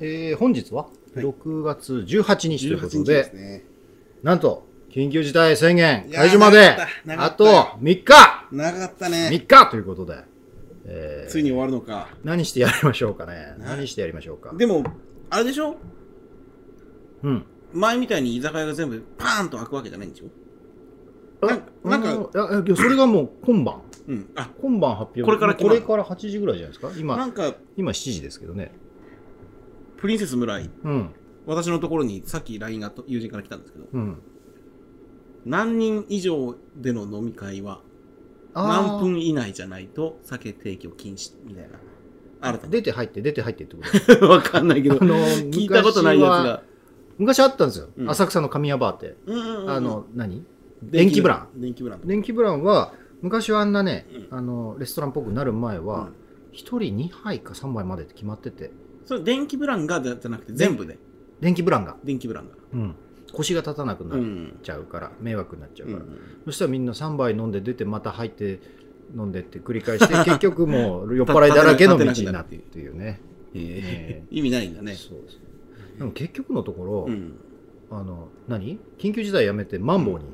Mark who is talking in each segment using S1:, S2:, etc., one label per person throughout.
S1: えー本日は
S2: はい
S1: 6月18日というこ
S2: 18
S1: と
S2: 日
S1: で、
S2: ですね。
S1: なんと緊急事態宣言
S2: いやー
S1: 解除まで
S2: 長か
S1: あ
S2: った
S1: と
S2: 長かった
S1: 3日
S2: 長かったね。
S1: 3日ということで、えー
S2: ついに終わるのか。
S1: 何してやりましょうかね何してやりましょうか
S2: でも、あれでしょ
S1: うん
S2: 前みたいに居酒屋が全部パーンと開くわけじゃないんでしょなんか
S1: あ
S2: なんか
S1: あのいやいやそれがもう今晩
S2: うん。あ、
S1: 今晩発表
S2: これから決
S1: こ
S2: ま
S1: れ
S2: る
S1: から8時ぐらいじゃないですか
S2: な
S1: 今
S2: んか、
S1: 今7時ですけどね
S2: プリンセス村井、
S1: うん
S2: 私のところにさっき LINE がと友人から来たんですけど、
S1: うん
S2: 何人以上での飲み会は
S1: あー
S2: 何分以内じゃないと酒提供禁止みたいな。新た
S1: 出て入って出て入ってって こと
S2: に。わかんないけど、
S1: あの
S2: 聞いたことないやつが。
S1: 昔は昔あったんですよ、
S2: うん
S1: 浅草の神谷バーって、
S2: うんうんうんうん
S1: あの、何電気ブラ
S2: ン。電気ブランとか。
S1: 電気ブランは昔はあんなね、
S2: うん
S1: あのレストランっぽくなる前
S2: う
S1: は
S2: ん
S1: 一、人2杯か3杯までって決まってて
S2: それ電気ブランがじゃじゃなくて全部で。
S1: 電気ブランが、
S2: 電気ブランが。
S1: うん、腰が立たなく
S2: う
S1: なっ
S2: ん。
S1: ちゃうから、迷惑になっちゃう
S2: う
S1: から、
S2: ん
S1: そしたらみんな3杯飲んで出てまた入って飲んでって繰り返して 結局もう酔っ払いだらけの道になってっていうね
S2: え
S1: え
S2: ー 意味ないんだね。
S1: そうですでも結局のところ、
S2: うん。
S1: あの何緊急事態やめてマンボウに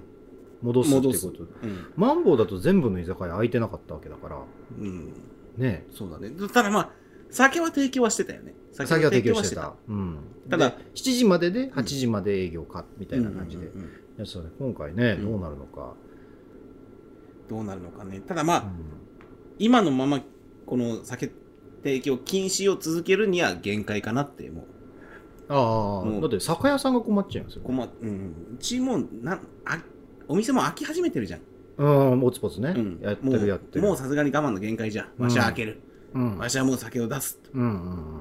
S1: 戻すっていうこと
S2: うん。
S1: マンボウだと全部の居酒屋空いてなかったわけだから
S2: うん。
S1: ね
S2: そうだね。ただまあ、酒は提供はしてたよね。
S1: え酒は提供してた。うん、
S2: た
S1: で
S2: だ、
S1: 7時までで8時まで営業かみたいな感じで、
S2: うんうんうん
S1: いやそうね今回ね、
S2: うん
S1: どうなるのか、
S2: どうなるのかね。ただまあ、
S1: うん
S2: 今のまま、この酒提供禁止を続けるには限界かなって、も
S1: ああ、
S2: もう
S1: だって酒屋さんが困っちゃいますよ
S2: う、困っ、うん。うちもう、なん、あ、お店も開き始めてるじゃん。
S1: うんぼつぼつね、
S2: うん。
S1: やって
S2: も
S1: る
S2: う
S1: やってる
S2: もうさすがに我慢の限界じゃん。わしは開ける。
S1: うん、
S2: わしはもう酒を出す。
S1: うんうん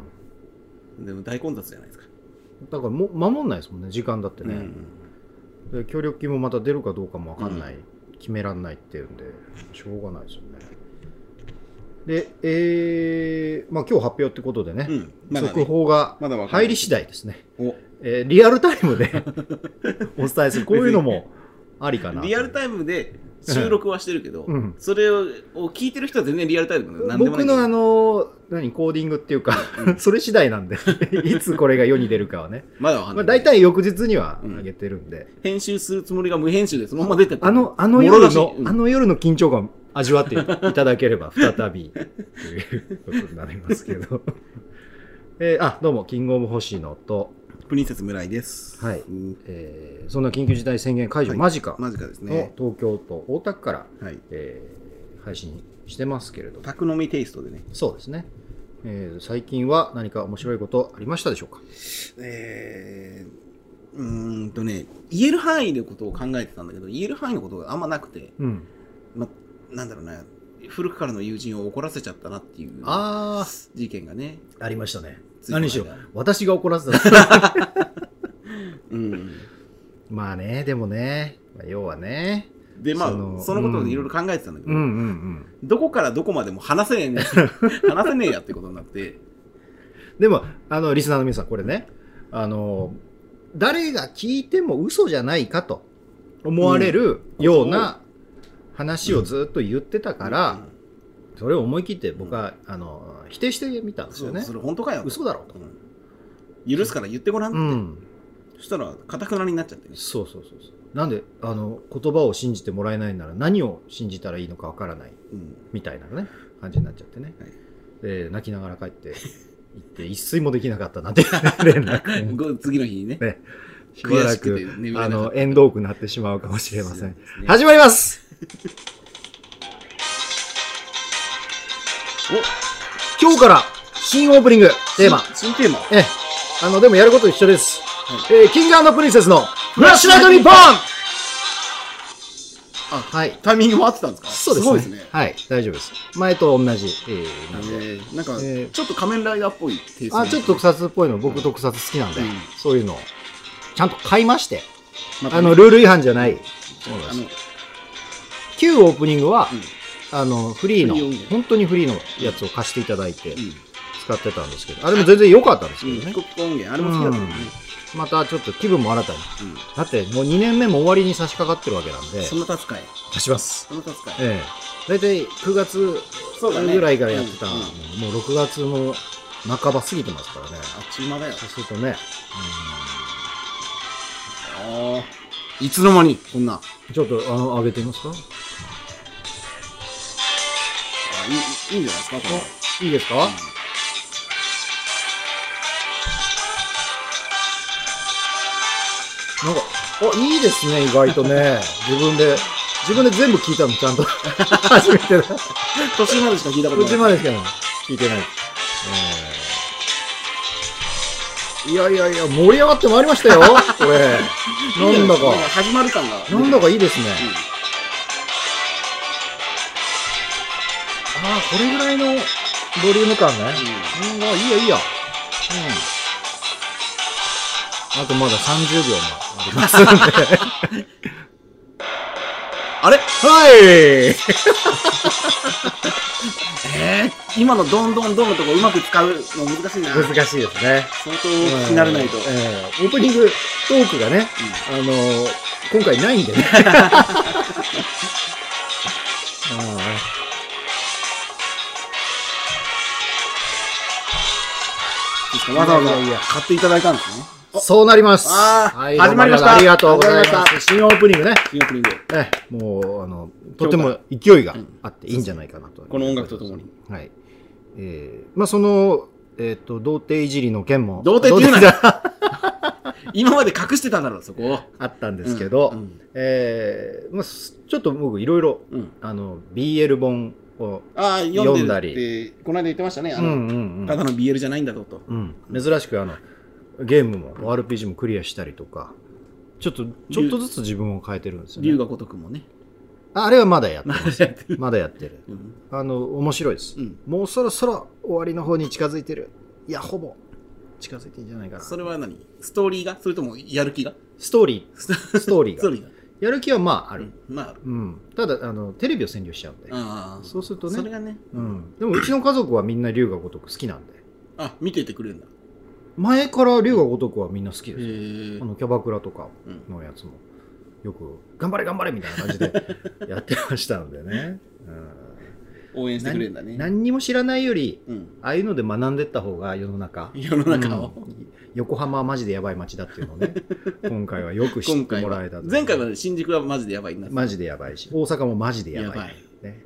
S1: うん
S2: でも大混雑じゃないですか。
S1: だからもう守んないですもんね時間だって
S2: う
S1: ね、
S2: ん
S1: で協力金もまた出るかどうかも分かんない、決めらんないっていうんでしょうがないですよねでえー、まあ今日発表ってことでね、
S2: うん。まだ
S1: 速
S2: ね、
S1: 報が
S2: まだわかんない
S1: 入り次第ですね、
S2: お
S1: えーリアルタイム でお伝えするこういうのもありかな
S2: リアルタ
S1: イ
S2: イムで収録はしてるけど、
S1: うん
S2: それを聞いてる人は全然リアルタイムなんでもな
S1: 僕
S2: い
S1: のあの何コーディングっていうかそれ次第なん でいつこれが世に出るかはね、
S2: まだわかん
S1: ま
S2: な
S1: あ、
S2: い、
S1: 大体翌日には上げてるんで、
S2: 編集するつもりが無編集でそのまま出てた
S1: あのあの夜
S2: も
S1: の
S2: ろ出しうん
S1: あの夜の緊張感を味わっていただければ再びということになりますけど、 えーあどうもキングオブ星野と、
S2: プリンセス村井です
S1: はい
S2: うん
S1: えーそんな緊急事態宣言解除、
S2: はい
S1: 間近の
S2: マジかです
S1: 東
S2: ね
S1: 京都大田区から
S2: はい
S1: えー配信してますけれども、
S2: 宅飲みテイストでね
S1: そうですね、えー最近は何か面白いことありましたでしょうか
S2: えー、うーんとね言える範囲のことを考えてたんだけど言える範囲のことがあんまなくて
S1: うん。
S2: まなんだろうな古くからの友人を怒らせちゃったなっていう
S1: あ
S2: 事件がね
S1: あ、ありましたね。
S2: つい
S1: 何しろ
S2: この間、
S1: 私が怒らせた。
S2: うん
S1: まあね、でもね、まあ要はね。
S2: でまあ
S1: そ
S2: そ
S1: の
S2: のことをいろいろ考えてたんだけど、
S1: うん
S2: どこからどこまでも話せねえね話せねえ やってことになって
S1: うん。でも、あの、リスナーの皆さん、これね、あの、誰が聞いても嘘じゃないかと思われるような話をずっと言ってたから、それを思い切って僕は、あの、否定してみたん
S2: うん
S1: です
S2: そ
S1: よ
S2: う
S1: ね。
S2: それ本当かよ
S1: 嘘だろうと
S2: うん許すから言ってごらん、
S1: うん。
S2: そしたらかたくなになっちゃってね
S1: そうそうそうそうなんであの言葉を信じてもらえないなら何を信じたらいいのかわからない
S2: うん
S1: みたいなね感じになっちゃってね、
S2: はい
S1: で泣きながら帰って 行って一睡もできなかったなんて 連絡も
S2: ご次の日にね
S1: ねしば
S2: 悔
S1: ら
S2: しくて
S1: く
S2: 眠れな
S1: あ
S2: か
S1: の
S2: った
S1: 遠遠くなってしまうかもしれません
S2: そうですね
S1: 始まり ます今日から新オープニングテーマ
S2: 新新テーマ
S1: ええあのでもやること一緒です、えーキングプリンセスのフラッシュライトニッポン
S2: あ
S1: はい
S2: タイミングも合ってたんですか
S1: そうです
S2: ご
S1: ね
S2: いですね、
S1: はい、大丈夫です。前と同じ。えー
S2: え
S1: なんで
S2: ーなんか、
S1: えー
S2: ちょっと仮面ライダーっぽいテイスト
S1: あ、ちょっと特撮っぽいの、僕特撮好きなんで、
S2: うん
S1: そういうのをちゃんと買いまして、
S2: また
S1: あ
S2: ね
S1: の、ルール違反じゃない。そうなん
S2: あ
S1: です
S2: の
S1: 旧オープニングは、
S2: うん
S1: あの、フリーの
S2: フリー音源
S1: 本当にフリーのやつを貸していただいて
S2: うん
S1: 使ってたんですけど、あれも全然良かったんですけ
S2: うん、
S1: どね
S2: ピコ。ピコ音源あれも好きだったよね、
S1: またちょっと気分も新たに。
S2: うん
S1: だってもう2年目も終わりに差し掛かってるわけなんで、
S2: そんな立つかい
S1: 貸します。
S2: そんな立つかい
S1: ええ。大体9月
S2: そうだね
S1: ぐらいからやってた、
S2: うんうん
S1: もう6月の半ば過ぎてますからね。
S2: あっちまだよ。
S1: そうするとね、
S2: ああ。いつの間に、こんな。あ
S1: うんちょっと、あの、上げてみますか
S2: いいいいんじゃないですか、これ。
S1: いいですかなんか、あ、いいですね、意外とね。自分で、自分で全部聞いたの、ちゃんと。初めてだ。う
S2: 途中までしか聞いたことない。
S1: ちまでしか聞いてない。えーいやいやいや、盛り上がってまいりましたよ、これ。なんだか、
S2: 始まる感が。
S1: なんだかいいですね。
S2: う
S1: ああ、これぐらいのボリューム感ね。
S2: ん。う
S1: う
S2: ん
S1: ん、あ、いいや、いいや。うん。あとまだ30秒もありますんで。
S2: あれ
S1: はい
S2: えー、今のどんどんどんのとこうまく使うの難しいな。相
S1: 難しいですね。
S2: 当大きくならないと。
S1: え
S2: う
S1: え
S2: ん
S1: オープニングトークがね、あのー今回ないん でね。
S2: わざわざ
S1: いやいやいや
S2: 買っていただいたんですね。
S1: うんそうなります。
S2: あー
S1: はい、
S2: 始まりまし
S1: ど
S2: た
S1: うもありがとうござい
S2: 始ま
S1: ま
S2: り
S1: す。新オープニングね。
S2: シンガプリング。
S1: ええ、もう、あの、とても勢いがあっていいんじゃないかなと。
S2: この音楽とともに。
S1: はい。えー、まあその、えっ、と、童貞いじりの件も。
S2: 童貞って言 うな
S1: 童貞じ
S2: 今まで隠してたんだろう、そこを。
S1: ゃあったんですけど、
S2: うん。
S1: えーまあすちょっと僕いろいろ、
S2: うんうん
S1: あの、BL 本を、
S2: ああ、読
S1: 読
S2: ん
S1: ん
S2: で
S1: だ
S2: る
S1: り
S2: って、この間言ってましたね。あ
S1: う
S2: の、
S1: んうん
S2: ただの BL じゃないんだぞと。
S1: うん。うん。珍しくあの、ゲームも RPG もクリアしたりとか、ちょっと、ちょっとずつ自分を変えてるんですよ
S2: 龍
S1: ね。
S2: が如くもね。
S1: ああれはまだやってます。
S2: やってる
S1: まだやってる。
S2: うん
S1: あの、面白いです。
S2: うん。
S1: もうそろそろ終わりの方に近づいてる。いや、ほぼ近づいてんじゃないかな。
S2: それは何ストーリーがそれともやる気が
S1: ストーリ
S2: スト
S1: ー、ストーリー
S2: ストー
S1: が。
S2: リーが
S1: やる気はまああ
S2: あ
S1: る。
S2: まあある。
S1: うん、ただあのテレビを占領しちゃうんで、
S2: ああ。
S1: そうすると
S2: それ
S1: ね、
S2: がね。
S1: うん、でもうちの家族はみんな龍が如く好きなんで
S2: あ、見ててくれるんだ。
S1: 前から龍が如くはみんな好き
S2: へ
S1: です、
S2: え
S1: あ。のキャバクラとか
S2: うん
S1: のやつもよく「頑張れ頑張れ」みたいな感じで やってましたのでね、
S2: 応
S1: う
S2: 援
S1: ん、
S2: してくれるんだね。
S1: 何にも知らないより
S2: うん。
S1: ああいうので学んでった方が世の中
S2: 世の中を。
S1: うん横浜はマジでやばい街だっていうのを ね今回はよく知っ
S2: 今
S1: て
S2: 回
S1: もら
S2: は
S1: えたと
S2: 前回は新宿はマジでやばいな
S1: マジでやばいし大阪もマジでやばい
S2: やばい
S1: ね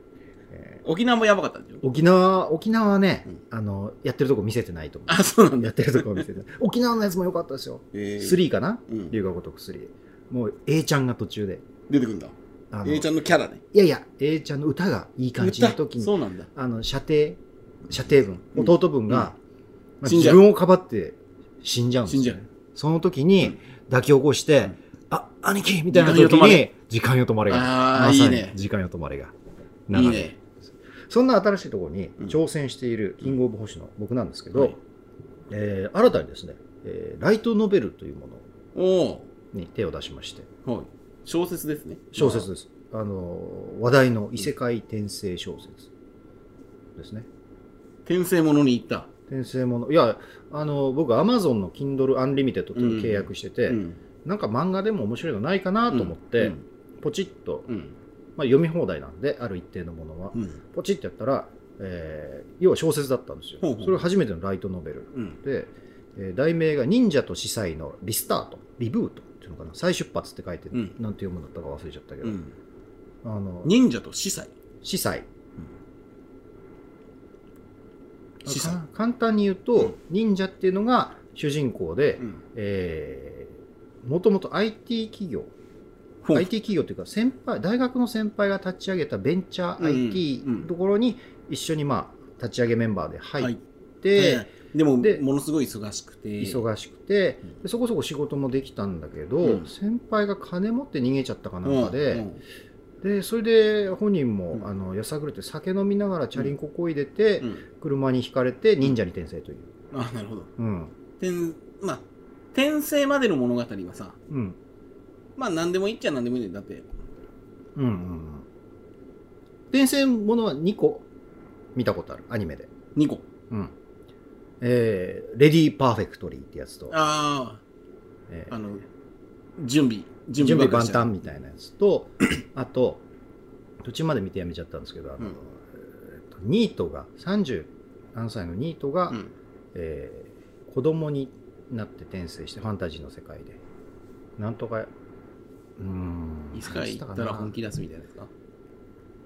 S1: えー
S2: 沖縄もやばかったんでしょ
S1: 沖縄沖縄はね、
S2: うん
S1: あのやってるとこ見せてないと思
S2: あそうなん
S1: う
S2: だ
S1: やってるとこ見せてない沖縄のやつも良かったですよ、
S2: えー
S1: 3かな
S2: うん
S1: 龍が如く3もう A ちゃんが途中で
S2: 出てくるんだ
S1: あの
S2: A ちゃんのキャラね
S1: いやいや A ちゃんの歌がいい感じの時
S2: 歌
S1: に
S2: そうなんだ
S1: あの射程射程分、
S2: うん
S1: 弟分が、まあ
S2: 死んじゃ
S1: 自
S2: う
S1: 分をかばって死んじゃうんです
S2: 死んじゃう
S1: その時に抱き起こして、
S2: うん
S1: あ兄貴みたいな時
S2: 時間よ止まれ
S1: に時間よ止まれが
S2: ああ
S1: ま
S2: い
S1: さ
S2: い
S1: に
S2: ね
S1: 時間よ止まれが流れ
S2: いいね
S1: そんな新しいところに
S2: うん
S1: 挑戦しているキングオブ保守の僕なんですけど、
S2: はい
S1: えー新たにですね、えーライトノベルというもの
S2: おお
S1: に手を出しまして、
S2: ーはい小説ですね
S1: 小説です。あのー話題の異世界転生小説ですね。
S2: 転生ものに行った
S1: 転生もの。いや、あのー僕、アマゾンの Kindle Unlimited と契約してて、
S2: うん
S1: なんか漫画でも面白いのないかなと思って、
S2: うん
S1: ポチッと、
S2: うん
S1: まあ、読み放題なんで、ある一定のものは、
S2: うん
S1: ポチッとやったら、えー要は小説だったんですよ。
S2: ほうほう
S1: それが初めてのライトノベル。
S2: うん
S1: で、えー題名が「忍者と司祭のリスタート」リブートっていうのかな再出発って書いて、
S2: うん
S1: なんて読むんだったか忘れちゃったけど、
S2: うん
S1: あの
S2: 忍者と司祭
S1: 司祭
S2: 司祭
S1: か簡単に言うと、
S2: うん
S1: 忍者っていうのが主人公で、
S2: うん
S1: えーもともと IT 企業
S2: ほう
S1: IT 企業というか先輩大学の先輩が立ち上げたベンチャ
S2: うん
S1: ー IT
S2: うん
S1: ところに一緒にまあ立ち上げメンバーで入って、
S2: えーでも
S1: で
S2: ものすごい忙しくて
S1: 忙しくて、
S2: うん
S1: でそこそこ仕事もできたんだけど、
S2: うん
S1: 先輩が金持って逃げちゃったかな
S2: うん
S1: かで,、
S2: うん
S1: でそれで本人も、
S2: うん
S1: あのやさぐれて酒飲みながらチャリンコこいでて、
S2: うん
S1: 車にひかれて忍者に転生という、
S2: あなるほど
S1: うん
S2: 転まあ転生までの物語はさ
S1: うん
S2: まあ何でもいいっちゃ何でもいいんだよだって
S1: うんうんうん転生ものは2個見たことあるアニメで、
S2: 2個
S1: うんえーレディー・パーフェクトリーってやつと、
S2: あ
S1: えー
S2: ああの準備準
S1: 準備
S2: ばっか
S1: 万
S2: りしてる
S1: 端みたいなやつとあと途中まで見てやめちゃったんですけどあの、
S2: うん
S1: えっとニートが30何歳のニートが、
S2: うん
S1: ええー子供になって転生してファンタジーの世界でなんとかうーん
S2: いつから行ったら本気出すみたいなやつか。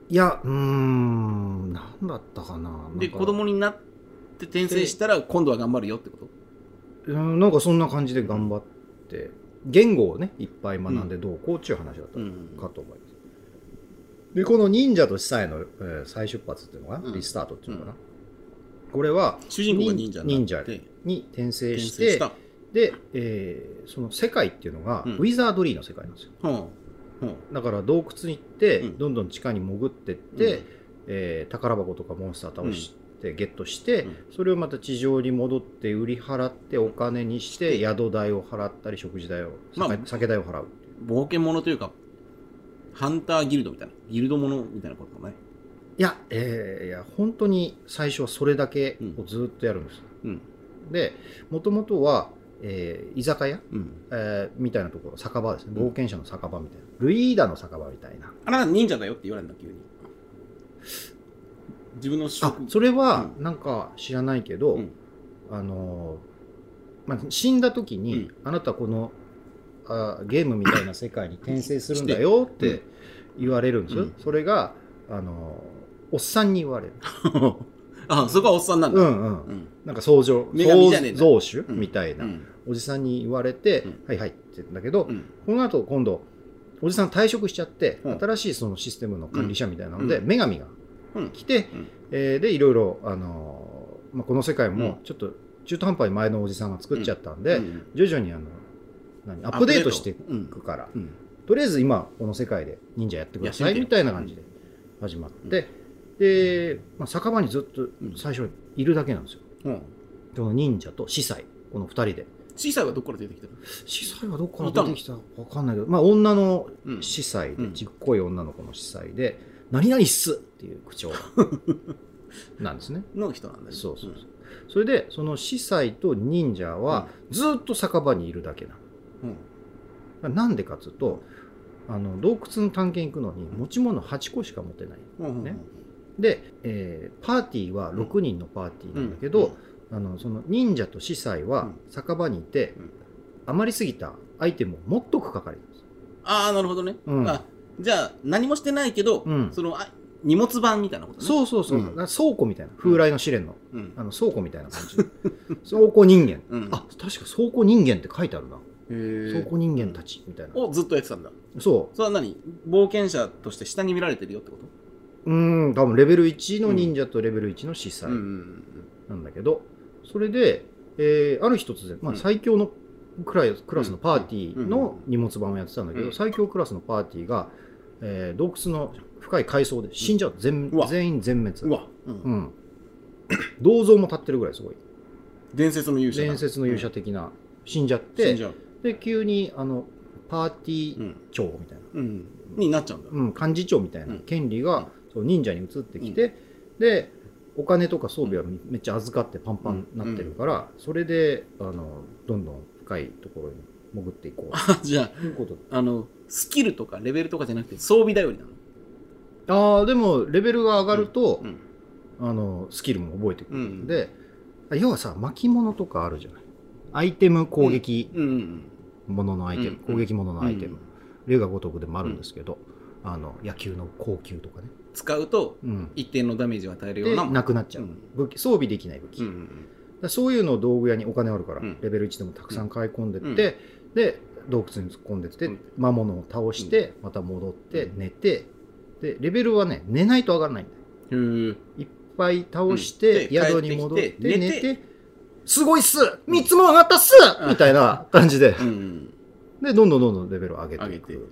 S1: いやうーんなんだったかななんか
S2: で、子供になって転生したら、今度は頑張るよってこと
S1: うんなんかそんな感じで頑張って言語をねいっぱい学んでどうこうっていう話だった
S2: うん
S1: かと思います。で、この忍者と司祭の、えー再出発っていうのかな、
S2: うん
S1: リスタートっていうのかな、これは、
S2: 主人公が忍者になっ
S1: 忍
S2: て、
S1: に転生
S2: 転生
S1: して、
S2: した。は
S1: で、えーその世界っていうのが、
S2: うん
S1: ウィザードリーの世界なんですよ。
S2: あはあ
S1: だから洞窟に行って、
S2: うん
S1: どんどん地下に潜ってって、
S2: で、
S1: えー宝箱とかモンスター倒して、ゲットして、
S2: うん
S1: それをまた地上に戻って売り払ってお金にして、宿代を払ったり食事代を酒,、
S2: まあ
S1: 酒代を払う
S2: 冒険者というか、ハンターギルドみたいな、ギルドものみたいなこともね。
S1: いや,、えーいや本当に最初はそれだけをずっとやるんです、
S2: うん。
S1: でもともとは、えー居酒屋、
S2: うん。
S1: えーみたいなところ酒場ですね
S2: うん
S1: 冒険者の酒場みたいな、ルイーダの酒場みたいな
S2: あなた忍者だよって言われるんだ、急に。自分の
S1: あ
S2: 職
S1: それは
S2: う
S1: なんか知らないけど、
S2: うん
S1: あのーまあ、死んだ時に、
S2: うん
S1: あなたこのあーゲームみたいな世界に転生するんだよっ
S2: して
S1: て言われるんです、
S2: うん
S1: それがあのーおっさんに言われる
S2: あ、そこはおっさんなん
S1: う
S2: だ。
S1: んうん
S2: うん。
S1: なんか相乗
S2: 女神じゃねえんだ
S1: 造主
S2: うん
S1: みたいな、
S2: うん。
S1: おじさんに言われて、
S2: うん
S1: はいはいって言うんだけど、
S2: うん
S1: この後今度おじさん退職しちゃって、
S2: うん
S1: 新しいそのシステムの管理者みたいなので、
S2: うん
S1: 女神が
S2: うん
S1: 来て、
S2: うん
S1: えーでいろいろ、あのーまあ、この世界も
S2: う
S1: ちょっと中途半端に前のおじさんが作っちゃったんで、
S2: うん
S1: 徐々にあの何アップデートしてい
S2: うん
S1: くから、
S2: うん。
S1: とりあえず今この世界で忍者やってくださ
S2: やって
S1: いみ
S2: みて
S1: た
S2: よ
S1: いな感じで始まって、で、まあ、酒場にずっと最初いるだけなんですよ。
S2: うん。
S1: この忍者と司祭この2人で
S2: 小さいはどっから出てきたの
S1: 司祭はどこから出てきたか分かんないけど、まあ、女の
S2: うん
S1: 司祭
S2: う
S1: で
S2: ん
S1: ちっこい女の子の司祭で「何々っす!」っていう口 調なんですね
S2: の人なんだよね
S1: そうそう
S2: うん
S1: そうそれでその司祭と忍者はずっと酒場にいるだけな
S2: う
S1: の
S2: ん
S1: なんでかっつうとあの洞窟の探検行くのに持ち物8個しか持てない
S2: うんうん
S1: ねで、えーパーティーは6人のパーティーなんだけど、あのその忍者と司祭
S2: う
S1: は
S2: ん
S1: 酒場にいて、
S2: うん
S1: 余りすぎたアイテムを持っとく係です
S2: ああなるほどね、
S1: うん
S2: あじゃあ何もしてないけど、
S1: うん
S2: そのあ荷物版みたいなことねう、
S1: そうそうそう、
S2: うん
S1: だから倉庫みたいな風来の試練の,、
S2: うん
S1: あの倉庫みたいな感じ 倉庫人間
S2: うん、
S1: あ確か倉庫人間って書いてあるな
S2: へー
S1: 倉庫人間たちみたいな
S2: をずっとやってたんだ
S1: そ
S2: それは何冒険者として下に見られてるよってこと
S1: ううん多分レベル1の忍者とレベル1の司祭
S2: うんうん
S1: なんだけど、それで、えーある日突然、ま
S2: う
S1: あ、
S2: ん
S1: 最強のクラスクラスのパーティー
S2: うん
S1: の荷物版をやってたんだけど、
S2: うん
S1: 最強クラスのパーティーが、えー洞窟の深い階層で死んじゃう全
S2: うわ
S1: 全員全滅
S2: うんうわ、うん
S1: うん、 銅像も立ってるぐらいすごい
S2: 伝説の勇者だ
S1: 伝説の勇者的な、死んじゃっ
S2: うん死
S1: て
S2: んじゃう、
S1: で急にあのパーティ
S2: う
S1: ー
S2: ん
S1: 長みたいな、
S2: うん、になっちゃうんだ、
S1: うん、幹事長みたいな権利が、そう忍者に移ってきて、でお金とか装備はめめっちゃ預かってパンパンになってるから、それであのどんどん深いところに潜っていこう
S2: あじゃ
S1: ということ
S2: ああのスキルとかレベルとかじゃなくて装備頼りなの、
S1: あーでもレベルが上がると
S2: う、ん
S1: あのスキルも覚えてく
S2: う
S1: る
S2: ん
S1: んで、要はさ巻物とかあるじゃないアイテム攻撃
S2: うんうん
S1: もののアイテム、
S2: うん
S1: 攻撃もののアイテ
S2: う
S1: ム、
S2: ん
S1: 例が如くでもあるんですけど、あの野球の高級とかね、
S2: 使うと
S1: うん、
S2: 一定のダメージを与えるよ
S1: で
S2: うな
S1: なくなっちゃう、
S2: うん
S1: 武器装備できない武器、
S2: うんう
S1: だ
S2: ん
S1: からそういうのを道具屋にお金あるから、
S2: うん
S1: レベル1でもたくさん買い込んでって、で洞窟に突っ込んでって、
S2: うん
S1: 魔物を倒して、また戻って、
S2: うん
S1: 寝てでレベルはね寝ないと上がらないんだよ
S2: うんへえ
S1: いっぱい倒し
S2: うん
S1: て、
S2: で
S1: 宿に戻って
S2: 帰ってきて
S1: 寝て
S2: 寝
S1: すごいっす3つも上がったっす、
S2: うん
S1: みたいな感じで
S2: うん
S1: でどんどんどんどんレベルを上げてい
S2: 上げ
S1: く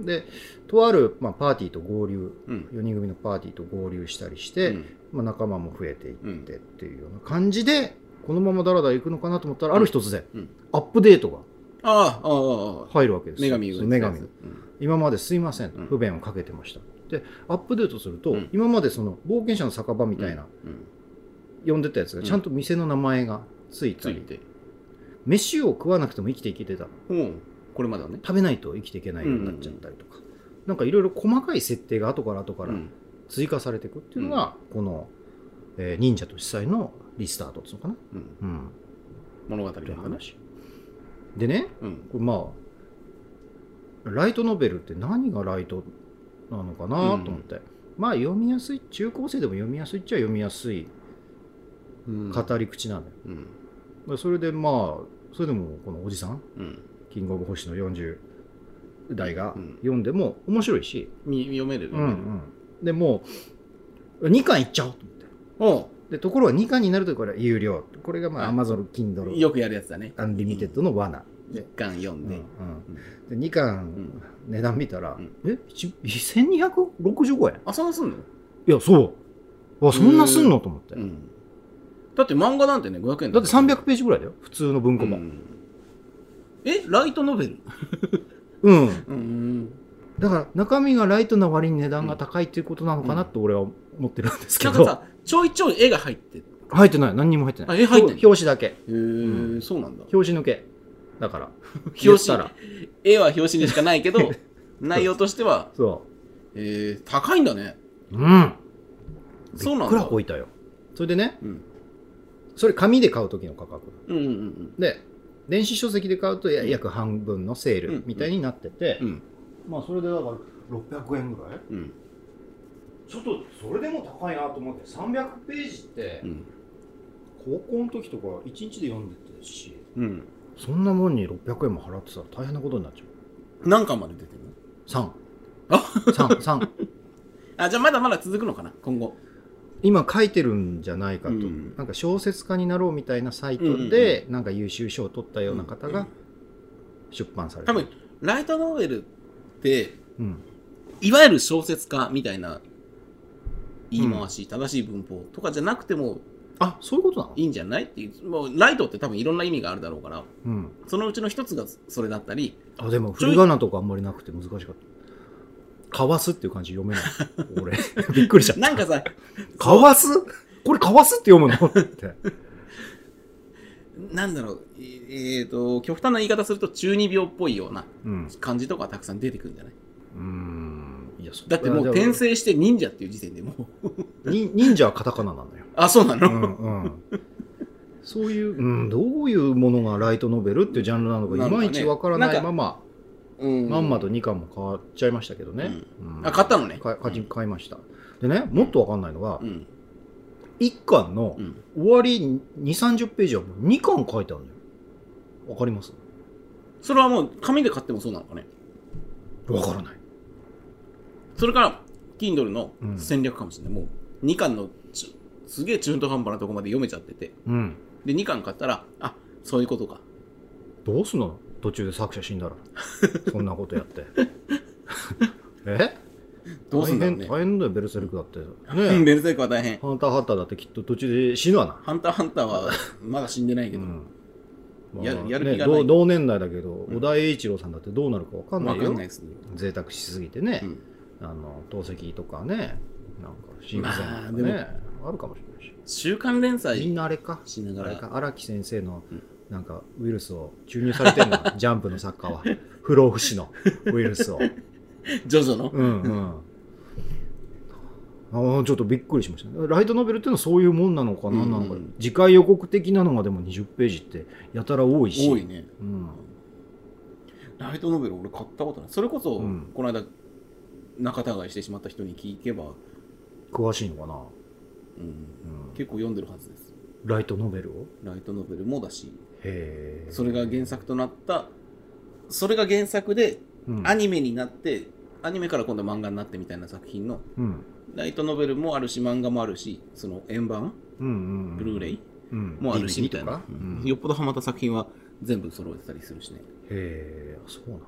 S1: でとある、まあ、パーティーと合流
S2: うん
S1: 4人組のパーティーと合流したりし
S2: う
S1: て、
S2: ん
S1: まあ、仲間も増えていってっていうような感じで、このままだらだら行くのかなと思ったら、ある日突然、
S2: うん
S1: アップデートが
S2: ああああああ
S1: 入るわけです
S2: 女
S1: よ。
S2: 神
S1: そう
S2: が
S1: 女
S2: 言ってたや
S1: 神
S2: つ。
S1: 今まですいません
S2: うん、
S1: 不便をかけてました。で、アップデートすると、
S2: うん
S1: 今までその冒険者の酒場みたいな、
S2: うん
S1: 呼んでたやつが、ちゃんと店の名前がつい
S2: つ
S1: た
S2: い
S1: り、
S2: て
S1: 飯を食わなくても生きていけてた。
S2: うんこれまではね
S1: 食べないと生きていけないようになっちゃったりとか、なんかいろいろ細かい設定が後から後から
S2: うん
S1: 追加されていくっていうのが、この、えー忍者と司祭のリスタートっつうのかな。
S2: うん、
S1: うん。
S2: 物語の話。
S1: 話。でね、
S2: うん。
S1: これまあライトノベルって何がライトなのかなと思って、まあ読みやすい中高生でも読みやすいっちゃ読みやすい
S2: うん
S1: 語り口なのよ、
S2: うん。
S1: でそれでまあそれでもこのおじさん
S2: うん。
S1: キングオブ星の40代が
S2: うん
S1: 読んでも面白いし、
S2: み読める
S1: うん
S2: 読める。
S1: でもう2巻いっちゃおうと思って
S2: お
S1: でところが2巻になるとこれは有料これがまあ Amazon Kindle
S2: うよくやるやつだね。
S1: アンリミテッドの罠、
S2: 一巻読ん
S1: で
S2: で。
S1: で2巻、
S2: ん
S1: 値段見たら、
S2: うん
S1: え一1265円
S2: あ、そんなすんの
S1: いやそうあそんなすんのと思って、
S2: うん。だって漫画なんてね、500円
S1: だって300
S2: 円
S1: ページぐらいだよ普通の文庫
S2: も
S1: 本
S2: え、ライトノベル
S1: うん、
S2: うん。
S1: だから中身がライトな割に値段が高いっていうことなのかなって俺は思ってるんですけ
S2: な
S1: ど、
S2: んかさ、ちょいちょい絵が入ってる。
S1: 入ってない何にも入ってない
S2: あえ入ってん
S1: 表
S2: の
S1: 表紙だけ
S2: へー、そうなんだ。
S1: 表紙抜けだ から
S2: 表
S1: 言っ
S2: 紙
S1: たら
S2: 絵は表紙にしかない けど、内容としては、
S1: そ
S2: えー、高いんだね。
S1: ううん
S2: そうなんだ
S1: いくら置いたよそれでね
S2: うん。
S1: それ紙で買う時の価格
S2: うんうんうん
S1: で電子書籍で買うとや
S2: うん
S1: 約半分のセー
S2: うんう
S1: ル
S2: ん
S1: みたいになってて、
S2: うん。うん。
S1: まあそれでだから600円ぐらい
S2: うん。
S1: ちょっとそれでも高いなと思って300ページって
S2: うん。
S1: 高校の時とか1日で読んでたし
S2: うん。
S1: そんなもんに600円も払ってたら大変なことになっちゃう
S2: 何巻まで出てるの
S1: 3
S2: あ
S1: 三 三
S2: あ、じゃあまだまだ続くのかな、今後。
S1: 今書いてるんじゃないかと、
S2: うん
S1: なんか小説家になろうみたいなサイトで、なんか優秀賞を取ったような方が出版されて
S2: 多
S1: る
S2: 分、ライトノベルって、
S1: うん
S2: いわゆる小説家みたいな言い回し、正しい文法とかじゃなくても
S1: あそういうことなの
S2: いいんじゃないっていう、もうライトって多分いろんな意味があるだろうから、
S1: うん
S2: そのうちの一つがそれだったり、
S1: あでも振り仮名とかあんまりなくて難しかったかわすっていう漢字読めない俺 びっくりしちゃった
S2: なんかさ、
S1: かわすこれかわすって読むのって
S2: なんだろう、ええーと、極端な言い方すると中二病っぽいような
S1: うん
S2: 感じとかたくさん出てくるんじゃないう
S1: ーんいやそ
S2: だってもう転生して忍者っていう時点でもう、
S1: に忍者はカタカナなんだよ、
S2: あ、そうな
S1: う
S2: の、
S1: んうん、そういう、うん、どういうものがライトノベルっていうジャンルなのか
S2: ないのか
S1: ま
S2: ね
S1: いちわから
S2: な
S1: なんい
S2: か
S1: まま、
S2: うん
S1: まんまと2巻も変わっちゃいましたけどね、うん
S2: あ、買ったのね。
S1: か買い買いましたでねもっとわかんないのは、
S2: うん。
S1: 1巻の
S2: うん。
S1: 終わりに2 3 0ページはもう2巻書いてあるのよわかります
S2: それはもう紙で買ってもそうなのかね。
S1: わからない
S2: それから、Kindle の
S1: うん
S2: 戦略かもしれない。もう、2巻のちゅ、すげえ中途半端なとこまで読めちゃってて。
S1: うん
S2: で、2巻買ったら、あ、そういうことか。
S1: どうすんの途中で作者死ん だらそんなことやってえ
S2: どうすんだろうね
S1: 大変。大変だよベルセルクだって
S2: うん
S1: ね
S2: ベルセルクは大変。
S1: ハンターハンターだってきっと途中で死ぬわな、
S2: ハンターハンターは、まだ死んでないけ
S1: う
S2: ど。
S1: ん
S2: やる
S1: まあ
S2: やる気
S1: ね
S2: がない
S1: 同同年代だけど、
S2: うん
S1: 小田栄一郎さんだってどうなるかわかんな
S2: わ
S1: い
S2: か
S1: よ
S2: んないですね。
S1: 贅沢しすぎてね
S2: う、ん
S1: あの透析とかねなんか心不全と
S2: まあ
S1: か
S2: でも
S1: ね、あ、るかもしれないし、
S2: 週刊連
S1: み
S2: 載
S1: んなあれか
S2: しな
S1: あ
S2: が
S1: れ
S2: ら、
S1: か荒木先生の
S2: うん
S1: なんかウイルスを注入されてる のジャンプの作家は不老不死のウイルスを
S2: ジョジョの。
S1: うんうん、ああちょっとびっくりしましたねライトノベルっていうのはそういうもんなのかな,、
S2: うん
S1: なんか次回予告的なのがでも20ページってやたら多いし
S2: 多いね。
S1: うん、
S2: ライトノベル俺買ったことない。それこそ、
S1: うん
S2: この間、仲違いしてしまった人に聞けば、
S1: 詳しいのかな、
S2: うん
S1: うん
S2: 結構読んでるはずです。
S1: ライトノベルを
S2: ライトノベルもだし、
S1: へえ
S2: それが原作となった、それが原作で
S1: うん
S2: アニメになって、アニメから今度は漫画になってみたいな作品の、
S1: うん
S2: ライトノベルもあるし、漫画もあるし、その円盤、
S1: うんうん
S2: ブルーレ
S1: イ
S2: イもあるし、みたいな、うんよっぽどハマった作品は全部揃えてたりするしね。
S1: へ えそうなんだ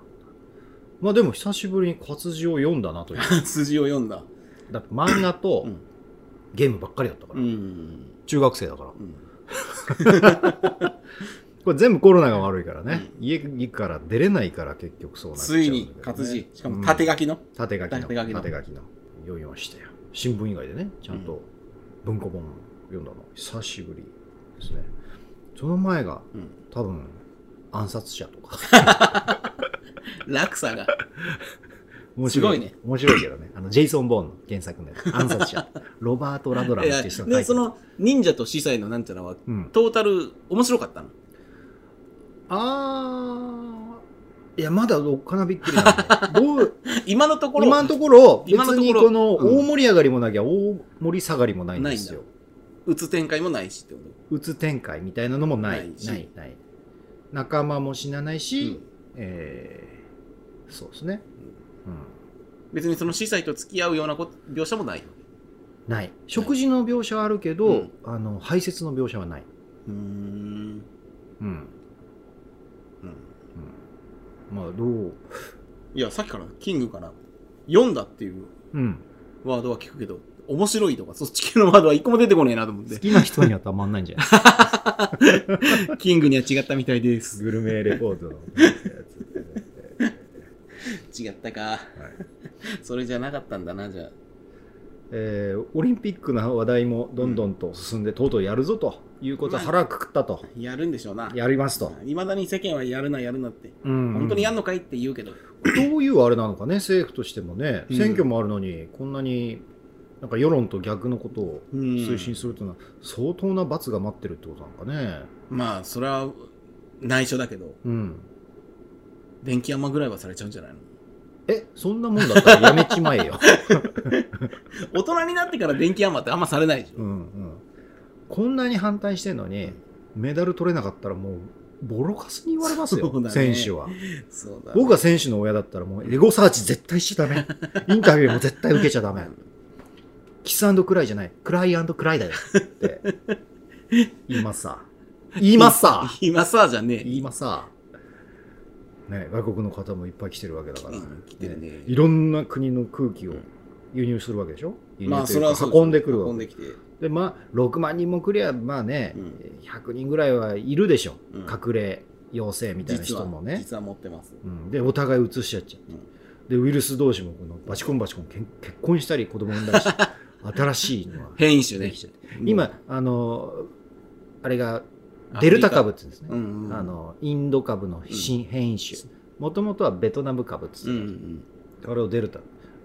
S1: まあでも久しぶりに活字を読んだ なという
S2: 筋を読んだ。
S1: だって漫画と
S2: うん
S1: ゲームばっかりだったから、
S2: うん。
S1: 中学生だから
S2: うん
S1: これ全部コロナが悪いからね、
S2: う
S1: 家から出れないから結局そうなっちゃう
S2: ついに活字、しかも縦
S1: 書き、
S2: 書きの。
S1: うん縦書きの縦
S2: 縦
S1: 書
S2: 書
S1: き
S2: き
S1: の
S2: の
S1: 読みましたよ新聞以外でねちゃんと文庫本読んだの久しぶりですねその前が
S2: うん
S1: 多分暗殺者とか
S2: 落差が。
S1: 面白い。
S2: すごいね。
S1: 面白いけどね。あの、ジェイソン・ボーンの原作のやつ暗殺 者。ロバート・ラドラム
S2: い
S1: って
S2: や
S1: いう人の
S2: でその忍者と司祭のなんていうのは
S1: うん。
S2: トータル面白かったの
S1: あー。いや、まだおっかなびっくりなんで。 どう、
S2: 今のところ
S1: 今のところ、別
S2: 今のところ
S1: にこの、
S2: うん
S1: 大盛り上がりもなきゃ、大盛り下がりもないんですよ
S2: な。打つ展開もないしってこと
S1: うつ展開みたいなのもない。
S2: ないし
S1: ない、ない。仲間も死なないし、
S2: う
S1: えー、そうですね。うん。
S2: ん別にその司祭と付き合うようなこと描写もないよ
S1: ない。食事の描写はあるけど、
S2: うん
S1: あの、排泄の描写はない。
S2: うん
S1: うん。うん、まあ、どう、
S2: いやさっきからキングから読んだっていう
S1: うん。
S2: ワードは聞くけど面白いとかそっち系のワードは一個も出てこねえなと思っ
S1: 好
S2: て
S1: きな人にはたまんないんじゃない
S2: キングには違ったみたいで す
S1: グルメレポートのや
S2: 違ったか
S1: つ。はい
S2: それじゃなかったんだなじゃあ
S1: えーオリンピックの話題もどんどんと進んで、とうとうやるぞということは
S2: まあ
S1: 腹くくったと、
S2: やるんでしょうな
S1: やりますと、
S2: いまだに世間はやるなやるなって
S1: うん
S2: 本当にやんのかいって言うけど、
S1: どういうあれなのかね、政府としてもね、
S2: うん
S1: 選挙もあるのに、こんなになんか世論と逆のことを
S2: うん
S1: 推進するというのは、相当な罰が待ってるってことなのかね。
S2: まあそれは内緒だけど
S1: うん
S2: 電気山ぐらいはされちゃうんじゃないの
S1: え、そんなもんだったらやめちまえよ。
S2: 大人になってから電気山ってあんまされないでしょ
S1: うんうん、こんなに反対してんのに、メダル取れなかったらもう、ボロカスに言われますよ、
S2: そうだね
S1: 選手は。
S2: そうだ
S1: 僕が選手の親だったらもう、エゴサーチ絶対しちゃダ メ。インタビューも絶対受けちゃダメ。キスクライじゃない、クライクライだよって言いますさ。言いますさ。
S2: 今さじゃねえ
S1: 言いますさ。ね、外国の方もいっぱい来てるわけだから、
S2: うん来てるね
S1: いろんな国の空気を輸入するわけでしょ、輸
S2: ま
S1: 入
S2: あ
S1: とい
S2: そうれ
S1: か
S2: はそう
S1: 運んでくるわけ
S2: 運んできて
S1: でまあ6万人も来りゃまあね、
S2: うん
S1: 100人ぐらいはいるでしょ、
S2: うん
S1: 隠れ陽性みたいな
S2: 実
S1: 人
S2: は
S1: もね、
S2: 実は持ってます
S1: うん、でお互い移しちゃっちゃって、でウイルス同士もこのバチコンバチコンけん結婚したり子供産んだりして 新しいのは
S2: 変異種
S1: で
S2: ね
S1: きちゃって、今あのあれが
S2: アフリ
S1: デ
S2: カ
S1: ルタ株って言うんですね、
S2: うんうん
S1: あのインド株の新変異種もともとはベトナム株って言ってたんですよ
S2: うんうん
S1: これをデルタ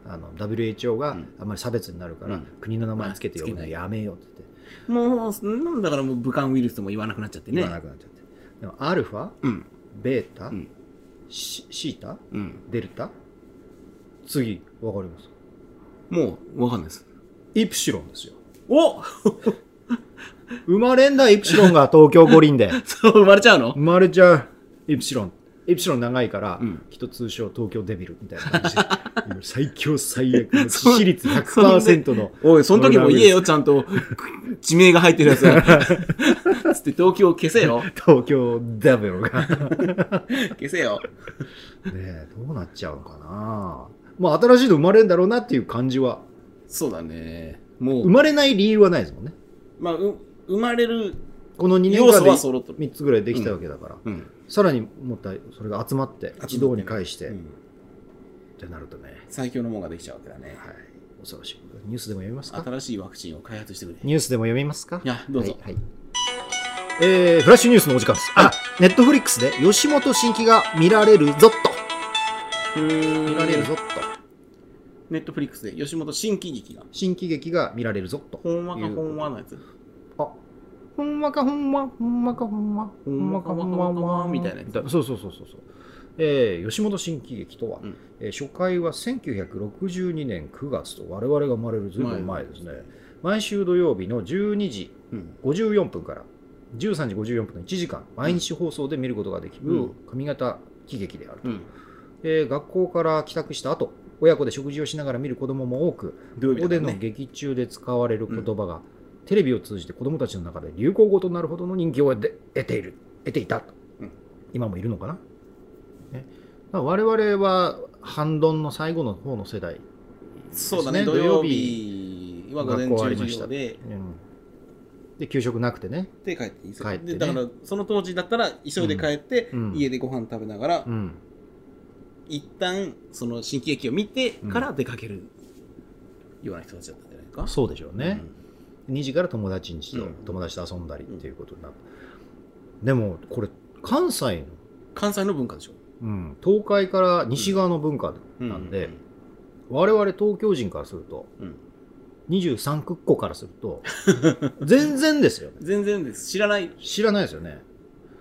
S1: あの WHO が
S2: うん
S1: あんまり差別になるから、
S2: うん
S1: 国の名前つけて呼ぶ
S2: ま
S1: の
S2: あつけない
S1: やめようって言って
S2: うんもうそんなんだからもう武漢ウイルスとも言わなくなっちゃってね
S1: 言わなくなっちゃって、でもアルファ
S2: うん
S1: ベータ、
S2: うん
S1: シシータ
S2: うん
S1: デルタ次わかります
S2: もうわかんないです
S1: イプシロンですよ
S2: お
S1: 生まれんだイプシロンが東京五輪で
S2: そう生まれちゃうの
S1: 生まれちゃうイプシロンイプシロン長いから、
S2: うん
S1: きっと通称東京デビルみたいな 感じで今最強最悪の
S2: そう
S1: 致死率100%の
S2: おい、その時も言えよ、ちゃんと。地名が入ってるやつ。 つって東京消せよ。
S1: 東京デビルが
S2: 消せよ。
S1: ねえどうなっちゃうのかなまあ新しいの生まれるんだろうなっていう感じは
S2: そうだね。も
S1: 生
S2: う、
S1: まれない理由はないですもんね
S2: まあ、う生まれる
S1: この2年
S2: 要
S1: 間
S2: 素
S1: で
S2: は揃っとる。
S1: 3つぐらいできたわけだから、
S2: うん。
S1: さらにもったいそれが集まって
S2: まってね
S1: 一堂に会して、
S2: う
S1: っ
S2: ん
S1: てなるとね、
S2: 最強のもんができちゃうわけだね。
S1: はい、恐ろしいニュースでも読みますか
S2: 新しいワクチンを開発してくれ。い
S1: ニュースでも読みますか
S2: や、どうぞ。
S1: はいはいえーフラッシュニュースのお時間です、あネットフリックスで吉本新喜が見られるぞっと見られるぞっと
S2: ネットフリックスで吉本新喜劇が。
S1: 新喜劇が見られるぞっと
S2: ほんわかほんわのやつ。
S1: あほんまかほんま、ほんまかほんま、
S2: ほんまかほんまほんまみたいなやつ
S1: そうそうそうそうそう。えー吉本新喜劇とは、
S2: うん
S1: えー初回は1962年9月と我々が生まれるずいぶん前ですね。毎週土曜日の12時
S2: うん。
S1: 54分から13時54分の1時間、毎日放送で見ることができ
S2: う
S1: る
S2: ん
S1: 髪型喜劇であると、
S2: うん。
S1: えー学校から帰宅した後、親子で食事をしながら見る子供も多く、
S2: 土曜
S1: こ
S2: 日
S1: こで
S2: だ
S1: の
S2: ね。
S1: 劇中で使われる言葉が、テレビを通じて子どもたちの中で流行語となるほどの人気を得て得ている得ていた、
S2: うん
S1: 今もいるのかな、ねまあ、我々は反論の最後の方の世代、
S2: そうだね。
S1: です
S2: 土
S1: ね
S2: 曜日は午前
S1: 学校あ
S2: 中
S1: りまし
S2: 授
S1: た
S2: 業で。
S1: うんで給食なくてね、
S2: で帰っていいですよ
S1: 帰ってね
S2: でだからその当時だったら急いで帰って、
S1: うん
S2: 家でご飯食べながら、
S1: うん、
S2: 一旦その新喜劇を見てから出かけるような人たちだったんじゃないか、
S1: そうでしょうね、2時から友達にしと、
S2: うん
S1: 友達と遊んだりっていうことになる、でもこれ関西の、
S2: 関西の文化でしょ
S1: うん東海から西側の文化なんで、
S2: うん
S1: 我々東京人からすると、
S2: うん
S1: 23区っ子からする と全然ですよね
S2: 全然です知らない、
S1: 知らないですよね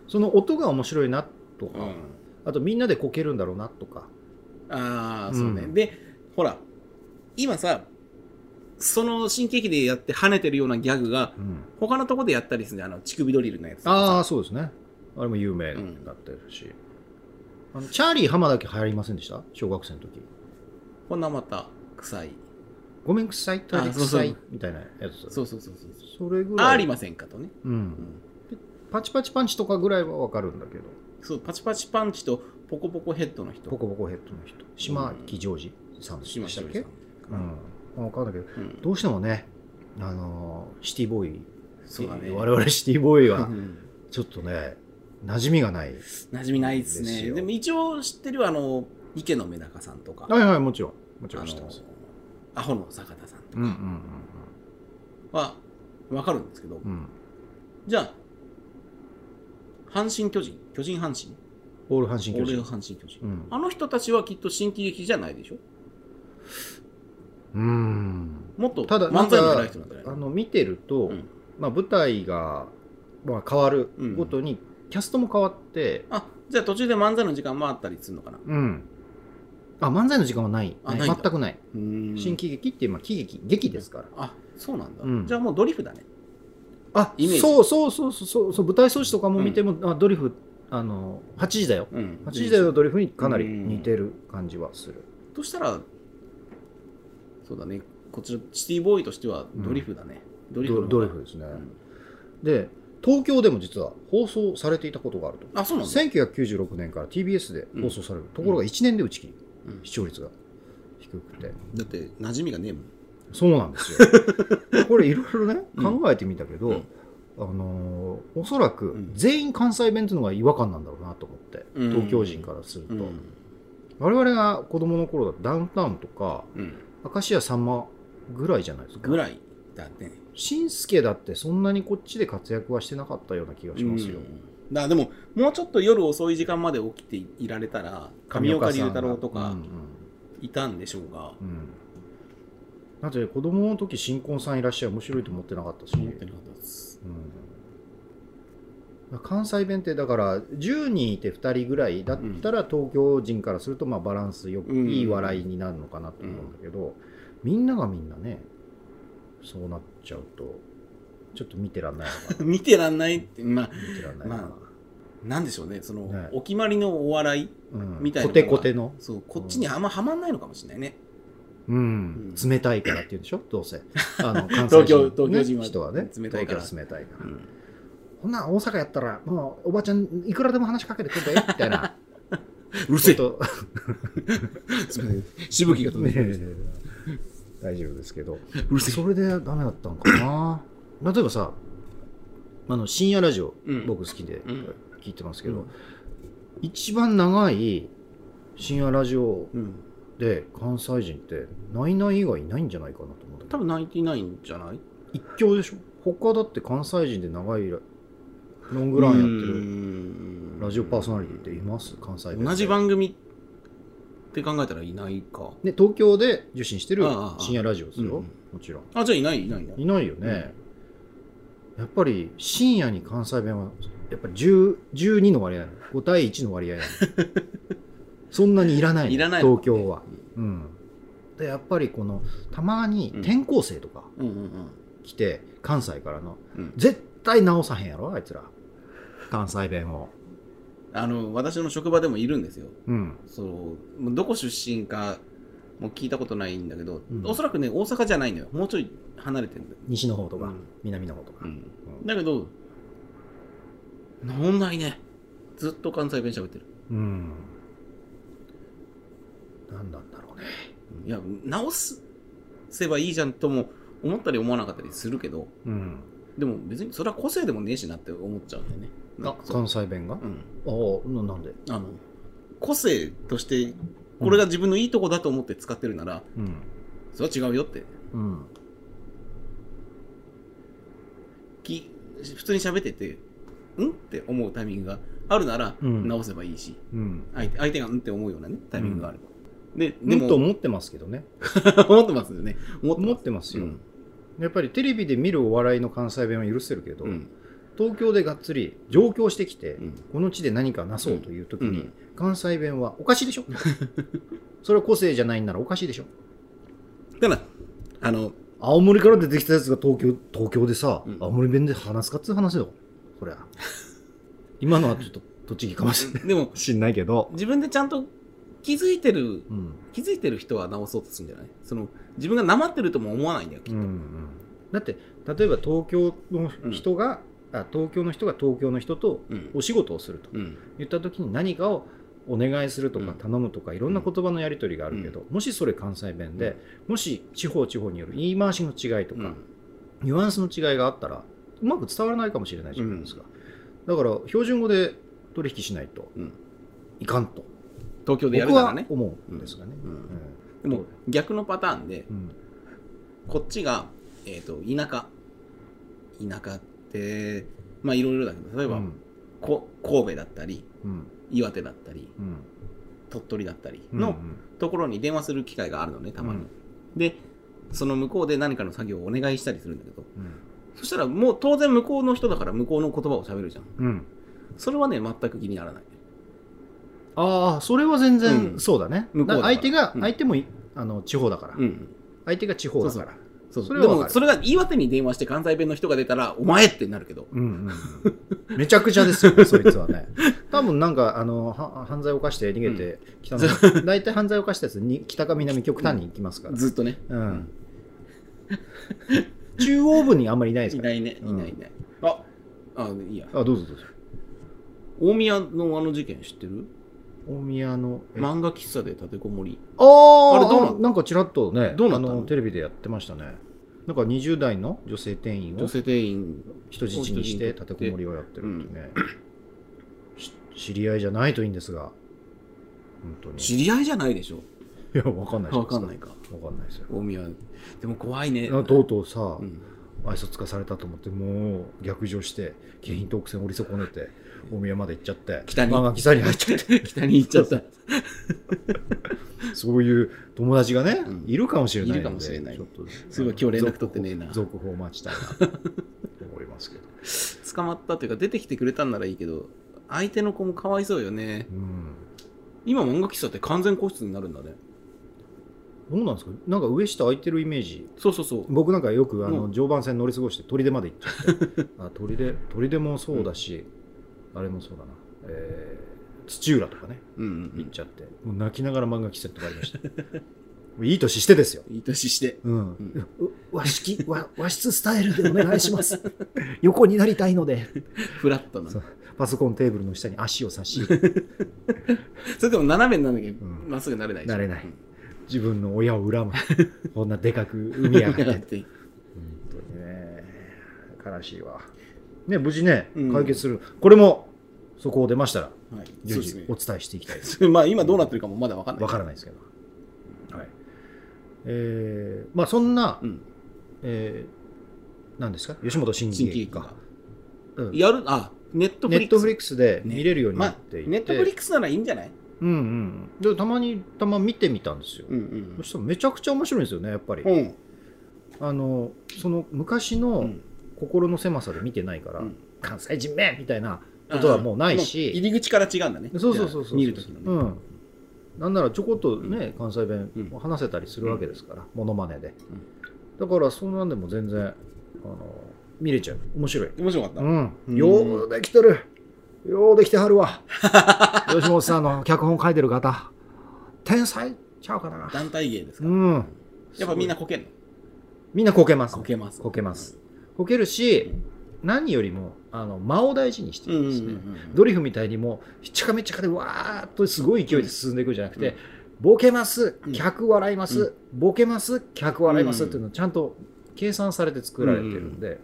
S1: その音が面白いなとか、
S2: うん、
S1: あとみんなでこけるんだろうなとか
S2: ああそうね、
S1: うん
S2: でほら今さその新喜劇でやって跳ねてるようなギャグが
S1: うん
S2: 他のとこでやったりするんであの乳首ドリルのやつと
S1: あ
S2: か
S1: あ
S2: さ
S1: そうですねあれも有名になってるし、あのチャーリー浜だけ流行りませんでした小学生の時
S2: こんなまた臭い
S1: ごめんくさいトイレく
S2: あそう
S1: さ
S2: そ
S1: いうみたいなやつ
S2: そうそうそうそう
S1: それぐらい
S2: ありませんかとね、
S1: う、
S2: うんん、
S1: パチパチパンチとかぐらいはわかるんだけど
S2: そうパチパチパンチとポコポコヘッドの人
S1: ポコポコヘッドの人島木ジョージさんで
S2: 島
S1: したっ
S2: 下
S1: け
S2: さん
S1: うん分かんないけど
S2: うん
S1: どうしてもねあのーシティボーイ
S2: そうだね
S1: 我々シティボーイ
S2: う
S1: は
S2: ん
S1: ちょっとね馴染みがない
S2: 馴染みないですね
S1: です
S2: で
S1: よ
S2: も一応知ってるはあの池のメダカさんとか
S1: はいはいもちろんもちろ
S2: あ
S1: ん知って
S2: の
S1: ます
S2: アホの坂田さんと
S1: うんうん
S2: かは分かるんですけど、
S1: うんうんうん
S2: じゃあ阪神巨人巨人阪神
S1: オール阪神巨
S2: 俺
S1: 人
S2: が阪神巨人、
S1: うん
S2: あの人たちはきっと新喜劇じゃないでしょ
S1: うん
S2: もっと
S1: ただ
S2: 漫才の偉い人なんじゃない
S1: あの見てると、
S2: うん
S1: まあ、舞台が、まあ、変わるごとに、キャストも変わって、
S2: あじゃあ途中で漫才の時間もあったりするのかな
S1: うん、あ漫才の時間はない
S2: あ
S1: ない
S2: ないんだ
S1: 全くない、
S2: 新
S1: 新喜劇って今喜劇劇ですから、
S2: あそうなんだ、
S1: うん
S2: じゃあもうドリフだね
S1: あ
S2: イメージ
S1: そうそうそうそうそうそう舞台装置とかも見ても、あドリフあの8時だよ
S2: うん
S1: 8時台のドリフにかなり似てる感じはする、
S2: としたらそうだねこちらシティボーイとしてはドリフだね、ドリフの
S1: ドド
S2: 方が
S1: リフですね、
S2: うん
S1: で東京でも実は放送されていたことがあると
S2: あそうなんだ、
S1: 1996年から TBS で放送される、ところが1年で打ち切り
S2: うん
S1: 視聴率が低くて
S2: だって馴染みがねえもん
S1: そうなんですよ これいろいろね
S2: うん
S1: 考えてみたけど、
S2: うん
S1: あのーおそら
S2: う
S1: く
S2: ん
S1: 全員関西弁っていうのが違和感なんだろうなと思って、
S2: うん
S1: 東京人からすると、
S2: うん
S1: 我々が子供の頃だとダウンタウンとか
S2: うん
S1: 明石家さんまぐらいじゃないですか
S2: ぐらいだね
S1: しんすけだってそんなにこっちで活躍はしてなかったような気がしますよ、
S2: うんだからでももうちょっと夜遅い時間まで起きていられたら上岡龍
S1: さん
S2: 太
S1: が
S2: 郎と
S1: う
S2: か
S1: ん
S2: いたんでしょうが、
S1: うんうんだって子供の時新婚さんいらっしゃい面白いと思ってなかったし
S2: 思ってなかったです
S1: うん関西弁ってだから10人いて2人ぐらいだったら東京人からするとまあバランスよく
S2: うん
S1: いい笑いになるのかなと思うんだけどみんながみんなねそうなっちゃうとちょっと見てらんないのか
S2: 見てらんないってまあ
S1: な見てらんないのかな
S2: まあなんでしょうねその、
S1: ね
S2: お決まりのお笑い
S1: うん
S2: みたいな
S1: コテコテの
S2: そうこっちにあんまはまんないのかもしれないね、
S1: うん
S2: うん
S1: 冷たいからって言うんでしょどう せあの関
S2: 東京
S1: ね
S2: 東京人は
S1: 人はね
S2: 冷たいから
S1: 東京は冷たいから
S2: うん
S1: こんなん大阪やったらもうおばちゃんいくらでも話しかけてくるでみたいな
S2: うる
S1: ち
S2: せ
S1: ょっ と
S2: えしぶきが飛んでくる
S1: ねえ大丈夫ですけど
S2: うるせえ
S1: それでダメだったのかな例えばさあの深夜ラジオ、
S2: うん
S1: 僕好きで
S2: うん
S1: 聞いてますけど、
S2: うん
S1: 一番長い深夜ラジオ
S2: うん
S1: で関西人ってナイナイ以外いないんじゃないかなと思って
S2: 多分ナインティナインじゃない
S1: 一強でしょ他だって関西人で長いラロングランやってる
S2: る
S1: ラジオパーソナリティっています関西弁で
S2: 同じ番組って考えたらいないか
S1: で東京で受信してる
S2: ああああ
S1: 深夜ラジオですよ、
S2: うん
S1: もちろん
S2: あじゃあいないいないいない
S1: いないよね、やっぱり深夜に関西弁はやっぱり10 12の割合なの5対1の割 合なのそんなにいらないの
S2: いらない
S1: 東京は、うん、でやっぱりこのたまに転校生とか
S2: うんうんうん
S1: 来て、関西からの、
S2: うん
S1: 絶対直さへんやろあいつら関西弁を
S2: あの私の職場でもいるんですよ
S1: うん
S2: そうもうどこ出身かもう聞いたことないんだけど、
S1: うん
S2: おそらくね大阪じゃないのよもうちょい離れてるんだよ、
S1: 西の方とか、
S2: うん
S1: 南の方とか、
S2: だけど治んないねずっと関西弁喋ってる
S1: うん何なんだろうね
S2: いや直すせばいいじゃんとも思ったり思わなかったりするけど
S1: うん
S2: でも別にそれは個性でもねえしなって思っちゃうんだよねな
S1: あ
S2: んかそう
S1: 関西弁が、あ
S2: うん
S1: あななんで
S2: あの個性としてこれが自分のいいとこだと思って使ってるなら、
S1: うん
S2: それは違うよって
S1: うん
S2: き普通に喋っててんって思うタイミングがあるなら
S1: うん
S2: 直せばいいし、
S1: うん
S2: 相手相手がんって思うようなねタイミングがある、で、で
S1: でもと
S2: も、
S1: 思ってますけどね
S2: 思ってますよね。思って
S1: 思
S2: ま
S1: ってます
S2: す
S1: よ、
S2: うん
S1: やっぱりテレビで見るお笑いの関西弁は許せるけど、
S2: うん
S1: 東京でがっつり上京してきて、
S2: うん
S1: この地で何かなそうという時に、
S2: うん
S1: 関西弁はおかしいでしょ それは個性じゃないんならおかしいでしょ
S2: ただ、あの、
S1: 青森から出てきたやつが東京東京でさ、
S2: うん
S1: 青森弁で話すかっつう話よそりゃ今のはちょっと栃木かもしれない
S2: でも、
S1: 知んないけど、
S2: 自分でちゃんと気づいてる、
S1: うん
S2: 気づいてる人は直そうとするんじゃないその、自分がなまってるとも思わないんだよ、きっ
S1: う
S2: と
S1: んうん、だって例えば東京の人が、あ東京の人が東京の人と
S2: うん。
S1: お仕事をすると
S2: うん。
S1: 言った時に何かをお願いすると
S2: う
S1: か
S2: ん
S1: 頼むとかいろんな言葉のやり取りがあるけど、もしそれ関西弁で、もし地方地方による言い回しの違いと
S2: う
S1: か、
S2: ん。
S1: ニュアンスの違いがあったらうまく伝わらないかもしれないじゃないですか、だから標準語で取引しないと
S2: うん
S1: いかんと、
S2: 東京でやる
S1: 僕
S2: なら
S1: は
S2: ね。
S1: 思うんですがね、
S2: うん
S1: うん
S2: でも、逆のパターンで、
S1: うん
S2: こっちが、えっ、と、田舎。田舎って、まあいろいろだけど、例えば、
S1: うん
S2: こ神戸だったり、
S1: うん
S2: 岩手だったり、
S1: うん
S2: 鳥取だったり
S1: うん
S2: のところに電話する機会があるのね、たまに。
S1: うん
S2: で、その向こうで何かの作業をお願いしたりするんだけど、
S1: うん
S2: そしたらもう当然向こうの人だから向こうの言葉を喋るじゃん。
S1: うん
S2: それはね、全く気にならない。
S1: ああそれは全
S2: う
S1: 然
S2: ん
S1: そうだね、
S2: 向こうだから
S1: 相手が、
S2: うん
S1: 相手もいあの地方だから、
S2: うん。
S1: 相手が地方だから
S2: そうそう
S1: そ
S2: そ
S1: れ
S2: で
S1: はわか
S2: も、
S1: る
S2: それが岩手に電話して関西弁の人が出たら、お前ってなるけど。
S1: うんうんうん、めちゃくちゃですよ ね、そいつはね。多分なんかあのは犯罪を犯して逃げてきたの、大体犯罪を犯したやつに北か南極端に行きますから、
S2: ずっとね。
S1: うん中央部にあんまりいないです
S2: い
S1: から、
S2: ないね。い
S1: うん
S2: ないいない。あ、あ、いいや。
S1: あどうぞどうぞ、
S2: 大宮のあの事件知ってる
S1: 大宮の、え
S2: 漫画喫茶で立てこもり。
S1: あー
S2: あれどうなの
S1: なんかちらっとね
S2: どうなったの
S1: あの、テレビでやってましたね、なんか20代の女性店員
S2: 女
S1: を
S2: 性店員。
S1: 人質にして立てこもりをやってるっていうね、し知り合いじゃないといいんですが、本当に。
S2: 知り合いじゃないでしょ。
S1: いや、わかんない。
S2: わかんないいか。
S1: わかんないですよ。
S2: 大宮。でも怖いね。
S1: あとうとうさ、
S2: うん
S1: 愛想つかされたと思ってもう逆上して京浜東北線降り損ねて大宮まで行っちゃって
S2: 北に
S1: 漫画喫茶に入っちゃっ
S2: 北に行っちゃった。
S1: て そういう友達がね、
S2: うん
S1: いるかもしれないので
S2: いるかもしれない
S1: ちょっと
S2: すごい今日連絡取ってねえな
S1: 続報待ちたいなと思いますけど
S2: 捕まったというか、出てきてくれたんならいいけど、相手の子もかわいそうよね。
S1: うん
S2: 今、漫画喫茶って完全個室になるんだね。
S1: どうなんですかなんか上下空いてるイメージ
S2: そうそうそう。
S1: 僕なんかよくあの、
S2: うん
S1: 常磐線乗り過ごして砦まで行っちゃってあ砦砦もそうだし、あれもそうだな、えー土浦とかね
S2: うんうんう
S1: 行っ
S2: ん。
S1: ちゃって、もう泣きながら漫画喫茶とかありましたもういい年してですよ
S2: いい年して。
S1: うん、和式和和室スタイルでお願いします 横になりたいので
S2: フラットな。
S1: そ
S2: そう
S1: パソコンテーブルの下に足を差し
S2: れでも斜めにならなきゃ
S1: ん
S2: まっすぐなれないでしょ
S1: なれない
S2: うん
S1: 自分の親を恨むこんなでかく海やがって
S2: だっ
S1: 本
S2: て
S1: 当にね悲しいわね無事ね
S2: うん
S1: 解決する、これもそこを出ましたら
S2: はい。そ
S1: 随
S2: うです
S1: 時
S2: ね
S1: お伝えしていきたいです
S2: まあ今どうなってるかもまだわかんない。
S1: わからないですけどはいえー、まあそんな、
S2: うん。
S1: えー、なんですか吉本新喜
S2: 新喜
S1: 劇
S2: 劇
S1: か
S2: か。
S1: うん
S2: やる、あ、ネットフ
S1: ネ
S2: リ
S1: ッ
S2: ック
S1: ト
S2: ス。
S1: フリックスで見れるように
S2: ま
S1: なっ
S2: あ、
S1: ていて、
S2: ネットフリックスならいいんじゃない
S1: うんうんでたまにたま見てみたんですよ、
S2: うん
S1: そしたらめちゃくちゃ面白いんですよねやっぱり、
S2: うん。うん。
S1: あのその昔
S2: う
S1: の
S2: ん
S1: 心の狭さで見てないから、
S2: うん
S1: 関西人めみたいなことはもうないし
S2: もう入り口から違うんだね。
S1: そうそうそう
S2: じ
S1: そ
S2: ゃあ
S1: う
S2: 見るときのね。
S1: うんなんならちょこっとね、関西弁
S2: うん
S1: を話せたりするわけですから、モノマネで、だからそんなんでも全然あの見れちゃう面白い
S2: 面白かった。
S1: うん、
S2: うん
S1: ようできてるようできてはる わ吉本さんの脚本書いてる方天才ちゃうかな
S2: 団体芸ですか
S1: う
S2: ら。
S1: ん
S2: やっぱみんなこけんの
S1: みんなこけます
S2: こけます。
S1: こけます。こけるし何よりもあの間を大事にして
S2: うん
S1: る
S2: うんん
S1: ですね、
S2: うん
S1: ドリフみたいにもうひっちゃかめっちゃかでわーっとすごい勢いで進んでいくんじゃなくて、ボケます
S2: うん
S1: 客笑います、ボケます客笑いますっていうのをちゃんと計算されて作られてるんで,、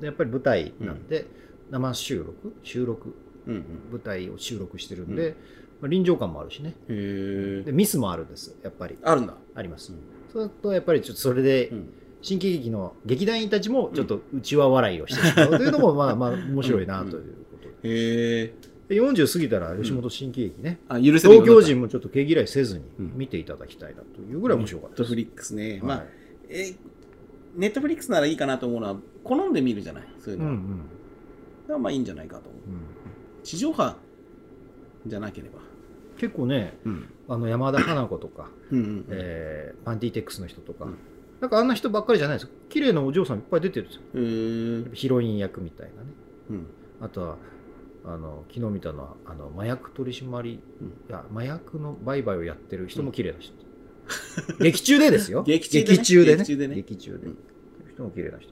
S1: でやっぱり舞台なんで、生収録収録
S2: うんうん。
S1: 舞台を収録してるん
S2: うん
S1: で、まあ臨場感もあるしね
S2: へ
S1: で
S2: え。
S1: ミスもあるんですやっぱり
S2: あるんだ。
S1: あります、
S2: うん
S1: それとやっぱりちょっとそれで
S2: うん
S1: 新喜劇の劇団員たちもちょっとうちわ笑いをしてしまうというのもまあまあ面白いなということで、
S2: へえ。
S1: で40過ぎたら吉本新喜劇ね、
S2: あ許せるよ
S1: 東京
S2: うになった
S1: 人もちょっと毛嫌いせずに
S2: うん
S1: 見ていただきたいなというぐらい面白かっ
S2: ネッ
S1: た
S2: ト
S1: です。
S2: フリックスね、
S1: はい
S2: まあえネットフリックスならいいかなと思うのは好んで見るじゃないそういう
S1: う
S2: の
S1: んう
S2: は、
S1: ん
S2: だからまあいいんじゃないかと思う
S1: うん
S2: 地上波じゃなければ
S1: 結構ね
S2: うん
S1: あの山田花子とか、
S2: うんうん
S1: えーパンティテックスの人とか、
S2: うん
S1: なんかあんな人ばっかりじゃないですよ綺麗なお嬢さんいっぱい出てるんですよ
S2: えー
S1: ヒロイン役みたいなね
S2: うん
S1: あとはあの昨日見たのはあの麻薬取締り、
S2: うん
S1: いや麻薬の売買をやってる人も綺麗な 人、劇中でですよ
S2: 劇中でね
S1: 劇中でね
S2: 劇中でね
S1: 劇中で
S2: うん
S1: 人も綺麗な人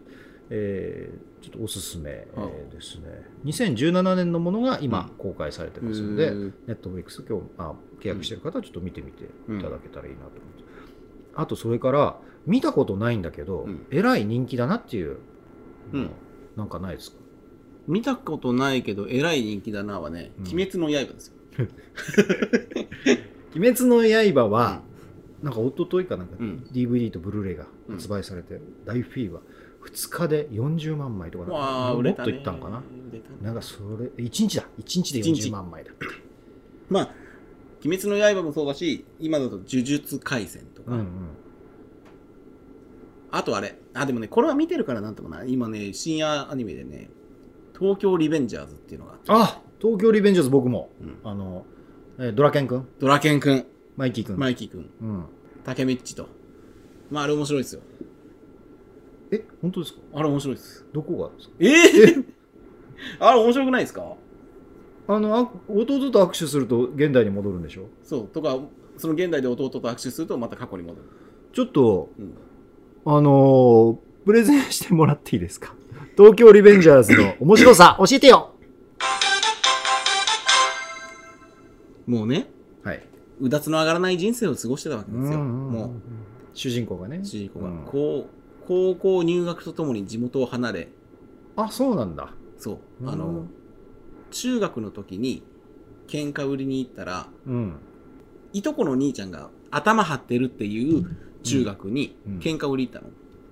S1: えーちょっとおすすめ、えー
S2: うん
S1: ですね2017年のものが今
S2: う
S1: 公開されてますので、
S2: えー
S1: ネットフリックス今日あ契約してる方はちょっと見てみていただけたらいいなと思って、あとそれから見たことないんだけど、
S2: うん
S1: えらい人気だなっていう、
S2: うん
S1: なんかないですか
S2: 見たことないけど偉い人気だなはね「
S1: うん
S2: 鬼滅の刃」ですよ、
S1: 鬼滅の刃は、なんか一昨日かなんか
S2: うん
S1: DVD とブルーレイが発売されて大フィーバー2日で40万枚とか
S2: うん、
S1: だ
S2: わあ
S1: も
S2: 売
S1: っ
S2: れた
S1: と
S2: ね
S1: いったんかな
S2: 売れたね
S1: なんかそれ1日だ1日で40万枚だって
S2: まあ「鬼滅の刃」もそうだし今だと「呪術廻戦」とか、
S1: うんうん
S2: あとあれあでもねこれは見てるからなんともない今ね深夜アニメでね「東京リベンジャーズ」っていうのがあって、
S1: あ東京リベンジャーズ僕も
S2: うん
S1: あの、えードラケン君
S2: ドラケンくん
S1: マイキー君、
S2: マイキーくん
S1: うん、
S2: タケミッチとまああれ面白いですよ
S1: え本当ですか
S2: あれ面白いです
S1: どこがですか
S2: ええ あれ面白くないですか
S1: あのあ弟と握手すると現代に戻るんでしょ
S2: そうとかその現代で弟と握手するとまた過去に戻る、
S1: ちょっと
S2: うん
S1: あのープレゼンしてもらっていいですか 東京リベンジャーズ の面白さ教えてよ
S2: もうね
S1: はい、
S2: うだつの上がらない人生を過ごしてたわけですよ、もう
S1: 主人公がね
S2: 主人公
S1: う
S2: が
S1: ん
S2: こう高校入学とともに地元を離れ
S1: あそうなんだ
S2: そううんあの、中学の時に喧嘩売りに行ったら
S1: うん
S2: いとこの兄ちゃんが頭張ってるっていう中学に
S1: うん
S2: 喧嘩売り行ったの、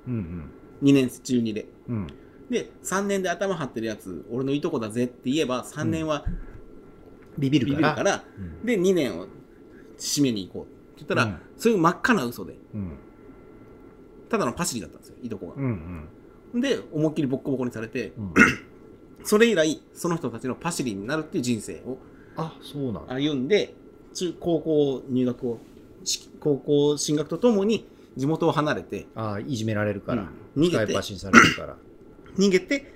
S1: うん
S2: 2年生中2で
S1: うんうん
S2: で3年で頭張ってるやつ俺のいとこだぜって言えば3年は
S1: ビビ
S2: ビビ
S1: る
S2: る
S1: か
S2: からら,、
S1: うん
S2: で2年を締めに行こうって言ったら、
S1: うん
S2: そういう真っ赤な嘘で
S1: うん
S2: ただのパシリだったんですよいとこが
S1: う、ん
S2: で思いっきりボッコボコにされて
S1: うん
S2: それ以来その人たちのパシリになるっていう人生を
S1: あそうなんだ
S2: 歩んで中高校入学をし高校進学とともに地元を離れて
S1: あいじめられるから、
S2: うん逃げて
S1: スカイパー信されるから
S2: 逃げて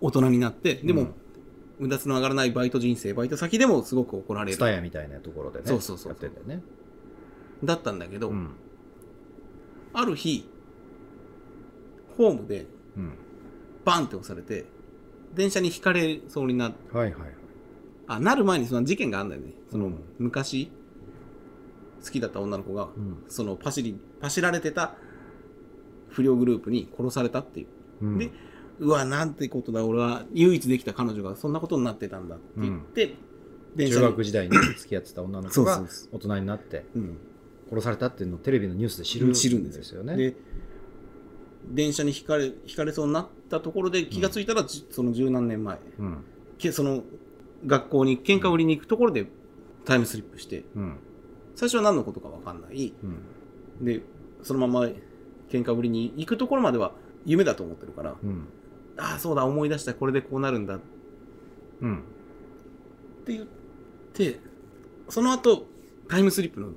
S2: 大人になってで
S1: う
S2: も
S1: ん、
S2: うだつの上がらないバイト人生バイト先でもすごく怒られ
S1: ツタ
S2: る
S1: ヤみたいなところでね
S2: そうそうそう
S1: やってんだよね
S2: だったんだけど、
S1: うん
S2: ある日ホームで
S1: うん
S2: バンって押されて電車にひかれそうにな
S1: はいはいはい
S2: あなる前にその事件があんだよねその、
S1: うん
S2: 昔好きだった女の子が
S1: うん
S2: そのパシリパシられてた不良グループに殺されたっていう
S1: うん
S2: でうわなんてことだ俺は唯一できた彼女がそんなことになってたんだって言って、電車
S1: 中
S2: に
S1: 学時代に付き合ってた女の子
S2: そ
S1: が
S2: うそうそ
S1: 大人になって
S2: うん、
S1: 殺されたっていうのをテレビのニュースで知る
S2: 知るんですよ
S1: よね。
S2: で電車にひかれひかれそうになったところで気がついたら、じその十何年前
S1: うん
S2: けその学校に喧嘩売りに行くところでタイムスリップして
S1: うん
S2: 最初は何のことか分かんない
S1: うん
S2: でそのまま喧嘩売りに行くところまでは夢だと思ってるから
S1: うん
S2: ああそうだ思い出したこれでこうなるんだって
S1: うん
S2: 言ってその後タイムスリップの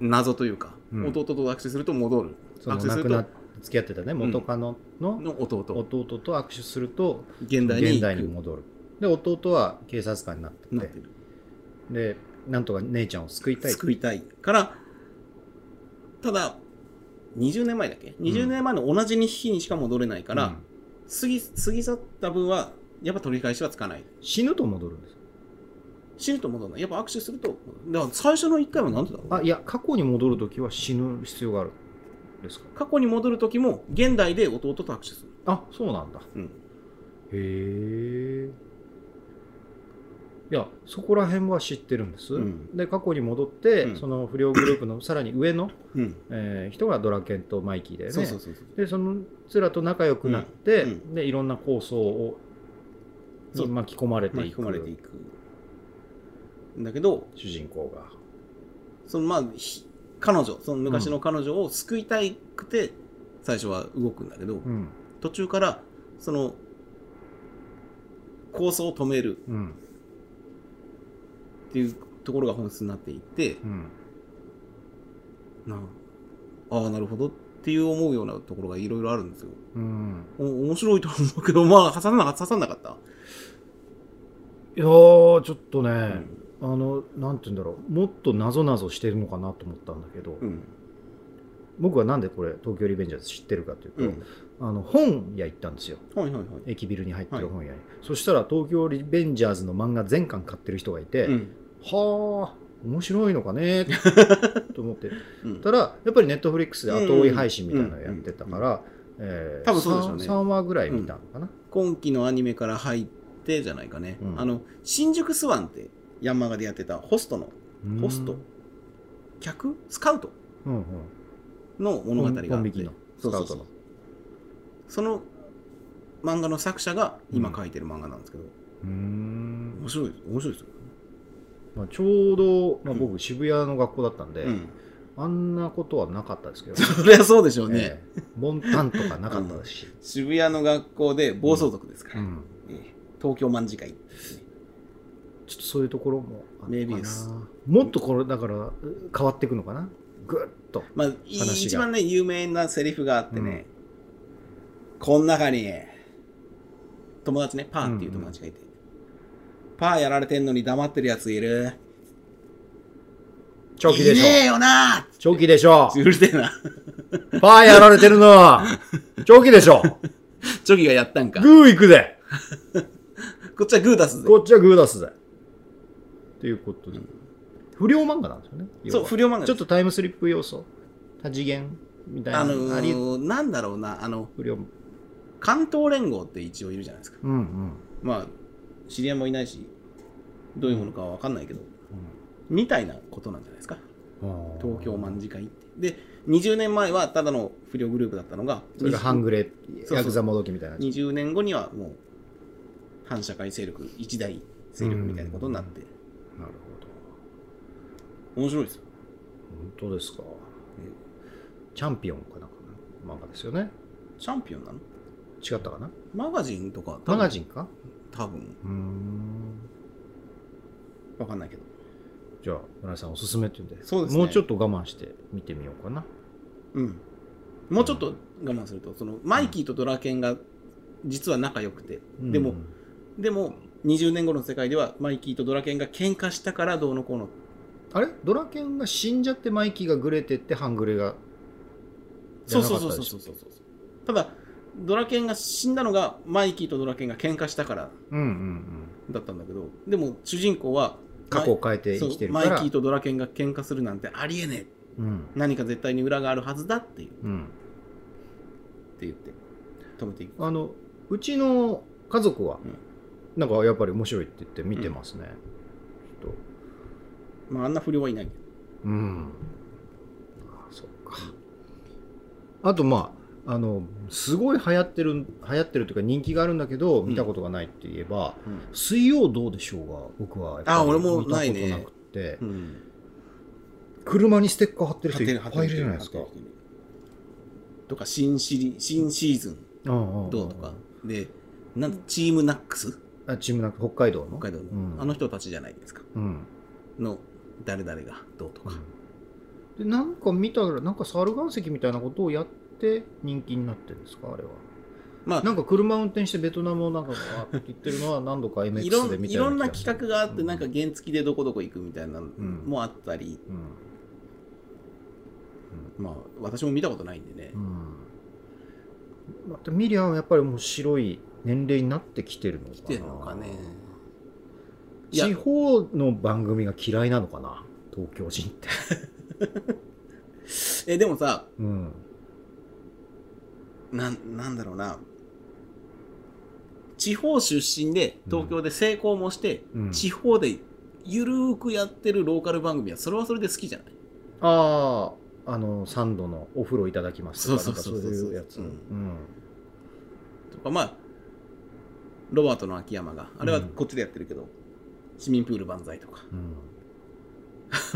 S2: 謎というか、
S1: うん
S2: 弟と握手すると戻る
S1: その
S2: 握手す
S1: 亡
S2: る
S1: くな
S2: と
S1: 付き合ってたね元カノの
S2: の弟
S1: 弟と握手すると
S2: 現代に
S1: 現
S2: 行
S1: 代
S2: く
S1: に戻る。で弟は警察官になって
S2: なっててる
S1: でなんとか姉ちゃんを救いたい。
S2: 救いたいからただ20年前だっけ20年前の同じ日にしか戻れないから、
S1: うん
S2: 過ぎ過ぎ去った分はやっぱ取り返しはつかない
S1: 死ぬと戻るんです。
S2: 死ぬと戻らないやっぱ握手するとだから最初の1回は何でだろう
S1: あいや過去に戻るときは死ぬ必要があるんですか。
S2: 過去に戻る時も現代で弟と握手する、
S1: あそうなんだ。
S2: うん、
S1: へえ。いやそこら辺は知ってるんです。
S2: うん
S1: で過去に戻って、
S2: うん
S1: その不良グループ のさらに上の、
S2: うん
S1: えー人がドラケンとマイキーでね
S2: そうそうそうそう
S1: でそのつらと仲良くなって、
S2: うんう
S1: でいろんな構想を
S2: そう
S1: に巻き込まれて
S2: 巻
S1: い
S2: き込まれてい
S1: く
S2: くんだけど
S1: 主人公が。
S2: そのまあひ彼女その昔の彼女を救いたくて最初は動くんだけど、
S1: うん。
S2: 途中からその構想を止める
S1: うん。
S2: っていうところが本質になっていって、
S1: うん。
S2: なあああなるほどっていう思うようなところがいろいろあるんですよ
S1: うん。
S2: お面白いと思うけどまあ刺さんなかった刺さんなかった、
S1: いやー、ちょっとね、
S2: うん
S1: あの、なんて言うんだろう、もっとなぞなぞしてるのかなと思ったんだけど、
S2: うん
S1: 僕はなんでこれ、東京リベンジャーズ知ってるかというと、
S2: うん、
S1: あの本屋行ったんですよ、
S2: はいはいはい
S1: 駅ビルに入ってる本屋に。そしたら、東京リベンジャーズの漫画全巻買ってる人がいて、
S2: うん
S1: はあ、面白いのか ねと思って
S2: うん
S1: たら、やっぱりネットフリックスで後追い配信みたいなのやってたから、えー
S2: 多分そうでしょうね
S1: 3話ぐらい見たのかな。
S2: 今期のアニメから入ってじゃないかね、
S1: うん
S2: あの新宿スワンってヤンマガでやってたホストの
S1: うん
S2: ホスト客スカウト
S1: うんうん、
S2: の物語があって
S1: コンビニの
S2: そうそう
S1: スカ
S2: そう
S1: ウトの
S2: その漫画の作者が今書いてる漫画なんですけど、
S1: うーん
S2: 面白いです面白いですよ、
S1: まあ、ちょうど、まあ、
S2: うん
S1: 僕、渋谷の学校だったんで、
S2: うん、
S1: あんなことはなかったですけど、
S2: そりゃ そうでしょうね、
S1: ええボンタンとかなかったですし、
S2: 渋谷の学校で暴走族ですか
S1: う
S2: ら、
S1: ん、
S2: ええ東京卍会
S1: ちょっとそういうところもある
S2: メビ
S1: か
S2: ウス
S1: なもっとこれだから変わっていくのかなぐっと
S2: まあい
S1: 話が
S2: 一番ね有名なセリフがあってね、こん中に友達ねパーっていう友達がいて、パーやられてんのに黙ってるやついる
S1: 長期でし
S2: いねえ
S1: ょ
S2: よな
S1: 長期でしょ
S2: うるせえな
S1: パーやられてるのは長期でしょ
S2: チョキがやったんか
S1: グー行くぜ
S2: こっちはグー出すぜ
S1: こっちはグー出すぜということで不良漫画なんですよね要
S2: そう
S1: は
S2: 不良漫画
S1: ちょっとタイムスリップ要素多次元みたいな
S2: あの
S1: あり
S2: ーなんだろうなあの
S1: 不良うん
S2: 関東連合って一応いるじゃないですか
S1: うんうん
S2: まあ知り合いもいないしどういうものかは分かんないけど、みたいなことなんじゃないですか
S1: あー
S2: 東京卍会ってで20年前はただの不良グループだったのが
S1: それが半グレ
S2: そう
S1: ヤクザもどきみたいな
S2: 20年後にはもう反社会勢力一大勢力みたいなことになって
S1: なるほど
S2: 面白いですよ
S1: 本当ですか、チャンピオンかなんかの漫画ですよね
S2: チャンピオンなの
S1: 違ったかな
S2: マガジンとか
S1: マガジ
S2: ン
S1: ンか
S2: 多分
S1: うーん
S2: 分かんないけど
S1: じゃあ村井さんおすすめって言うんで
S2: そうですね
S1: もうちょっと我慢して見てみようかな
S2: うんもうちょっと我慢するとそのマイキーとドラケンが実は仲良くてでも
S1: うん
S2: でも20年後の世界ではマイキーとドラケンが喧嘩したからどうのこうの
S1: あれドラケンが死んじゃってマイキーがグレてって半グレがじ
S2: そ
S1: ゃ
S2: う
S1: なか
S2: そ
S1: っ
S2: う
S1: た
S2: そ
S1: で
S2: う
S1: しょ
S2: そうそうそうただドラケンが死んだのがマイキーとドラケンが喧嘩したから
S1: うんうんうん
S2: だったんだけどでも主人公は
S1: 過去を変えて
S2: そ
S1: 生
S2: う
S1: きてるか
S2: マイキ
S1: ら
S2: ーとドラケンが喧嘩するなんてありえねえ
S1: うん
S2: 何か絶対に裏があるはずだっていうっ
S1: うん
S2: て言って止めていく
S1: あのうちの家族は、なんかやっぱり面白いって言って見てますね、ちょっと
S2: まああんな不良はいない
S1: うん。あそっか。あと、まあ、あの、すごい流行ってる、流行ってるというか人気があるんだけど、
S2: ん
S1: 見たことがないって言えば、
S2: うん
S1: 水曜どうでしょうが、僕はやっぱり
S2: あ俺もないね
S1: 見たことなくて、
S2: うん
S1: 車にステッカー貼ってる
S2: 貼っ
S1: 人
S2: て
S1: い
S2: る
S1: っ
S2: 貼っ
S1: ぱい
S2: て
S1: いるじ
S2: る
S1: ゃない
S2: 貼っ
S1: です
S2: て
S1: か
S2: る。とか新シリ新シーズン
S1: ど
S2: どうとかでなんだチームナックス
S1: あ、チームなく北海道の。
S2: 北海道の、
S1: うん
S2: あの人たちじゃないですか
S1: うん。
S2: の誰々がどうとか、
S1: で、なんか見たら、なんか猿岩石みたいなことをやって人気になってるんですか、あれは。
S2: まあ
S1: なんか車運転してベトナムをなんかわーって言ってるのは何度か
S2: いろ
S1: MX で
S2: ん
S1: 見た
S2: い
S1: よ
S2: ろ
S1: うん
S2: な
S1: 気がする
S2: 企画があって、
S1: うん
S2: なんか原付でどこどこ行くみたいなのもあったり、
S1: うん
S2: まあ私も見たことないんでね、
S1: またミリアンはやっぱりもう白い年齢になってきてるのかな
S2: 来てるのかねいや
S1: 地方の番組が嫌いなのかな東京人 って、
S2: えでもさ
S1: うん、
S2: なんなんだろうな地方出身で東京で成功もして、
S1: うん
S2: 地方でゆるーくやってるローカル番組はそれはそれで好きじゃない
S1: あああのサンドのお風呂いただきますとか
S2: そうそうそう
S1: なんかそう
S2: そう
S1: いうやつ、
S2: うん
S1: うん
S2: とかまあロバートの秋山が、あれは
S1: うん
S2: こっちでやってるけど、市民プール万歳とか、
S1: う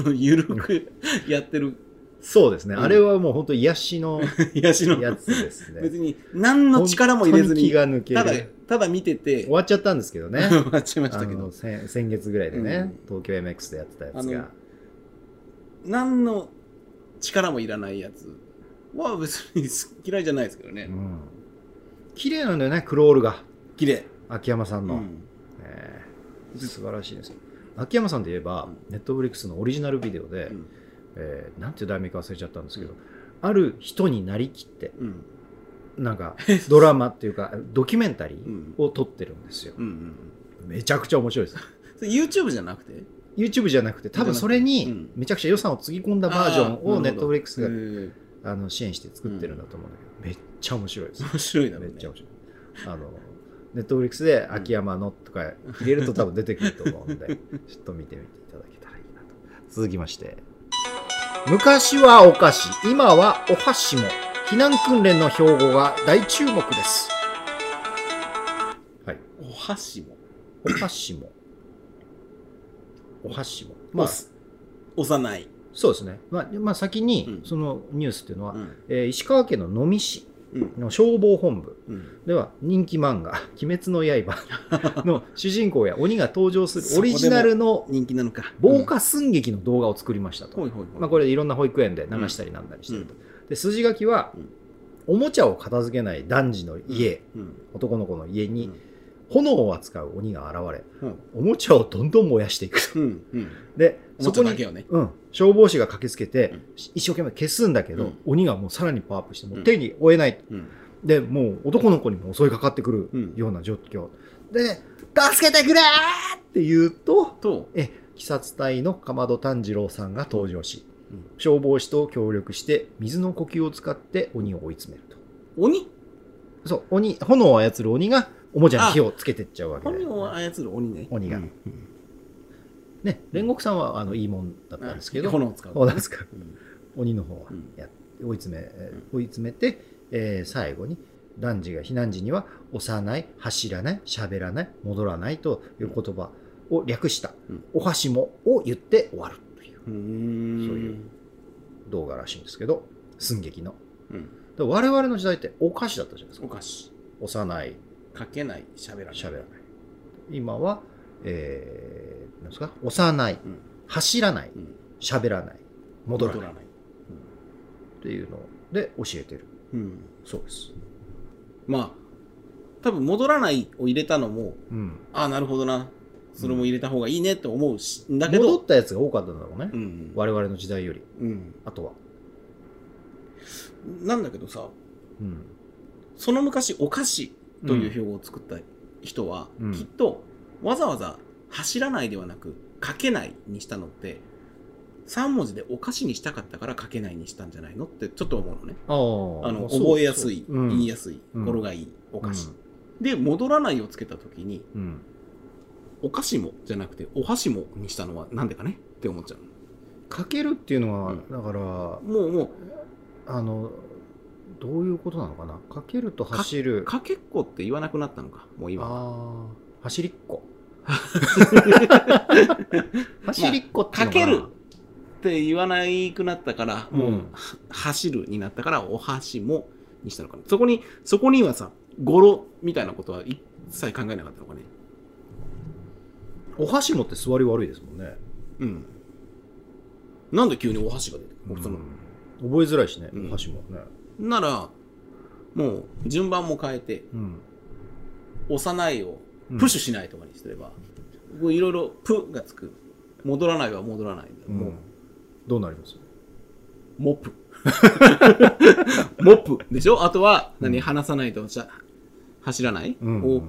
S1: ん
S2: あのゆるく やってる
S1: そうですね、
S2: うん
S1: あれはもう本当癒しの
S2: 癒しの、
S1: やつですね。
S2: 別に何の力も入れずに、
S1: 本当に気が
S2: た
S1: 抜
S2: だ
S1: ける。、
S2: ただ見てて
S1: 終、わっちゃったんですけどね。
S2: 終わっちゃいまし
S1: あ
S2: たけど
S1: の、先先月ぐらいでね、東京 MX でやってたやつが。
S2: 何の力もいらないやつは別に好き嫌いじゃないですけどね
S1: う。ん綺麗なんだよね、クロールが。
S2: 綺麗。
S1: 秋山さん
S2: う
S1: の。
S2: ん。
S1: えー素晴らしいですよ。秋山さんといえば、ネットフリックスのオリジナルビデオで、
S2: うん
S1: えーなんていう題名か忘れちゃったんですけど、ある人になりきって、
S2: うん。
S1: なん か、ドラマっていうか、ドキュメンタリ
S2: う
S1: ー
S2: ん。
S1: を撮ってるんですよ。
S2: うんうん。
S1: めちゃくちゃ面白いです。
S2: それ YouTube じゃなくて
S1: YouTube じゃなくて、多分それ
S2: う
S1: に
S2: ん、
S1: めちゃくちゃ予算をつぎ込んだバージョンを
S2: あーなるほど
S1: Netflix が
S2: へ
S1: あの支援して作ってるんだと思うんだけど、めっちゃ面白いです
S2: ー。面白いだろ
S1: め
S2: う
S1: っちゃ
S2: ね
S1: 面。白い。あの、ネットフリックスで秋山のとか入れると多分出てくると思 うんで、ちょっと見てみていただけたらいいなと。続きまして。昔はお菓子、今はお箸も、避難訓練の標語が大注目です。はい。
S2: お箸も。
S1: お箸も。お箸も。ま
S2: ま
S1: あ
S2: あ、、幼い。
S1: そうですね。まあ、まあ、先に
S2: う、ん
S1: そのニュースっていうのは、
S2: うん。
S1: えー石川県の能美市
S2: うん。
S1: の消防本部
S2: うん。
S1: では人気漫画 「鬼滅の 刃」の主人公や鬼が登場するオリジナルの
S2: 人気なのか。
S1: 防火寸劇の動画を作りましたと、
S2: うん。ほいほいほい。
S1: まあ、これいろんな保育園で流したりなんだりしてると、で筋書きは
S2: うん
S1: おもちゃを片付けない男児の家
S2: うん。
S1: 男の子の家
S2: う
S1: に
S2: ん
S1: 炎を扱う鬼が現れ
S2: うん。
S1: おもちゃをどんどん燃やしていくと
S2: うん。うん。
S1: で
S2: おも
S1: そ
S2: ちゃ
S1: こ
S2: だけ
S1: に
S2: よね。
S1: うん、消防士が駆けつけて、
S2: うん
S1: 一生懸命消すんだけど、
S2: うん
S1: 鬼がもうさらにパワーアップしてもううん手に負えない
S2: うん。
S1: でもう男の子にも襲いかかってくる
S2: うん
S1: ような状況、で「助けてくれ!」って言うと
S2: と、
S1: 鬼殺隊のかまど炭治郎さんが登場し、
S2: うん
S1: 消防士と協力して水の呼吸を使って鬼を追い詰めると
S2: 鬼
S1: そう鬼炎を操る鬼がおもちゃに火をつけてっちゃうわけで
S2: 鬼を操る鬼ね。
S1: 鬼が
S2: うん
S1: ね煉獄さんはあのいいもんだったんですけど、
S2: 炎を使う。
S1: そうなんですか
S2: うん。
S1: 鬼の方は
S2: うん
S1: やって追い詰め、えー追い詰めて、えー最後に男児が避難時には幼い走らない喋らない戻らないという言葉を略した、
S2: うん
S1: お箸もを言って終わるという
S2: うー。
S1: そうんいう動画らしいんですけど寸劇の
S2: うん。
S1: で我々の時代ってお菓子だったじゃないです
S2: お
S1: か
S2: 菓子。
S1: 幼い
S2: かけない、喋らない。
S1: 喋らない今は、えーなんですか幼い
S2: うん。
S1: 走らない
S2: うん。
S1: 喋らない戻らない
S2: 戻らない。
S1: っていうので教えてる
S2: うん。
S1: そうです、
S2: まあ、多分戻らないを入れたのも、
S1: うん、
S2: ああ、なるほどな。それも入れた方がいいねと思うし、だけ
S1: 戻
S2: ど
S1: っ、たやつが多かったんだろうね、
S2: うん。
S1: 我々の時代より
S2: うん。
S1: あとは、
S2: なんだけどさ、
S1: うん、
S2: その昔、お菓子という標語を作った人は、
S1: うん
S2: きっと、わざわざ走らないではなく、かけないにしたのって、3文字でお菓子にしたかったからかけないにしたんじゃないのってちょっと思うのね。
S1: あー
S2: あの
S1: そう
S2: 覚えやすい、
S1: そううん
S2: 言いやすい、
S1: うん
S2: 頃がいい、お菓子。で、戻らないをつけたときに、
S1: うんうん
S2: お菓子もじゃなくて、お箸もにしたのはなんでかねって思っちゃ
S1: かけるっていうのは、
S2: うん
S1: だから
S2: う。もう、も
S1: あのどういうことなのかなかけると走
S2: う、
S1: る
S2: かけっこって言わなくなったのか、もう
S1: あ
S2: 今。
S1: あー走りっ こ走りっこっていうの
S2: かけるって言わないくなったから、もう、
S1: うん
S2: は走るになったから、お箸もにしたのかな。そこに、そこにはさ、語呂みたいなことは一切考えなかったのかね。
S1: お箸もって座り悪いですもんね、
S2: うん。なんで急にお箸が出てくるその、
S1: うん覚えづらいしね、
S2: うん
S1: お箸もね、
S2: なら、もう、順番も変えて、
S1: うん
S2: 幼いを
S1: うん
S2: プッシュしないとかにすれば、もういろいろプがつく。戻らないは戻らない。
S1: うん
S2: もう、
S1: どうなります
S2: モップ。 モップでしょあとは、何、
S1: うん
S2: 話さないとしゃ走らない、
S1: うん
S2: を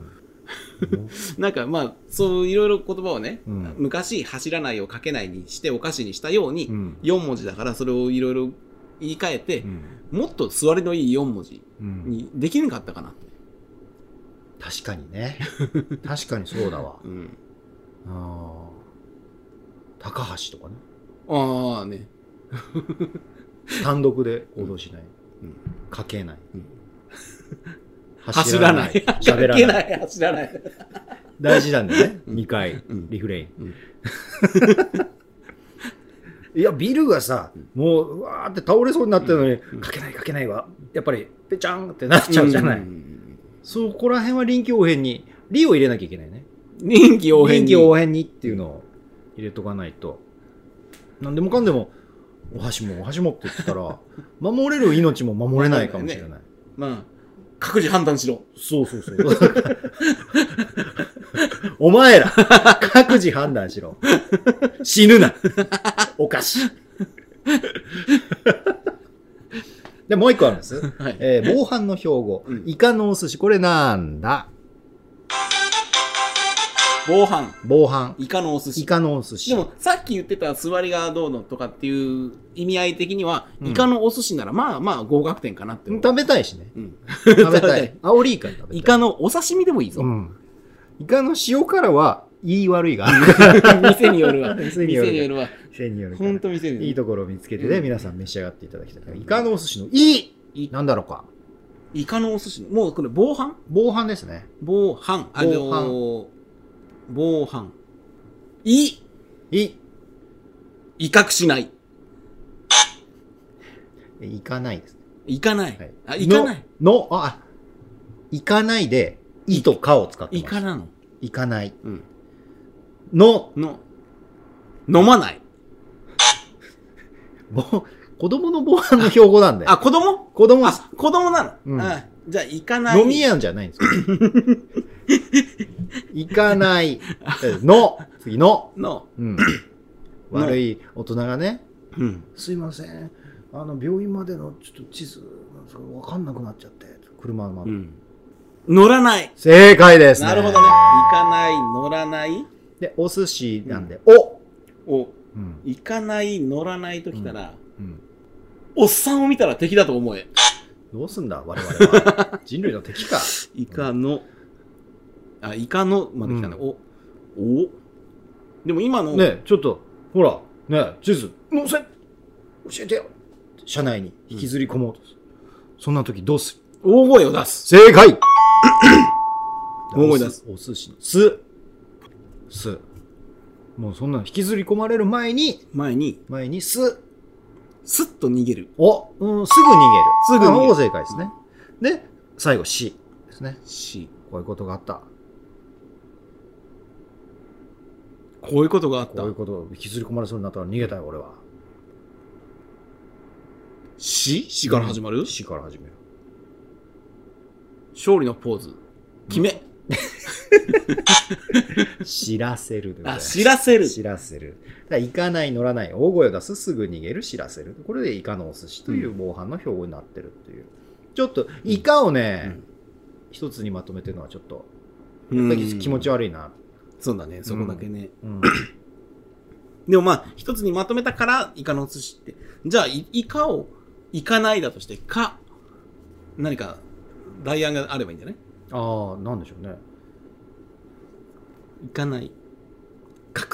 S2: なんかまあ、そういろいろ言葉をね、
S1: うん
S2: 昔走らないをかけないにしてお菓子にしたように、
S1: うん
S2: 4文字だからそれをいろいろ言い換えて
S1: う、ん
S2: もっと座りのいい4文字
S1: うん
S2: にできなかったかな。
S1: 確かに ね確かにそうだわ
S2: うん。
S1: あー高橋とかね
S2: ああね。
S1: 単独で行動しない、
S2: うん
S1: かけない
S2: 走らない。
S1: 喋ら
S2: いけ
S1: ない。
S2: ない、走らない。
S1: 大事なんだよね。
S2: うん
S1: 2回
S2: うん、
S1: リフレイン。
S2: うん
S1: いや、ビルがさ、もう、うわーって倒れそうになってるのに
S2: ん、
S1: かけないかけないは、やっぱり、ぺちゃんってなっちゃうじゃない。そこら辺は臨機応変に、リを入れなきゃいけないね。
S2: 人気応
S1: 臨
S2: 変に
S1: 機。応変にっていうのを入れとかないと。なんでもかんでも、お箸もお箸もって言ってた ら、守れる命も守れないかもしれない。
S2: まあ、各自判断しろ。
S1: そうそうそう。 お前ら、各自判断しろ。死ぬな。おかしい。で、もう一個あるんです。
S2: はい。
S1: えー防犯の標語
S2: うん。
S1: イカのお寿司。これなんだ
S2: 防犯、
S1: 防犯。
S2: イカのお寿司
S1: イ。カのお寿司。
S2: でも、さっき言ってた座りがどうのとかっていう意味合い的には、
S1: うん
S2: イカのお寿司なら、まあまあ合格点かなって思う。
S1: 食べたいしね。
S2: うん
S1: 食べ
S2: 食べ
S1: た
S2: た
S1: い
S2: い。
S1: 青リイカ食べたい。
S2: イカのお刺身でもいいぞ。
S1: うん。イカの塩辛は、言い悪いがある。
S2: 店によるわ。
S1: 店
S2: 店
S1: に
S2: に
S1: よ
S2: よ
S1: る
S2: るわ。
S1: 店によるから
S2: ほんと店による。
S1: いいところを見つけてね、
S2: うん
S1: 皆さん召し上がっていただきたいから。イカのお寿司のいい
S2: い
S1: なんだろうか。
S2: イカのお寿司。もうこれ、防犯
S1: 防犯ですね。
S2: 防犯。あのー、防犯。い、
S1: い。
S2: 威嚇しない。
S1: 行かないですね。
S2: 行かない。
S1: はい
S2: あ、行かない。。
S1: の、のあ、行かないで、いとかを使って
S2: イ
S1: ま
S2: カ
S1: す。
S2: なの。
S1: 行かない。
S2: うん。
S1: の、
S2: の、飲まない。
S1: ぼ 子供の防犯の標語なんだ
S2: あ、
S1: よ。
S2: 子供
S1: 子供、
S2: あ、子供なの。
S1: うん
S2: あじゃあ、行かない。
S1: 飲み屋じゃないんです よ。行かない。の、次の。
S2: の、
S1: うん。悪い大人がね、
S2: うん。
S1: すいません、あの病院までのちょっと地図分かんなくなっちゃって、車のまま、
S2: 乗らない。
S1: 正解です、
S2: なるほどね。行かない、乗らない。
S1: で、お寿司なんで、お、
S2: お、
S1: うん
S2: 行かない、乗らないときたら、
S1: うん
S2: おっさんを見たら敵だと思え。
S1: どうすんだ、我々 は。人類の敵か。
S2: イカの、あ、イカのまで来たね。
S1: う
S2: お、お。でも今の、
S1: ねちょっと、ほら、ね地図、載せ、教えてよ。車内に引きずり込もうとする。そんな時どうする
S2: 大声を出す。
S1: 正 解
S2: 大声出す
S1: お寿司の、す、す。もうそんなの引きずり込まれる前に、
S2: 前に、
S1: 前にす、
S2: スッと逃げる。
S1: お、うん、すぐ逃げる。
S2: すぐ逃げる
S1: あほぼ正解ですね。で、最後、死ですね。
S2: し、
S1: こういうことがあった。
S2: こういうことがあっ
S1: こ
S2: た
S1: ういう。ことを引きずり込まれそうになったら逃げたい、俺は。
S2: し、しから始まる、
S1: 死から始める。
S2: 勝利のポーズ。決め。
S1: 知らせるでござい
S2: あ、
S1: ます。
S2: 知らせる。
S1: 知らせる。だから行かない、乗らない、大声を出す、すぐ逃げる、知らせる。これでイカのお寿司という防犯の標語になってるっていう。ちょっと、イカをね、
S2: うん
S1: 一つにまとめてるのはちょっと、
S2: うん
S1: 気持ち悪いな。
S2: そうだね、そこだけね。
S1: うん。
S2: でもまあ、一つにまとめたから、イカの寿司って。じゃあ、いイカを、イカないだとして、か、何か、代案があればいいんじゃない
S1: ああ、なんでしょうね。
S2: イカない。隠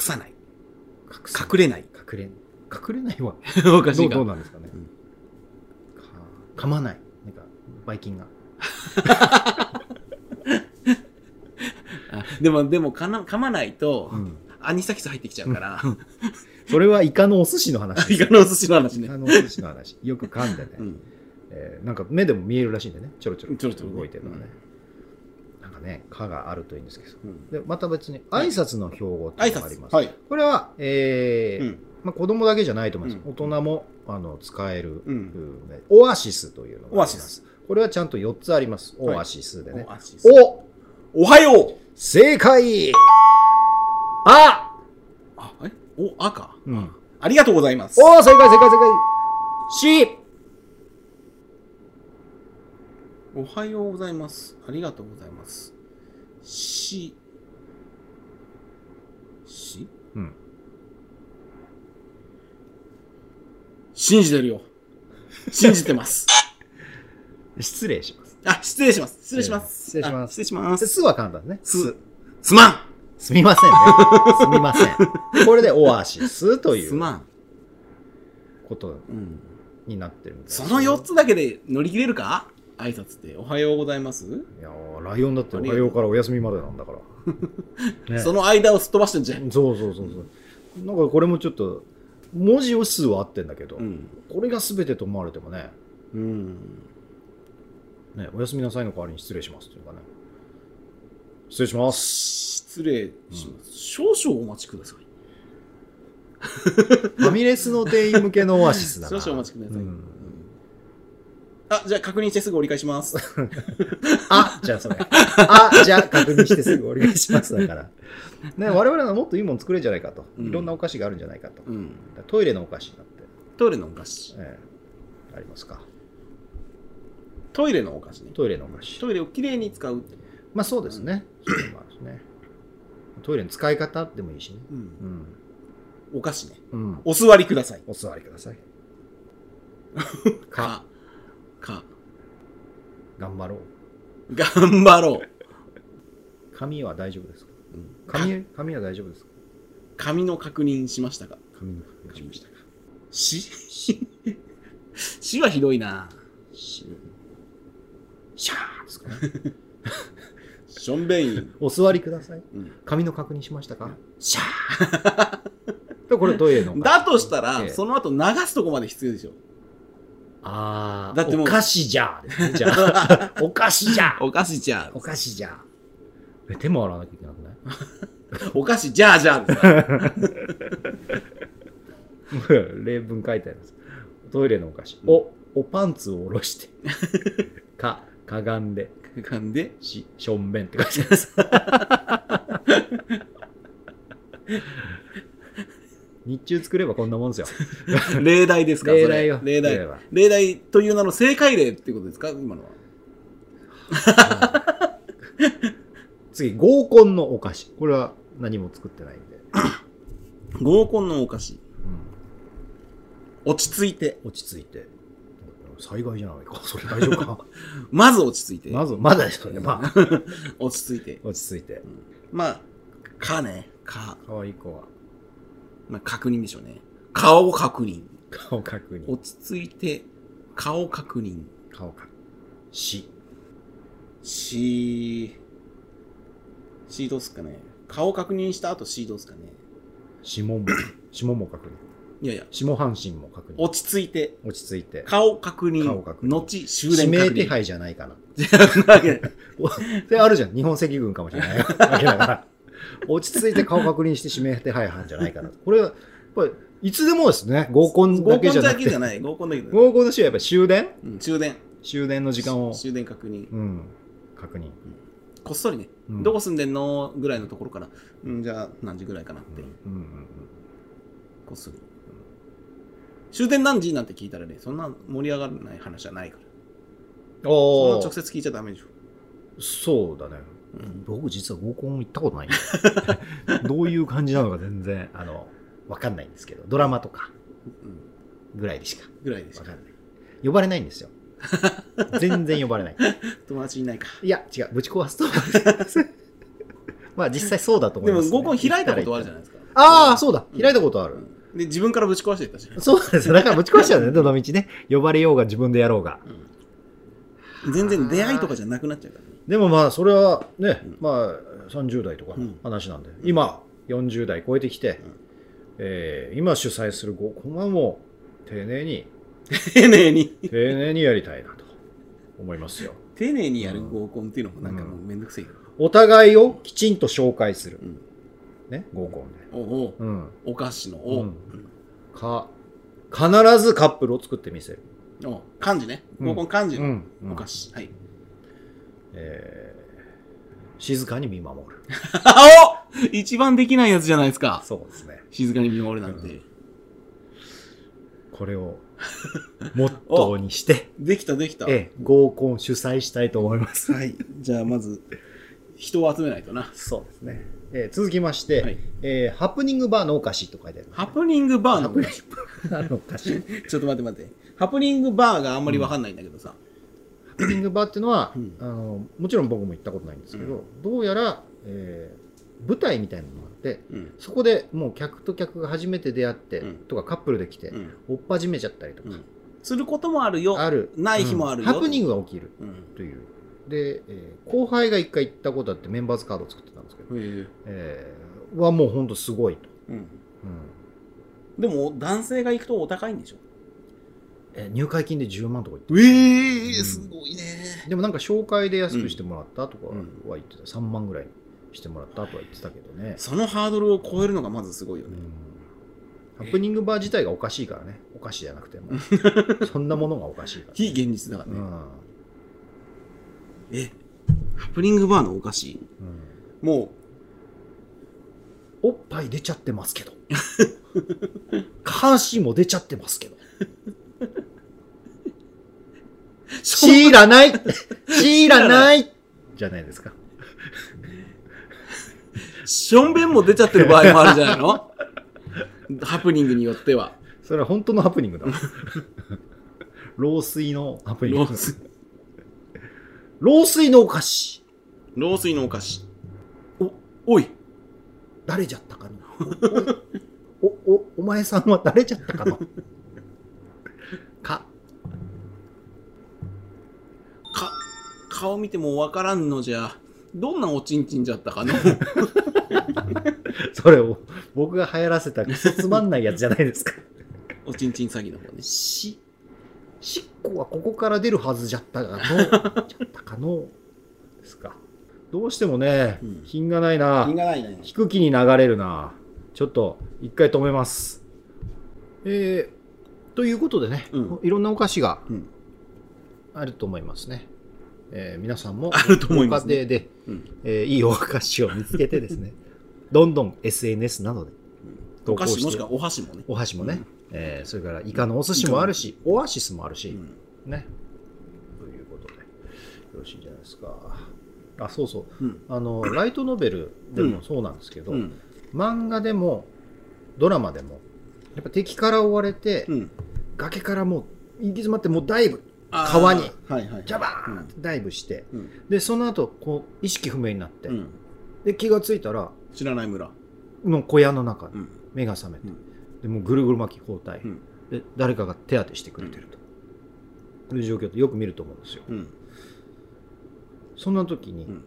S2: さない。
S1: 隠す
S2: 隠れない。
S1: 隠れ、隠れないわ。
S2: おかし
S1: ど
S2: いうか。
S1: どうなんですかね、
S2: うん
S1: か噛まないなんかばい菌が
S2: あでも、でもかな、噛まないと、
S1: ん、
S2: アニサキス入ってきちゃうから、
S1: それはイカのお寿司の話
S2: イカのお寿司の話
S1: イ
S2: ね。
S1: カのお寿司の話よく噛んでね、
S2: うん。
S1: えーなんか目でも見えるらしいんでねちょろちょろ
S2: ちょろちょろ
S1: 動いてるのはね、なんかね歯があるといいんですけど
S2: うん
S1: でまた別に挨拶の標語ってい
S2: 挨
S1: うのがあります、
S2: 拶。はい。
S1: これは、えー
S2: うん。
S1: まあ、子供だけじゃないと思います、
S2: うん
S1: 大人もあの使える、う
S2: うん。
S1: んねオアシスというのがありま
S2: オア
S1: す
S2: シス
S1: これはちゃんと4つあります
S2: はい
S1: オアシスでね、
S2: おアシス
S1: お
S2: おはよう
S1: 正解あ、
S2: あ、えお、あか。
S1: うん、
S2: ありがとうございます。
S1: おー正解正解正解 !C!
S2: おはようございます。ありがとうございます。し、し
S1: うん。
S2: 信じてるよ。信じ てます。
S1: 失礼します。
S2: あ、失礼します。失礼します。
S1: 失礼します
S2: あ失礼します。
S1: すは簡単ね。
S2: す、すまん
S1: すみません ね。すみません。これでオアシスとい
S2: すま。
S1: うんこと
S2: うん。
S1: になってるみたい
S2: その4つだけで乗り切れるか挨拶って、おはようございます、
S1: いやーライオンだっておはようからお休みまでなんだ から。ね、
S2: その間をすっ飛ばしてんじゃん。
S1: そうそうそうそう。なんかこれもちょっと、文字を数は合ってんだけど、
S2: うん。
S1: これが全てと思われてもね、
S2: うん。
S1: ねおやすみなさいの代わりに失礼しますというかね。失礼します。
S2: 失礼します。少々お待ちください。
S1: ファミレスの店員向けのオアシスだ
S2: 少
S1: な。
S2: 々お待ちください。
S1: うん
S2: うんあ、じゃあ確認してすぐ折り返します。
S1: あじゃあそれ。あじゃあ確認してすぐお願いしますだから。ね、我々はもっといいもの作れるんじゃないかと。
S2: うん
S1: いろんなお菓子があるんじゃないかと。
S2: うん。
S1: トイレのお菓子だって、
S2: トイレのお菓子。
S1: ええありますか。
S2: トイレのお菓子ね。
S1: トイレのお菓子。
S2: トイレをきれいに使う。
S1: まあそうですね。そういうのもあるしね。トイレの使い方でもいいしね。
S2: うん。
S1: うん。
S2: お菓子ね。
S1: うん。
S2: お座りください。
S1: お座りくださ い。か、。
S2: か。
S1: 頑張ろう。
S2: 頑張ろう。
S1: 髪は大丈夫ですか
S2: うん
S1: 髪、髪は大丈夫ですか
S2: 紙の確認しましたか
S1: 髪の髪しましたか
S2: ししはひどいな。
S1: シャーですかね。
S2: しょんべんいん。
S1: お座りください。
S2: うん
S1: 髪の確認しましたかシャー でこれトイレの。
S2: だとしたら、
S1: ええ
S2: その後流すとこまで必要でしょ。
S1: あー
S2: だっても
S1: お
S2: う
S1: 菓子じゃーですね。じゃ あお菓子じゃー
S2: お菓子じゃ
S1: お菓子じゃーえ、手も洗わなきゃいけなくない
S2: あ。お菓子じゃあじゃあですな。
S1: 例文書いてあります。トイレのお菓子。お、おパンツを下ろ して。か、かがんで。
S2: 噛んで、
S1: し、しょんべんって書いてあり ます。日中作ればこんなもんですよ。
S2: 例題ですか
S1: 例題
S2: そ
S1: よ。
S2: れ例題。
S1: は。
S2: 例題という名の正解例っていうことですか今のは。
S1: 次、合コンのお菓子。これは何も作ってないんで。
S2: 合コンのお菓子。
S1: うん
S2: 落ち着いて。
S1: 落ち着いて。災害じゃないか。それ大丈夫 か。
S2: まず落ち着いて。
S1: まず、まだですよね。まあ、
S2: 落ち着いて。
S1: 落ち着いて。
S2: まあ、かね。か。
S1: 可愛い子は
S2: まあ、確認でしょうね。顔確認。
S1: 顔確認。
S2: 落ち着いて、顔確認。
S1: 顔か。し。
S2: し、シードっすかね。顔確認した後シードっすかね。
S1: 指紋も、指紋も確認。
S2: いやいや、
S1: 下半身も確認。
S2: 落ち着いて、
S1: 落ち着いて。
S2: 顔確認、
S1: 顔確認
S2: 後終
S1: 指
S2: 電確認。
S1: 名手 配じゃないかな。
S2: 配。
S1: で、あるじゃん。日本赤軍かもしれない。 わけだから。落ち着いて顔確認して指名手配犯じゃないかな。これは、やっぱり、いつでもですね。合コン
S2: 合
S1: だ
S2: コ
S1: けじ
S2: ン
S1: ゃな
S2: だ
S1: く
S2: けじ
S1: て。
S2: ゃない。合コンだけじゃない。
S1: 合コンの人はやっぱり終電
S2: うん、終電。
S1: 終電の時間を、
S2: 終電確認。
S1: うん、確認。
S2: こっそりね、
S1: うん
S2: どこ住んでんのぐらいのところから、うん、じゃあ何時ぐらいかなって、
S1: うんうんうん
S2: こっそり。終電何時なんて聞いたらね、そんな盛り上がらない話はないから。
S1: うん。
S2: そんな
S1: お
S2: 直
S1: ー
S2: 接聞いちゃダメでしょ。
S1: そうだね。
S2: うん
S1: 僕実は合コン行ったことないんで どういう感じなのか全然、あの、わかんないんですけど、ドラマとか
S2: うん、
S1: ぐらいでしか
S2: ぐらいでし
S1: わ
S2: か
S1: かんない。呼ばれないんですよ。全然呼ばれない。
S2: 友達いないか。
S1: いや、違う、ぶち壊すと思い ます。まあ実際そうだと思
S2: で
S1: いま
S2: も
S1: す、
S2: 合コン開いたことはあるじゃ
S1: ない
S2: ないですか。
S1: ああ、そうだ。
S2: うん
S1: 開いたことある。
S2: うんで、自分からぶち壊していったじゃん。
S1: そうなんですよ。だからぶち壊しちゃうんだよね、どの道ね。呼ばれようが自分でやろうが。
S2: うん全然出会いとかじゃなくなっちゃうからね。
S1: でもまあ、それはね
S2: うん、
S1: まあ30代とか
S2: う
S1: の
S2: ん
S1: 話なんで、今、40代超えてきて、
S2: うん
S1: えー今主催する合コンはもう、丁寧に、
S2: 丁寧に。
S1: 丁寧にやりたいなと思いますよ。
S2: 丁寧にやる合コンっていうのもなんかもうめんどくせえよ。
S1: お互いをきちんと紹介する
S2: う。ん。
S1: ね、合コンで。
S2: おうおう
S1: うん。
S2: お菓子の
S1: う
S2: おう、うんん
S1: か、必ずカップルを作ってみせる。
S2: おう漢字ね。
S1: うん
S2: 合コン漢字
S1: う
S2: の
S1: ん。うん
S2: お菓子。はい。
S1: えー静かに見守る。
S2: あお 一番できないやつじゃないですか。
S1: そうですね。
S2: 静かに見守るなんて。
S1: これを、 モットーにして、
S2: できたできた。
S1: ええ合コン主催したいと思います。
S2: はい。じゃあまず、人を集めないとな。
S1: そうですね。えー続きまして、
S2: はい
S1: えーハプニングバーのお菓子と書いてある。
S2: ハプニングバー
S1: ハ
S2: の
S1: プニングバーのお菓 子。
S2: ちょっと待って待って。ハプニングバーがあんまりわかんないんだけどさ。
S1: ハプニングバーっていうのは、
S2: うん
S1: あのもちろん僕も行ったことないんですけど、
S2: う
S1: どうやら、えー舞台みたいなのがあって、
S2: うん。
S1: そこでもう客と客が初めて出会って、
S2: うん
S1: とかカップルで来て、
S2: うん。
S1: 追っ始めちゃったりとか、
S2: うんすることもあるよ。
S1: ある。
S2: ない日もあるよ
S1: うんハプニングが起きる
S2: うん。
S1: という。で、えー後輩が一回行ったことあってメンバーズカードを作ってたんですけど、
S2: へ
S1: えーはもうほんとすごいと。
S2: えうん。
S1: うん
S2: でも、男性が行くとお高いんでしょ
S1: えー入会金で10万とか行って
S2: え
S1: えす
S2: ごいね。
S1: でもなんか紹介で安くしてもらったとかは
S2: うん
S1: 言ってた、3万ぐらいしてもらったとは言ってたけどね、
S2: そのハードルを超えるのがまずすごいよ
S1: う
S2: ね。
S1: んハプニングバー自体がおかしいからねお菓子じゃなくても そんなものがおかしいから、
S2: 非現実だから
S1: う
S2: ね。
S1: ん
S2: え、ハプニングバーのお菓子
S1: うん
S2: も
S1: おっぱい出ちゃってます けど下半身も出ちゃってますけど
S2: う、
S1: 知らない 知らないじゃないですか
S2: しょんべんも出ちゃってる場合もあるじゃな いのハプニングによっては。
S1: それは本当のハプニング だわ老衰のハプニン
S2: 老
S1: グ
S2: 衰
S1: 老衰のお菓子
S2: 老衰のお菓子。お、おい。
S1: 誰じゃったかのおおおお前さんは誰じゃったか のか
S2: か、顔見てもわからんのじゃ。どんなおちんちんじゃっ たかの
S1: それを僕が流行らせたクソつまんないやつじゃないですか
S2: おちんちん詐欺の方ね。
S1: ししっこはここから出るはずじゃった がのじゃったかのですかどうしてもね、
S2: うん
S1: 品がないな
S2: がないね。
S1: 低気に流れるなちょっと一回止めますえー、ということでね、
S2: うん
S1: いろんなお菓子が
S2: うん
S1: あると思いますね、えー皆さんも
S2: あると思いますね
S1: ご家庭で、
S2: うん
S1: えーいいお菓子を見つけてですね どんどん SNS などで
S2: お
S1: 投稿
S2: 菓子も
S1: し
S2: してくはお箸もね。
S1: お箸もね、
S2: うん
S1: えーそれからイカのお寿司もあるしオアシスもあるし、
S2: うん
S1: ねということでよろしいんじゃないですかあそうそう
S2: うん。
S1: あのライトノベルでもそうなんですけど、
S2: うん。
S1: 漫画でもドラマでもやっぱ敵から追われて、
S2: うん。
S1: 崖からもう行き詰まってもうダイブ
S2: あー
S1: 川に
S2: はいはい。
S1: ジャバーンってダイブして、
S2: うん
S1: でその後こう意識不明になって、
S2: うん。
S1: で気がついたら
S2: 知らない村。
S1: の小屋の中で
S2: うん。
S1: 目が覚めて、
S2: う
S1: でもうぐるぐる巻き包帯、
S2: うん
S1: で誰かが手当てしてくれてると、そういう状況ってよく見ると思うんですよ
S2: うん。
S1: そんな時に、
S2: うん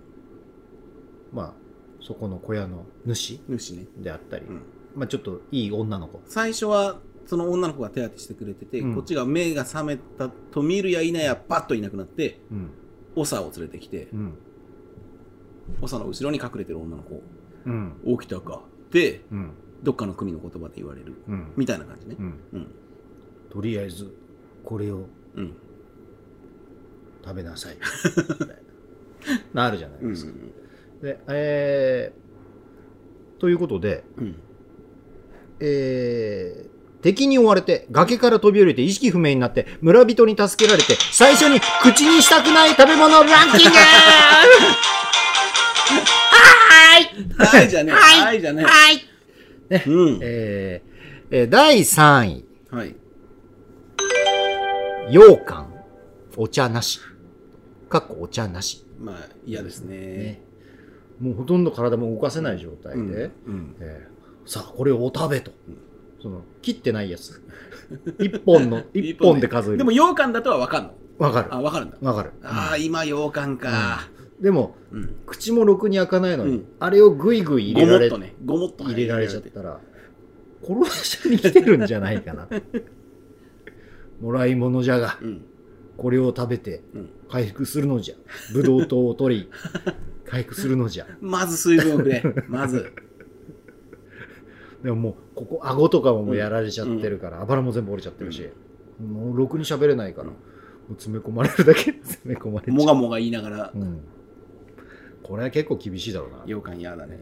S1: まあそこの小屋の主
S2: 主ね。
S1: であったり、
S2: うん
S1: まあちょっといい女の子
S2: 最初はその女の子が手当てしてくれてて、
S1: うん
S2: こっちが目が覚めたと見るや否やパッといなくなって
S1: うん
S2: 長を連れてきて
S1: うん
S2: 長の後ろに隠れてる女の子
S1: うん
S2: 「起きたか」って
S1: うん
S2: どっかの国の言葉で言われる
S1: うん
S2: みたいな感じね
S1: うん
S2: うん
S1: とりあえずこれを
S2: うん
S1: 食べなさいみたい ななるじゃない
S2: うん
S1: ですか。でえーということで、
S2: うん
S1: えー敵に追われて崖から飛び降りて意識不明になって村人に助けられて最初に口にしたくない食べ物ランキン グ
S2: はいじゃねえはいじゃね
S1: はい、
S2: えうん
S1: えーえー第3位
S2: はい
S1: 羊羹お茶なしかっこお茶なし
S2: まあ嫌ですね
S1: ね、もうほとんど体も動かせない状態で、
S2: うんうん
S1: えーさあこれをお食べと、
S2: うん
S1: その切ってないやつ 一本 の一本で数え
S2: で
S1: る
S2: も羊羹だとは分かんの
S1: わかる
S2: あ分かるんだ
S1: わかる、
S2: ああ今羊羹か
S1: うんでも
S2: うん
S1: 口もろくに開かないのに、
S2: うん
S1: あれをぐいぐい入
S2: ご
S1: れ
S2: も
S1: ら
S2: っ
S1: れ
S2: とねごもっと
S1: 入れられちゃっ
S2: 入
S1: たら殺しに来てるんじゃないかな もらい物じゃが
S2: うん
S1: これを食べて
S2: うん
S1: 回復するのじゃブドウ糖を取 り回復するのじゃ
S2: まず水分をく れまず
S1: でももうここ顎とかももうやられちゃってるから、あばらも全部折れちゃってるし、もうろくに喋れないから、
S2: うん
S1: もう詰め込まれるだけ詰め込まれ
S2: も
S1: ちゃ
S2: が
S1: う、
S2: もが言いながら
S1: うん、これは結構厳しいだろうな
S2: 羊羹嫌だね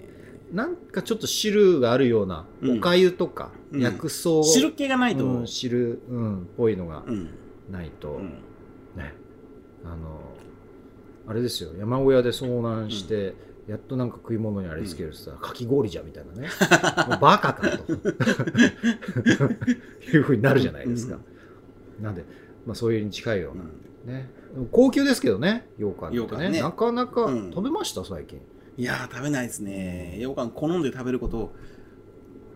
S1: なんかちょっと汁があるような、
S2: うん
S1: おかゆとか、
S2: うん
S1: 薬草
S2: 汁気がないと
S1: うん汁うんっぽいのが
S2: うん
S1: ないと、
S2: うん
S1: ねあのあれですよ山小屋で遭難して、やっとなんか食い物にあれつけるって言ったら、かき氷じゃみたいなねもうバカか というふうになるじゃないですか、なんで、まあ、そういうに近いよ
S2: う
S1: うん
S2: う
S1: なんね高級ですけどね羊羹ってね
S2: 羊羹ね
S1: なかなか
S2: うん
S1: 食べました、最近
S2: いやー食べないですね。羊羹好んで食べること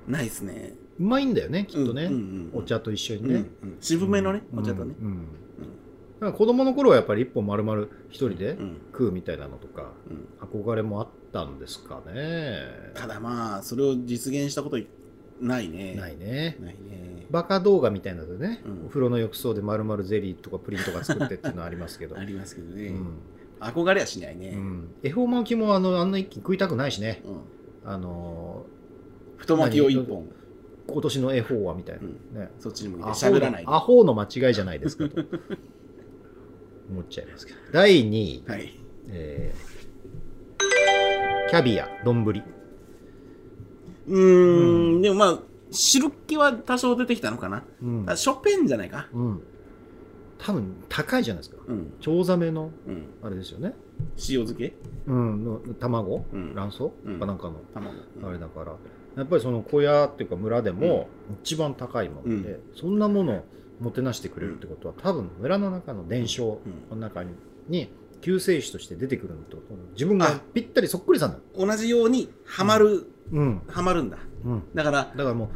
S2: ないですね。
S1: うまいんだよね、きっとね。
S2: うんうんうん
S1: お茶と一緒に
S2: うん
S1: ね。
S2: うん渋めのね、お茶とね。
S1: うんうんだから子供の頃はやっぱり一本丸々一人で
S2: うん
S1: 食うみたいなのとか、
S2: うん
S1: 憧れもあったんですかね。
S2: ただまあ、それを実現したことないね。
S1: ないね。
S2: ないね。
S1: バカ動画みたいなのでね、
S2: うん
S1: お風呂の浴槽で丸々ゼリーとかプリンとか作ってっていうのはありますけど。
S2: ありますけど
S1: う
S2: ね。
S1: ん
S2: 憧れはしないうね。
S1: ん、恵方巻きもあのあんな一気に食いたくないしね、
S2: うん
S1: あの
S2: 太巻きを一本、
S1: ー今年の恵方はみたいな、ね
S2: そっちに向いて
S1: アホ
S2: 喋らないで。
S1: のアホの間違いじゃないですかと思っちゃいますけど第2位、
S2: はい。
S1: えーキャビア丼
S2: うー、
S1: うん
S2: でもまあ、汁気は多少出てきたのかな。
S1: うん
S2: ただ、ショペンじゃないか。
S1: うん、多分高いじゃないですか
S2: うん。
S1: チョウザメの
S2: うん。
S1: あれですよね、
S2: 塩漬け
S1: うん、の卵、
S2: うん
S1: 卵巣
S2: うん
S1: かなんかの、
S2: 卵。
S1: あれだからやっぱりその小屋っていうか村でも一番高いもので、
S2: う
S1: そんなものをもてなしてくれるってことは多分村の中の伝承の中に,、救世主として出てくるのと自分が
S2: あ
S1: ぴったりそっくりさんだ、
S2: 同じように、はまる、
S1: うん
S2: はまるんだ。
S1: うん、
S2: だから、
S1: だからもう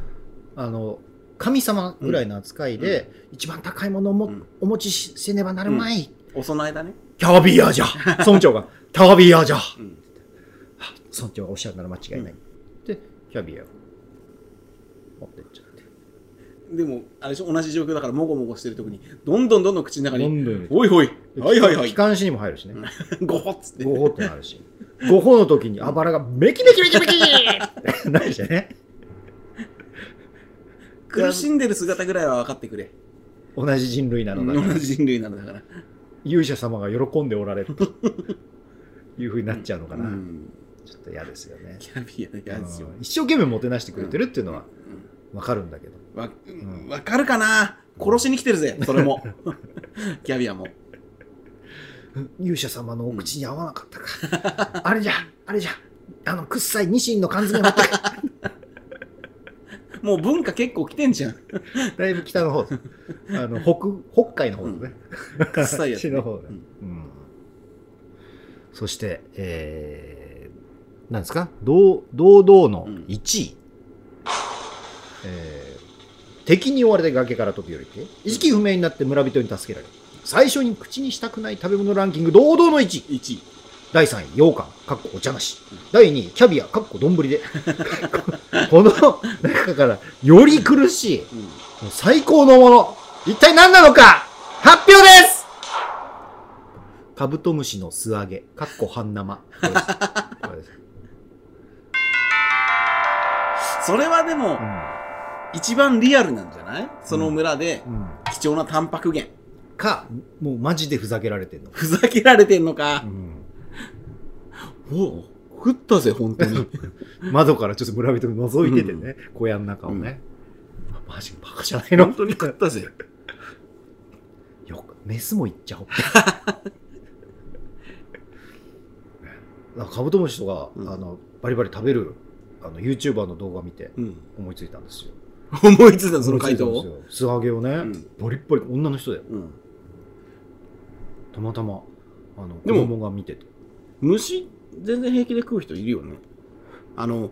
S1: あの神様ぐらいの扱いで、一番高いものをも、
S2: うん
S1: お持ちしせねばなるまい、
S2: お供えだね。
S1: キャビアじゃ村長がキャビアじゃ
S2: うん。
S1: あ村長がおっしゃるなら間違いない、でキャビアを持ってっちゃって
S2: でも、あれでしょ、同じ状況だから、もごもごしてるときに、どんどんどんどん口の中に、
S1: んどん
S2: おいおい、はいはいは
S1: 機
S2: い、
S1: 関士にも入るしね
S2: うんごほっつって。
S1: 五歩ってなるし五歩の時にあばらがメキメキメキメキって なるしね
S2: 苦しんでる姿ぐらいは分かってくれ。
S1: 同じ人類なのだから
S2: 同じ人類なのだから。
S1: 勇者様が喜んでおられるというふうになっちゃうのかな、
S2: うん
S1: ちょっと嫌ですよね
S2: キャビア嫌ですよ
S1: う。ん一生懸命もてなしてくれてるっていうのは
S2: うん
S1: わかるんだけど、
S2: わ、わかるかな殺しに来てる ぜ、それも。キャビアも。
S1: 勇者様のお口に合わなかったか、 あれじゃあれじゃあのくっさいニシンの缶詰持ってか
S2: もう文化結構来てんじゃん。
S1: だいぶ北の方 ですあの北北海の方ですね、
S2: くっさいやつね
S1: あっちの方ね
S2: うん
S1: うんそして、えー、なんですか堂堂々の
S2: うん
S1: 1位、えー敵に追われて崖から飛び降りて意識不明になって村人に助けられる最初に口にしたくない食べ物ランキング堂々の1位
S2: 1位。
S1: 第3位羊羹かっこお茶なし第2位キャビアかっこ丼 でこの中からより苦しい
S2: うん
S1: もう最高のもの一体何なのか発表ですカブトムシの素揚げ、かっこ半生。これですこれです
S2: それはでも、一番リアルなんじゃないその村で
S1: うんうん
S2: 貴重なタンパク源。
S1: か、もうマジでふざけられてんの。
S2: ふざけられてんのか
S1: う。ん
S2: お食ったぜ、本当 に。
S1: 窓からちょっと村人が覗いててね、小屋の中をね。マジバカじゃないの
S2: 当に食ったぜ。
S1: よくメスもいっちゃ おうなんかカブトムシとか、
S2: うん
S1: あのバリバリ食べるあの YouTuber の動画見て
S2: うん。
S1: 思いついたんですよ
S2: 思いついたの、その回答
S1: 思いつい
S2: を。
S1: たんですよ素揚げをね、
S2: ん
S1: ボリッボリ女の人だよ
S2: うん。
S1: たまたまあの子
S2: でも
S1: 供が見てて
S2: 虫、全然平気で食う人いるよね。あの、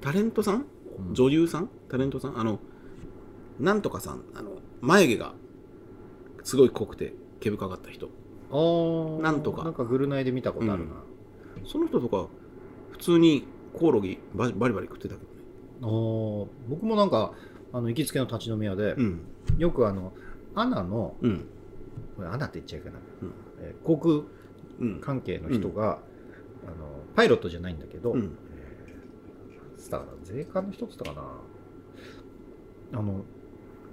S2: タレントさん
S1: うん
S2: 女優さんタレントさんあの、なんとかさん、あの、眉毛が、すごい濃くて、毛深かった人。
S1: あー
S2: なんとか
S1: なんかぐるナイで見たことあるな、
S2: その人とか、普通にコオロギバリバリバリ食ってたけどね。
S1: あー僕もなんかあの行きつけの立ち飲み屋で、
S2: うん。
S1: よくあのアナの
S2: うん。
S1: これアナって言っちゃいけない、
S2: うん
S1: えー航空
S2: うん。
S1: 関係の人が、あのパイロットじゃないんだけど、
S2: うん
S1: スターだ税関の人って言ったかなあの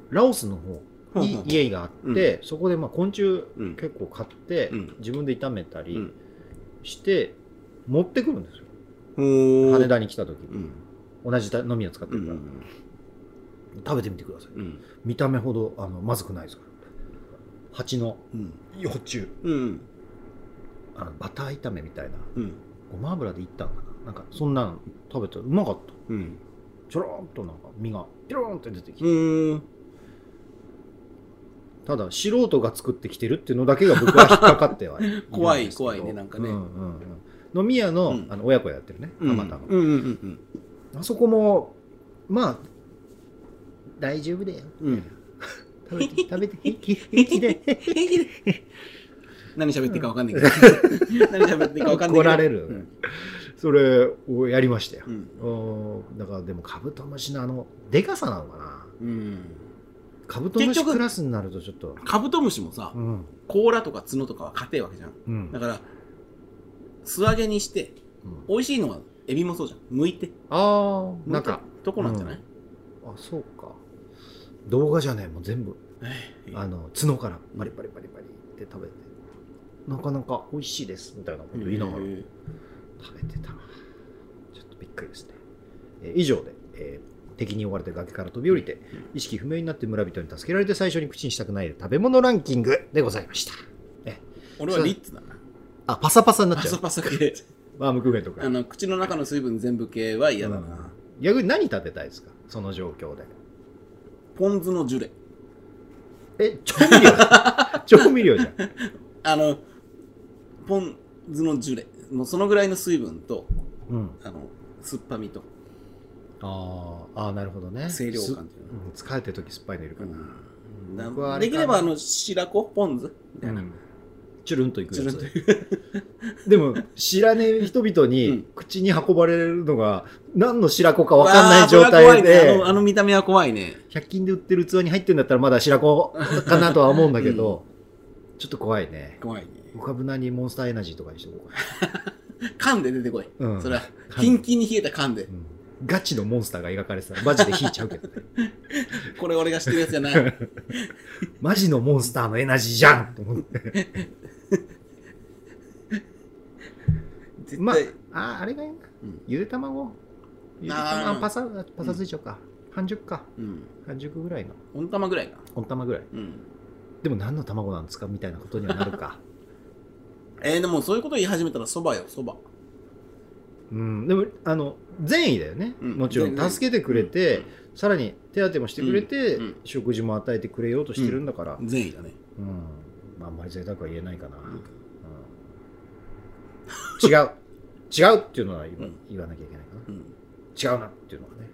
S1: ラオスの方に家があって、そこでまあ昆虫
S2: うん。
S1: 結構買って、
S2: うん
S1: 自分で炒めた
S2: う
S1: り
S2: ん
S1: して、持ってくるんですよ
S2: ほー
S1: 羽田に来た時に、
S2: うん。
S1: 同じ飲み屋使って
S2: う
S1: るから、
S2: ん。
S1: 食べてみてください
S2: うん。
S1: 見た目ほどあのまずくないですから蜂の
S2: うん。
S1: 幼虫
S2: うん。
S1: あのバター炒めみたいな
S2: うん。
S1: ごま油でいったんかななんかそんなの食べたらうまかった
S2: うん。
S1: ちょろんとなんか身がピローンって出てきて、
S2: うん。
S1: ただ素人が作ってきてるっていうのだけが僕は引っかかってはいるんですけど
S2: 怖い怖いねなんかね
S1: うんうんうん飲み屋の,、
S2: うん
S1: あの親子やってるね
S2: うん。
S1: たまたま、
S2: うん。うん。うん。
S1: あそこも、まあ、大丈夫だよ。
S2: うん。
S1: 食べて、食べて、平気平気で。
S2: 何喋っていいか分かんないけど。何喋っていいか分かんないけど。
S1: 怒られる
S2: うん
S1: それをやりましたよ
S2: う。ん。
S1: おーだからでもカブトムシのあの、でかさなのかな。
S2: うん。
S1: カブトム
S2: 結
S1: シ
S2: 局
S1: クラスになるとちょっと。
S2: カブトムシもさ
S1: う、ん。
S2: 甲羅とか角とかは硬いわけじゃん。
S1: うん
S2: だ。から、素揚げにして、
S1: うん
S2: 美味しいのは、エビもそうじゃん。剥いて。
S1: ああ、なんか、
S2: とこなんじゃない、
S1: あ、そうか。動画じゃねえ、もう全部。
S2: え
S1: あの角からバリバリバリバリって食べてなかなか美味しいですみたいなこと言いながら
S2: え
S1: 食べてたちょっとびっくりですね、えー以上で、えー敵に追われて崖から飛び降りて意識不明になって村人に助けられて最初に口にしたくない食べ物ランキングでございました
S2: 俺はリッツだな。
S1: あパサパサにな
S2: パ
S1: っちゃ
S2: サ
S1: う
S2: パサ系。
S1: バームクーヘンと
S2: あ
S1: か
S2: の、口の中の水分全部系は嫌だな。
S1: うん逆に何食べたいですかその状況で
S2: ポン酢のジュレ。
S1: え調味料調味料じゃん
S2: あの、ポン酢のジュレ。もうそのぐらいの水分と、
S1: うん
S2: あの、酸っぱみと、
S1: あーあーなるほどね
S2: 清涼
S1: す
S2: 感っていうの
S1: うん疲れてる時酸っぱいのいるか
S2: う
S1: ら、
S2: ん
S1: な
S2: な
S1: 僕はあ
S2: で
S1: れ
S2: き
S1: か
S2: れ
S1: な
S2: ば、あの、白子ポン酢みたいな。
S1: チュルンといくや
S2: つるんと
S1: つでも知らねえ人々
S2: う
S1: に
S2: ん
S1: 口に運ばれるのが何の白子か分かんない状態
S2: わあこれは怖いねあ
S1: で
S2: のあの見た目は怖いね。
S1: 100均で売ってる器に入ってんだったらまだ白 子かなとは思うんだけど、ちょっと怖いね
S2: 怖いね。
S1: 僕は無難にモンスターエナジーとかにしておこうか
S2: 缶で出てこい。
S1: な、うん
S2: それは、
S1: 缶
S2: キンキンに冷えた缶で
S1: う。んガチのモンスターが描かれてたらマジで引いちゃうけどね
S2: これ俺が知ってるやつじゃない。
S1: マジのモンスターのエナジーじゃんと思って
S2: 絶
S1: まあ
S2: 対。
S1: あーあれがいいな、
S2: うん
S1: ゆで卵ゆで
S2: あー
S1: 卵パサパサついちゃうか、半熟か
S2: うん。
S1: 半熟ぐらいの
S2: 温玉ぐらいかな。
S1: 温玉ぐらい
S2: うん。
S1: でも何の卵なんですかみたいなことにはなるか。
S2: えー、でもそういうこと言い始めたらそばよ、そば。
S1: うん、でも、あの、善意だよね。
S2: うん
S1: もちろ
S2: 善意
S1: ん、助けてくれて、さらに手当てもしてくれて、
S2: うんうん
S1: 食事も与えてくれようとしてるんだから、うん
S2: 善意だね。
S1: まああんまり贅沢は言えないかな。
S2: ん
S1: うん違う違うっていうのは言わ,、
S2: うん
S1: 言わなきゃいけないか
S2: うん。
S1: な。違うなっていうのはね。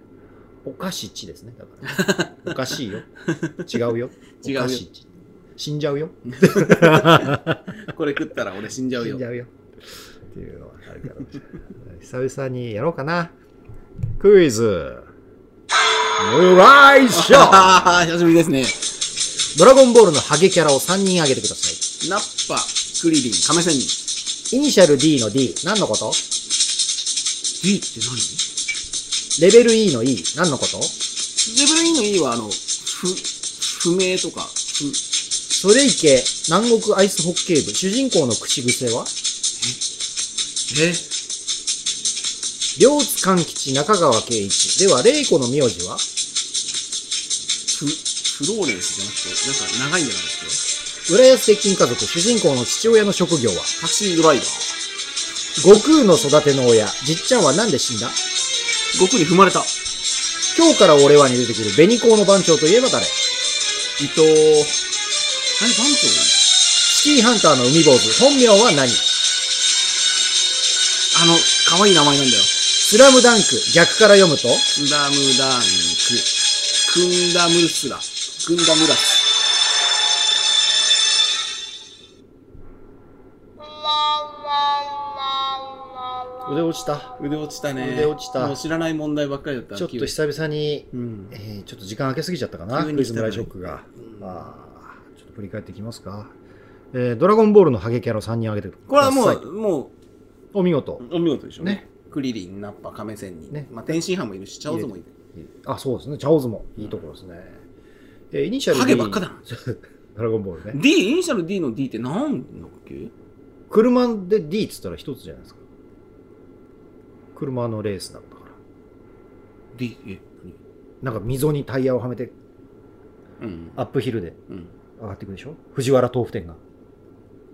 S1: おかしちですね、だ から。おかしいよ。違うよ。
S2: 違うよ
S1: おかしち。死んじゃうよ。
S2: これ食ったら俺死んじゃう
S1: 死
S2: よ
S1: んじ。ゃうよ。っていうのはあるからもしれない。久々にやろうかな。クイズ。ムライショー
S2: あ あ、久しぶりですね。
S1: ドラゴンボールのハゲキャラを3人挙げてくださ
S2: ナッパ、クリリン、亀仙人。
S1: い。イニシャル D の D、何のこと
S2: D って何
S1: レベル E の E、何のこと
S2: レベル E の E は、あの、不、不明とか、不、
S1: それいけ、南国アイスホッケー部、主人公の口癖は
S2: え
S1: 両津勘吉、中川圭一。では、玲子の名字は
S2: フ、フローレンスじゃなくて、なんか長いんじゃないです
S1: 浦安鉄筋家族、主人公の父親の職業は
S2: かタクシードライバー。
S1: 悟空の育ての親、じっちゃんは何で死んだ
S2: 悟空に踏まれた。
S1: 今日から俺はに出てくる紅甲の番長といえば誰シ
S2: 伊藤、何、番長
S1: ティーハンターの海坊主、本名は何ス
S2: あの、可愛い名前なんだよ。
S1: ラムダンク、逆から読むと
S2: スラムダンク。クンダムスラ。クンダムラス。
S1: 腕落ちた。
S2: 腕落ちたね。
S1: 腕落ちた
S2: もう知らない問題ばっかりだった。
S1: ちょっと
S2: 急に
S1: 久々に、
S2: うん
S1: え。ー、ちょっと時間空けすぎちゃったかな。
S2: 急に来たね
S1: クイズムライショックが。
S2: うん
S1: あーちょっと振り返っていきますか。えー、ドラゴンボールのハゲキャラを3人挙げてください。
S2: これはもう、も
S1: お見事。
S2: う、お見事でしょう
S1: ね
S2: ね。クリリン、ナッパ、亀仙人。
S1: ね
S2: まあ、天津飯もいるし、チャオズもいる。
S1: あ、そうですね。チャオズもいいところですね。えーイニシャル D
S2: ハゲばっかだな。
S1: ドラゴンボールね。
S2: D、イニシャル D の D って何だっけ
S1: 車で D っつったら一つじゃないですか。車のレースなんだから。
S2: ?D、え、
S1: なんか溝にタイヤをはめて
S2: 何うん。
S1: アップヒルで
S2: うん。
S1: 上がっていくでしょ藤原豆腐店が。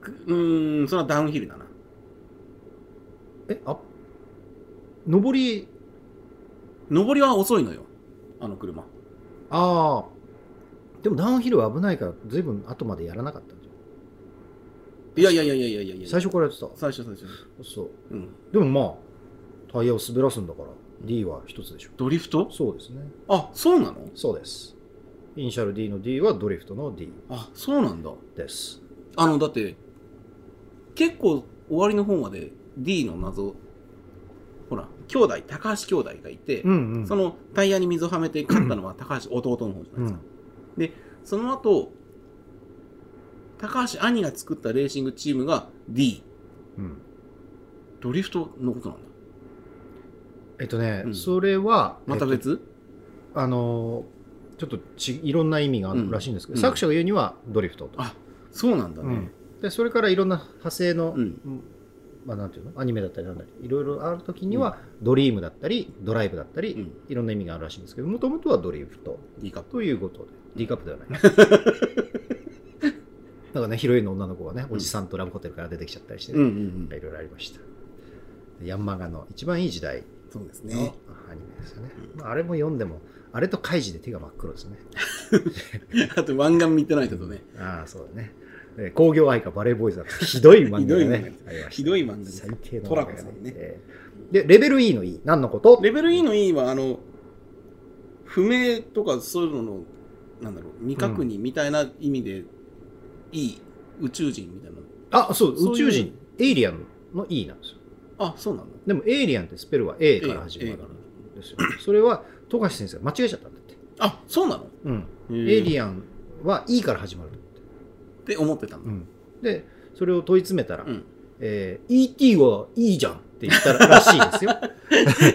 S2: くうーん、それはダウンヒルだな。
S1: え、あ上り、
S2: 上りは遅いのよ。あの車。
S1: ああ。でもダウンヒルは危ないから、ずいぶん後までやらなかったんじゃん
S2: いやいやいやいやいやいやいや
S1: 最初からやってた。
S2: 最初最初。
S1: そう。
S2: うん。
S1: でもまあ、タイヤを滑らすんだから、 D は一つでしょ
S2: ドリフト
S1: そうですね
S2: あ、そうなの
S1: そうですイニシャル D の D はドリフトの D
S2: あ、そうなんだ。
S1: です
S2: あの、だって、結構終わりの方まで D の謎、ほら、兄弟、高橋兄弟がいて、
S1: んう
S2: そのタイヤに水をはめて勝ったの は高橋弟の方じゃないですか。その後、高橋兄が作ったレーシングチームが D、
S1: うん
S2: ドリフトのことなんだ。
S1: えっとね、
S2: うん
S1: それは
S2: また
S1: えっと
S2: 別、
S1: あのちょっとちいろんな意味があるらしいんですけど、
S2: うん
S1: 作者が言うにはドリフトと、
S2: あ、そうなんだね。
S1: でそれからいろんな派生の、
S2: うん
S1: まあ、なんていうのアニメだったりなんだりいろいろある時にはドリームだったりドライブだったり、
S2: うん。
S1: いろんな意味があるらしいんですけどもともとはドリフト
S2: D カップ。
S1: ということで D カップではないなんか ねヒロインの女の子がねおじさんとラブホテルから出てきちゃったりしてね、
S2: うんうんうん
S1: なんか。いろいろありましたヤンマガの一番いい時代
S2: そうです
S1: の
S2: ね。
S1: アニメですよね
S2: うん
S1: まああれも読んでもあれとカイジで手が真っ黒ですね
S2: あと湾岸見てないけどね。
S1: ああそうだねえー工業愛かバレーボーイズだったひどい漫画が
S2: ひど
S1: ね
S2: い漫
S1: ありました
S2: ひどい漫画です
S1: 最低の
S2: トラ
S1: 漫
S2: コ
S1: 画
S2: さ
S1: が
S2: んね
S1: えーでレベル E の E 何のこと
S2: レベル E の E は、あの、不明とかそういうのの、なんだろう、未確認みたいな意味で、E、宇宙人みたいな。
S1: あそう
S2: そういう
S1: 宇宙人エイリアンの E なんですよ
S2: あ、そうなの
S1: でもエイリアンってスペルは A から始まる
S2: A から
S1: んですよそれは富樫先生が間違えちゃったんだって、
S2: あ、そうなの
S1: うん、
S2: エ
S1: エイリアンは E から始まると思って、
S2: って思ってたの。
S1: でそれを問い詰めたら、
S2: うん
S1: えー ET はいいじゃんって言ったらしいですよ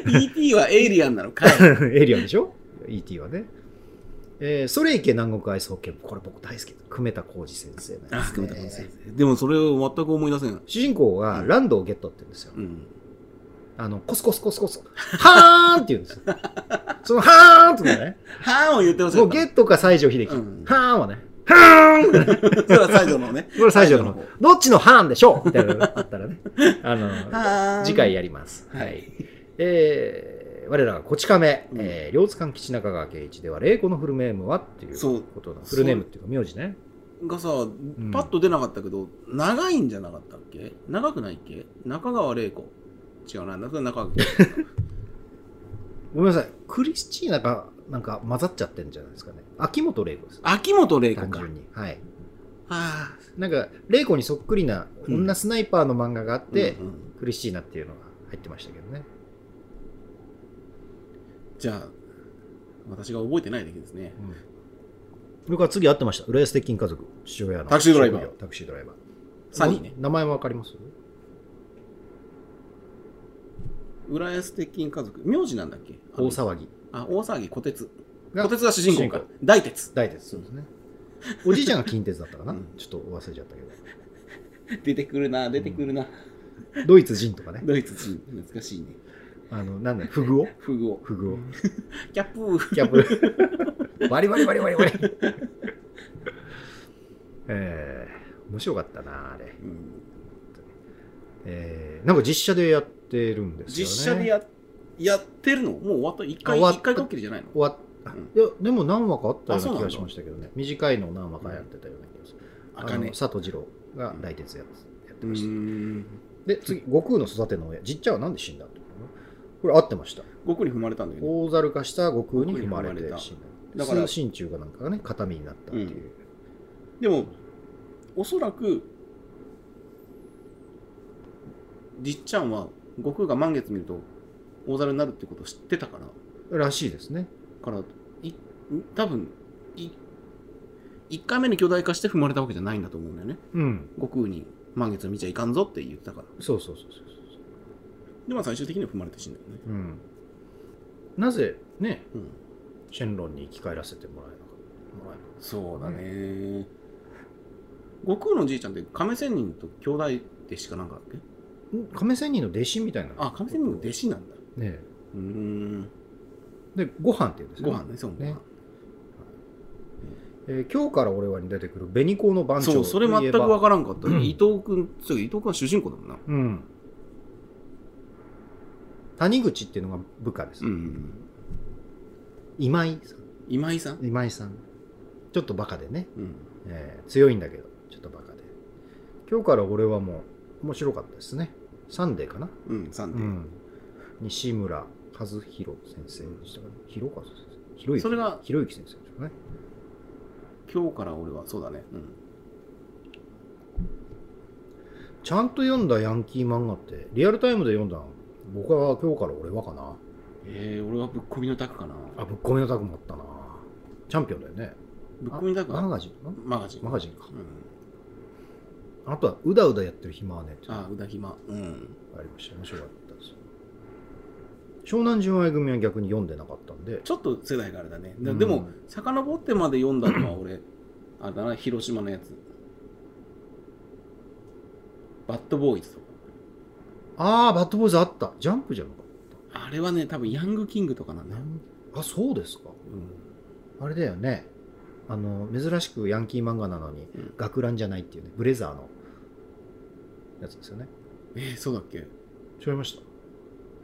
S2: ET はエイリアンなのかい。
S1: エイリアンでしょ ?ET はね。えー、それいけ南国アイスホッケー部これ僕大好き。久米田浩二先生なんです、ね。
S2: 組み立てますねでもそれを全く思い出せない。
S1: 主人公がランドをゲットって言うんですよ。
S2: うん。
S1: あの、コスコスコスコス。はーんって言うんですよ。そのはーんってのがね。
S2: はーんを言ってほしい。
S1: もうゲットか西城秀樹。
S2: うん
S1: はーんはね。はーんってね
S2: それは最初のね。
S1: これ西城の方
S2: 西条の。
S1: どっちのはーんでしょうみたいなのがあったらね。あの、
S2: はーん。
S1: 次回やります。
S2: は
S1: はいい。えー、我らがこち亀、
S2: うん
S1: えー、両津館吉中川圭一では、霊子のフルネームはっていう
S2: そう
S1: ことなん
S2: そ
S1: フ
S2: う
S1: ルネームっていうか、名字ね。
S2: がさ、パッと出なかったけど、長いんじゃなかったっけ長くないっけ中川玲子。違うな、中川玲 子。
S1: ごめんなさい、クリスチーナがなんか混ざっちゃってるんじゃないですかね。秋元玲子です。
S2: 秋元玲子
S1: 単
S2: か。
S1: 純に。はい。
S2: ああ。
S1: なんか、玲子にそっくりな
S2: うん
S1: 女スナイパーの漫画があって、
S2: うんうん
S1: クリスチーナっていうのが入ってましたけどね。
S2: じゃあ、私が覚えてないだけですね。
S1: 僕は次会ってました。浦安鉄筋家族、父親の。
S2: タクシードライバー
S1: タクシードライバー。
S2: 3人ね。
S1: 名前はわかります
S2: 浦安鉄筋家族。名字なんだっけ
S1: 大。騒ぎ。
S2: あのあ、大騒ぎ、小鉄。
S1: が
S2: 小鉄が主人公か。大鉄。
S1: 大鉄そうですねおじいちゃんが近鉄だったかな、
S2: うん
S1: ちょっと忘れちゃったけど
S2: 出てくるな、出てくるな。
S1: ドイツ人とかね
S2: ドイツ人、懐かしいね。
S1: あのなんだフグオ
S2: フグを。
S1: フグオ
S2: キャップー。
S1: キャップ バリバリバリバリバリえー、面白かったなあれ、
S2: うん
S1: えー、なんか実写でやってるんですよね
S2: 実写でややってるのもう終わった一
S1: あ
S2: 回、
S1: 終わった
S2: 一回こっきりじゃないの
S1: 終わっ
S2: うん
S1: いやでも何話かあったよ
S2: あそう
S1: う
S2: な
S1: なん気がし
S2: だ
S1: ましたけどね短いのを何話かやってたような気がする、
S2: あ
S1: あ
S2: か
S1: の
S2: ね。
S1: 佐藤二郎が大鉄やっやって
S2: う
S1: ました、
S2: ーん。
S1: で次悟空の育ての親じっちゃんはなんで死んだっていうのこれ合ってました
S2: 悟空に踏まれたんだよね。
S1: 大猿化した悟空に踏まれて死ん
S2: だ
S1: だ。だ
S2: か
S1: からら、心中がなんかがね、形見になったっていう。
S2: でも、おそらく、じっちゃんは悟空が満月見ると大猿になるってことを知ってたから、
S1: らしいですね。
S2: から、い多分い1回目に巨大化して踏まれたわけじゃないんだと思うんだよね。
S1: うん。
S2: 悟空に満月を見ちゃいかんぞって言ってたから。
S1: そうそうそうそう
S2: で、まあ最終的には踏まれて死んだよね。
S1: そう。うん。なぜ、ね、
S2: うん。
S1: シェンロンに生き返らせてもらえなかった。もらえなかっ
S2: そうだね、悟空のじいちゃんって亀仙人と兄弟弟子かなんかだっけ
S1: たん亀仙人の弟子みたいな。
S2: あ、亀仙人の弟子なんだ。
S1: ね
S2: うーん。
S1: で、ご飯って言うんです
S2: ご
S1: よ
S2: 飯ね、そうご飯
S1: ねえー今日から俺はに出てくる紅子の番長
S2: そう、それ全く
S1: わ
S2: 分からんかった。
S1: うん
S2: 伊藤君、そう伊藤君は主人公だもんな。
S1: うん。谷口っていうのが部下です。
S2: ん。
S1: 今井さん。
S2: 今井さん
S1: 今井さん。ちょっとバカでね。
S2: うん。
S1: えー強いんだけど、ちょっとバカで。今日から俺はもう、面白かったですね。サンデーかな
S2: うん、さんで。
S1: 西村和弘先生でしたかね。広和先生。広
S2: それが
S1: 広之先生でしたかね。
S2: 今日から俺は、そうだね。うん。
S1: ちゃんと読んだヤンキー漫画って、リアルタイムで読んだの僕は今日から俺はかな。
S2: えー、俺はぶっ込みのタクかな。
S1: あ、ぶっ込みのタグもあったな。チャンピオンだよね。
S2: ぶっ込みのタク
S1: マ
S2: は
S1: ガジンん
S2: マガジン。
S1: マガジンか。
S2: うん。
S1: あとは、うだうだやってる暇はねっていうの
S2: あ、うだひま。うん。
S1: がありました。面白かったですよ。湘南純愛組は逆に読んでなかったんで。
S2: ちょっと世代があれだね。
S1: う
S2: で
S1: ん
S2: でも、遡ってまで読んだのは俺、あれだな、広島のやつ。バッドボーイズとか。
S1: ああ、バッドボーイズあった。ジャンプじゃなかっ
S2: あれはね、多分ヤングキングとかなんだ
S1: た
S2: よ。。
S1: あ、そうですか。
S2: うん。
S1: あれだよね。あの、珍しくヤンキー漫画なのに
S2: うん、
S1: 学ランじゃないっていうね、ブレザーのやつですよね。
S2: えー、そうだっけ
S1: 違いまし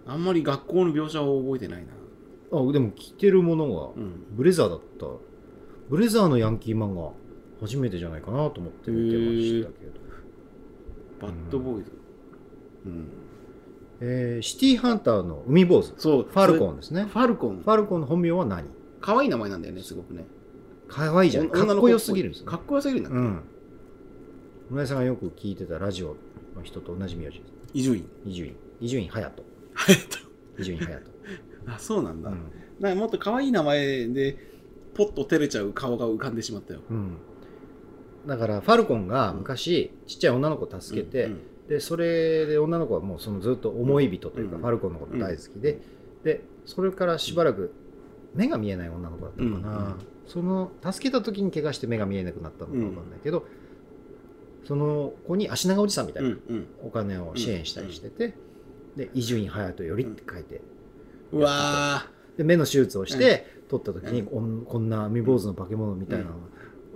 S1: た。
S2: あんまり学校の描写を覚えてないな。
S1: あ、でも着てるもの
S2: う
S1: が、
S2: ん。
S1: ブレザーだった。ブレザーのヤンキー漫画、初めてじゃないかなと思って見てましたけど。
S2: バッドボーイズ。うん。
S1: えーシティーハンターの海坊主。
S2: そう。
S1: ファルコ
S2: ン。
S1: ンですね。
S2: ファルコン
S1: フ。ァルコンの本名は何
S2: 可愛い名前なんだよね、すごくね。
S1: かわいいじゃん。か
S2: 女
S1: っこ
S2: の子ぽい
S1: よすぎるんですよね
S2: かっこよすぎるんだっけ
S1: うん。村井さんがよく聞いてたラジオの人と同じ名字です。
S2: 伊集院。
S1: 伊集院。伊集院隼
S2: はい
S1: 人。伊集院隼
S2: あ、そうなん
S1: 人。
S2: だ。
S1: う
S2: なん
S1: ん。
S2: かもっと可愛い名前で、ポッと照れちゃう顔が浮かんでしまったよ。
S1: うん。だから、ファルコンが昔、ちっちゃい女の子を助けて、
S2: うんうん
S1: で、それで女の子はもうそのずっと思い人というか、
S2: うん
S1: ファルコンのこと大好きで、で、それからしばらく、目が見えない女の子だったのかな、
S2: うん
S1: その助けた時に怪我して目が見えなくなったのかわかんないけど、その子に足長おじさんみたいな
S2: うんうん
S1: お金を支援したりしてて、で伊集院隼人よりって書いて
S2: うわ
S1: で目の手術をして、取った時に、おんこんな未坊主の化け物みたいなの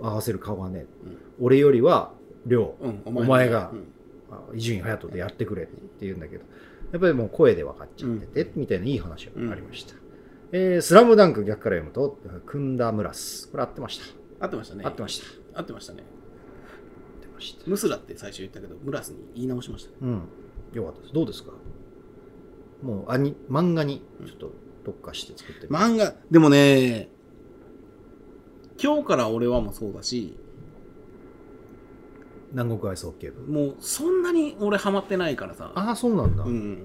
S1: 合わせる顔がね、
S2: うん
S1: 俺よりは亮
S2: ー、うん、お
S1: お前が
S2: うん
S1: あ伊集院隼人でやってくれって言うんだけどやっぱりもう声で分かっちゃってて、みたいないい話がありました。えースラムダンク逆から読むと、クンダムラス。これ合ってました。
S2: 合ってましたね。
S1: 合ってました。合
S2: 合ってましたね。
S1: ってました。
S2: ムスラって最初言ったけど、ムラスに言い直しました。
S1: うん。よかったです。どうですかもうアニ、漫画にちょっと特化して作ってる
S2: 漫画、でもね、今日から俺はもそうだし、
S1: 南国愛想警部。
S2: もうそんなに俺ハマってないからさ。
S1: ああ、そうなんだ。
S2: うん。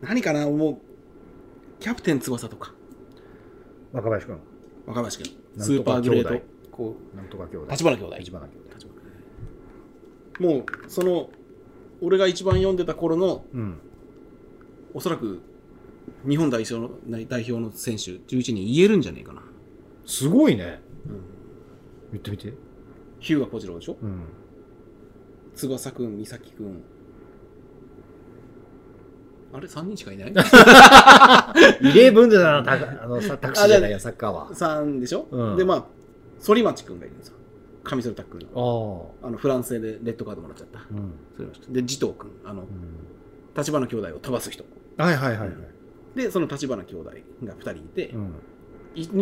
S2: 何かなもう、キャプテン翼とか、
S1: 若林君、
S2: 若林
S1: な
S2: 君、
S1: んとか
S2: スーパーグレー
S1: 兄
S2: ト
S1: 弟、
S2: こ
S1: なんとか兄
S2: う、
S1: 弟。
S2: 立花兄弟。
S1: 立花兄弟。
S2: もう、その、俺が一番読んでた頃の、
S1: うん。
S2: おそらく、日本代表の代表の選手11人言えるんじゃねえかな。
S1: すごいね。
S2: うん、
S1: 言ってみて。
S2: ヒューガ小次郎でしょ
S1: うん。
S2: 翼くん、美咲くん。あれ ?3 人しかいない
S1: イレブンでだな、 たあの、さタクシーじゃないや、サッカーは。あ
S2: ?3 でしょ、
S1: うん
S2: で、まあ、反町くんがいるんですよ。カミソリタックルの。
S1: あ。
S2: あの、フランス製でレッドカードもらっちゃった。
S1: うん。
S2: それましたで、慈瞳くん。あの
S1: う、ん
S2: 立花兄弟を飛ばす人。
S1: はいはいはいはい。
S2: で、その立花兄弟が2人いて、
S1: うん。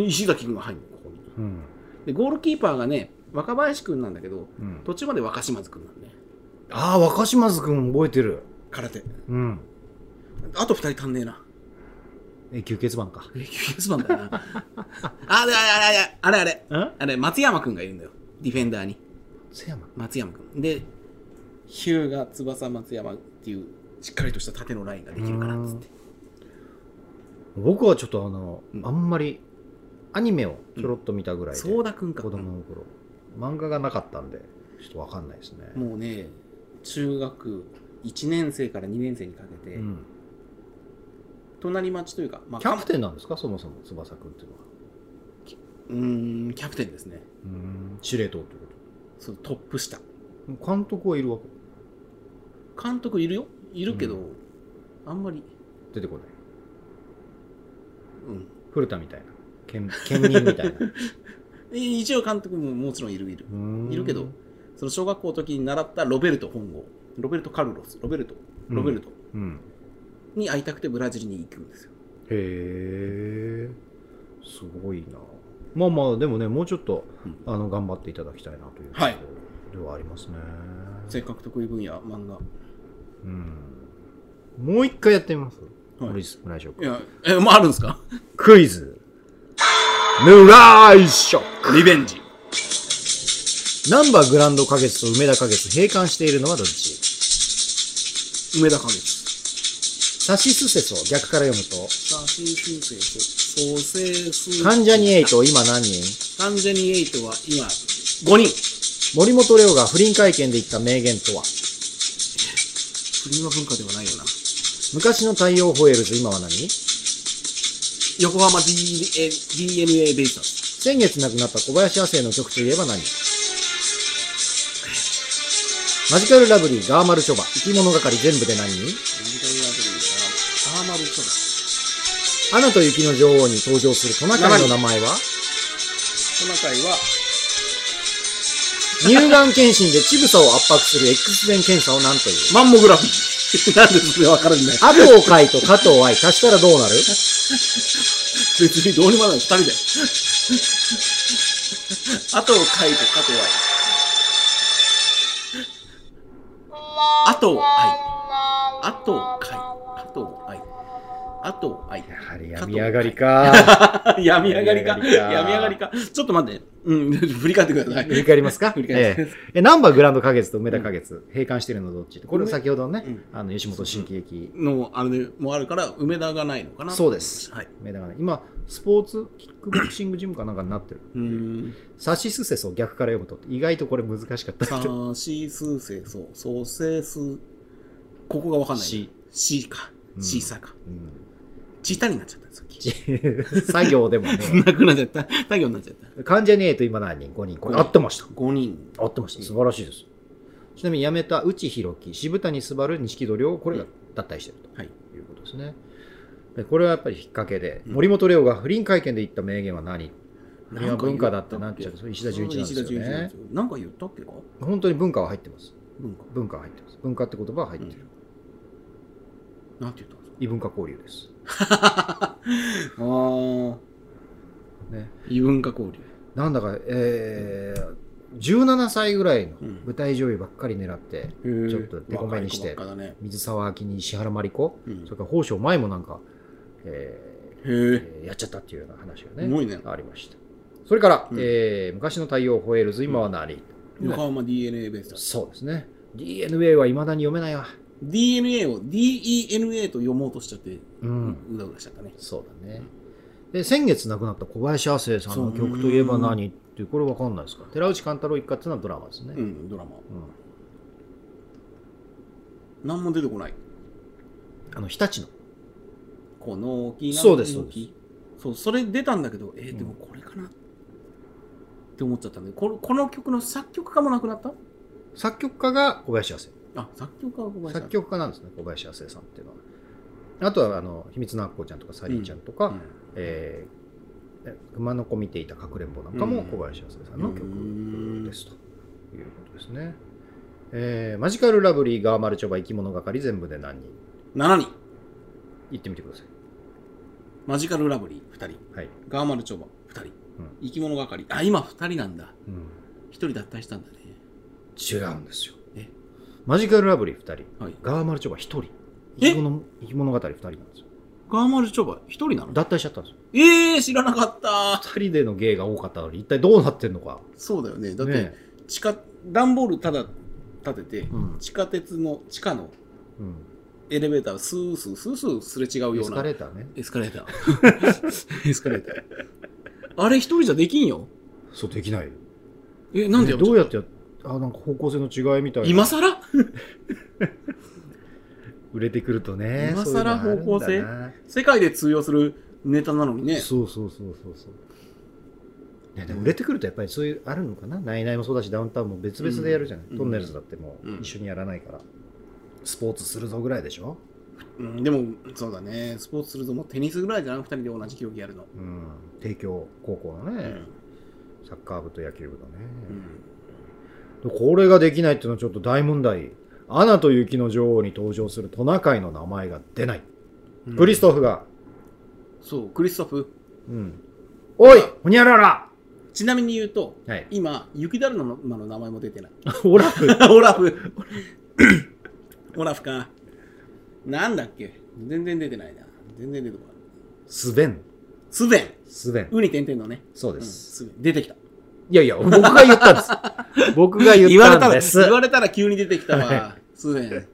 S2: い石崎くんが入るの、ここに。
S1: うん。
S2: で、ゴールキーパーがね、若林くんなんだけど、
S1: うん、
S2: 途中まで若島津くんなんで、
S1: ああ、若島津君覚えてる。
S2: 空手。
S1: うん。
S2: あと2人足んねえな。
S1: え、吸血番か。
S2: え、9番 だよな。あ、であれあれあれあれあれ
S1: ん
S2: あれ、松山くんがいるんだよ。ディフェンダーに。
S1: 津山。
S2: 松山くん。で、ヒューが翼松山っていう、しっかりとした縦のラインができるからっつって。
S1: 僕はちょっとあの、
S2: うん
S1: あんまり、アニメをちょろっと見たぐらいで、
S2: そうだくんか。
S1: 子供の頃。漫画がなかったんで、ちょっとわかんないですね。
S2: もうね、中学1年生から2年生にかけて、
S1: うん
S2: 隣町というか、まあ、
S1: キャプ
S2: ン
S1: テンなんですか、そもそも翼くんっていうのは。
S2: うーん、キャプテンですね。
S1: うん司令塔ってこ
S2: そのトップ下。
S1: と。監督はいるわけ
S2: 監督いるよいるけど、
S1: う
S2: あんまり、
S1: 出てこない。
S2: うん。
S1: 古田みたいな。兼兼任みたいな。
S2: え一応監督ももちろんいるいる。いるけど、その小学校の時に習ったロベルト本郷、ロベルト・カルロス、ロベルト、
S1: うん
S2: ロベルト
S1: うん。
S2: に会いたくてブラジルに行くんですよ。
S1: へえ、すごいな。まあまあ、でもね、もうちょっと、
S2: うん
S1: あの、頑張っていただきたいなという
S2: はい
S1: ところではありますね。
S2: せっかく得意分野、漫画。
S1: うん。もう一回やってみます。
S2: はい
S1: 森村井ショッ
S2: い
S1: ク。
S2: や、え、もうあるんですか
S1: クイズ。村井ショック。
S2: リベンジ。
S1: ナンバーグランド花月と梅田花月閉館しているのはどっち
S2: 梅田花月。
S1: サシスセソを逆から読むと、
S2: さあ、新申請と、蘇生数。
S1: 関ジャニエイ。ト今何人
S2: 関ジャニエイトは今、5人。
S1: 森本レオが不倫会見で言った名言とは
S2: 不倫は文化ではないよな。
S1: 昔の太陽ホエールズ今は何
S2: 横浜 DNA, DNA ベイスターズ。
S1: 先月亡くなった小林亜生の曲といえば何マジカルラブリー、ガーマルショバ、生き物係全部で何人
S2: マジカルラブリーが、アーマルソ
S1: アナと雪の女王に登場するトナカイの名前は
S2: ダ。トナカイは、
S1: 乳がん検診で乳房を圧迫する X 線検査を何という
S2: マンモグラフィー。なん でそれわかるんだよ。
S1: アブを貝と加藤愛足したらどうなる
S2: 別にどうにもならない。二人 だよ。あとを書いて、加藤愛。あとを愛。あとを書い。あとを愛。あとを愛。
S1: やはり
S2: 病み上がり
S1: か。
S2: 病み上がりか。
S1: 病み上がりか
S2: 病み上がりか。ちょっと待って。うん、振り返ってください。
S1: 振り返りますか
S2: 振り返ってください
S1: え、ナンバーグランド花月と梅田花月、閉館してるのどっちこれ先ほどのね、
S2: うん
S1: あの、吉本新喜劇、
S2: の、あれでもあるから、梅田がないのかな。
S1: そうです
S2: はい。
S1: 梅田がね、今、スポーツ、キックボクシングジムかなんかになってる。
S2: うーん。
S1: サシスセソを逆から読むと、意外とこれ難しかった。
S2: さーしーすーせーそう。そうせーすー。ここがわかんない。
S1: し。
S2: しか。
S1: うん
S2: しーさか。
S1: うん
S2: チータになっちゃった、さっき。
S1: 作業でもね、
S2: なくなっちゃった。作業になっちゃった。
S1: 関ジャニエと今何人 ?5 人。これ合ってました。
S2: 5人。
S1: 合ってました。素晴らしいです。ちなみに辞めた内弘樹、渋谷昴、錦戸亮、これが脱退してると
S2: はい
S1: いうことですね。でこれはやっぱり引っ掛けで、
S2: うん
S1: 森本レオが不倫会見で言った名言は何こ
S2: な
S1: れは
S2: んか言
S1: 文化だってなっちゃう
S2: たけ
S1: 石田純一なんですよね
S2: 石田純一なんですよなんか言ったっけか
S1: 本当に文化は入ってます。
S2: 文化。
S1: 文化は入ってます。文化って言葉は入ってる。
S2: なんて言ったんですか
S1: 異文化交流です。
S2: ああー。
S1: ね、
S2: 異文化交流。
S1: なんだか、えー17歳ぐらいの
S2: うん
S1: 舞台女優ばっかり狙って、
S2: へー
S1: ちょっとデコめにして
S2: 若い子ばっかだね。
S1: 水沢明に石原真理子、
S2: うん
S1: それから宝生舞もなんか、え
S2: へ
S1: ー
S2: え。
S1: えーやっちゃったっていうような話が
S2: す
S1: ね、
S2: ごいね。
S1: ありました。それから、
S2: うん
S1: えー昔の太陽ホエールズ、今は何、
S2: 横浜 DNA ベースだ。
S1: そうですね。DNA はいまだに読めないわ。
S2: DNA を DENA と読もうとしちゃって、
S1: う。
S2: うんだうだしちゃったね。
S1: そうだね。で、先月亡くなった小林亜生さんの曲といえば
S2: そうう
S1: 何っていう、これわかんないですか寺内貫太郎一家っていうのはドラマですね。
S2: うん、ドラマ。
S1: うん
S2: 何も出てこない。
S1: あの、日立の。
S2: この木
S1: そうです
S2: の木そうそれ出たんだけどえー
S1: うん
S2: でもこれかな、って思っちゃったんでこのこの曲の作曲家もなくなった
S1: 作曲家が小林亜生。
S2: あ作曲家はごめんなさい
S1: 作曲家なんですね、小林亜生さんっていうのは。あとは、あの、秘密のアッコちゃんとかサリーちゃんとか、えーえ熊の子見ていたかくれんぼなんかも
S2: うん
S1: 小林亜生さんの
S2: うん
S1: 曲ですということですね。えーマジカルラブリー、ガーマルチョバ、生き物係全部で何人
S2: うん、7人
S1: 言ってみてください。
S2: マジカルラブリー2人
S1: はい。
S2: ガーマルチョバ2人、
S1: ん
S2: 生き物係あ今2人なんだ
S1: うん、
S2: 1人脱退したんだね
S1: 違うんですよ
S2: え。
S1: マジカルラブリー2人、
S2: はい
S1: ガーマルチョバ1人、
S2: え
S1: 生き物生き物語2人なんですよ。
S2: ガーマルチョバ1人なの
S1: 脱退しちゃったんですよ。
S2: ええー、知らなかった
S1: 2人での芸が多かったのに、一体どうなってんのか。
S2: そうだよねだって、
S1: ね
S2: 地下段ボールただ立てて、
S1: うん
S2: 地下鉄の地下の
S1: うん、
S2: エレベーターをスースースースーすれ違う
S1: エ
S2: よう
S1: ス
S2: な
S1: カレーターね。
S2: エスカレーター。 エスカレーター。あれ一人じゃできんよ。
S1: そう、できない。
S2: え、なんでよ。
S1: どうやってやっあ、なんか方向性の違いみたいな。
S2: 今更
S1: 売れてくるとね
S2: 今
S1: そういうの
S2: 更
S1: あるんだ
S2: 方向性
S1: な
S2: 世界で通用するネタなのにね。
S1: そうそうそうそうそうねでも売れてくるとやっぱりそういうあるのかな「ナイナイ」もそうだしダウンタウンも別々でやるじゃない、
S2: うん
S1: トンネルズだっても
S2: うん
S1: う一緒にやらないから、スポーツするぞぐらいでしょ、
S2: うん、でも、そうだね。スポーツするともうテニスぐらいじゃん。二人で同じ競技やるの。
S1: うん、帝京高校の
S2: う
S1: ね、
S2: ん。
S1: サッカー部と野球部のね、
S2: うん
S1: でこれができないっていうのはちょっと大問題「アナと雪の女王」に登場するトナカイの名前が出ない、クリストフが
S2: そう、クリストフ。
S1: 「うん、おいほにゃらら!
S2: ちなみに言うと、」
S1: はい
S2: 今、雪だるまのまの名 前も出てない。
S1: オラフ
S2: オラフ。オラフか。なんだっけ全然出てないな。全然出てこない。
S1: スベン。
S2: スベン
S1: スベン。
S2: ウに点々のね。
S1: そう
S2: う
S1: で
S2: ん、
S1: す。
S2: スベン。出てきた。
S1: いやいや、僕が言った んです。僕が言
S2: 言われ
S1: った
S2: た
S1: ん
S2: ら、
S1: です。
S2: 言われたら急に出てきたわ
S1: は。
S2: スベン。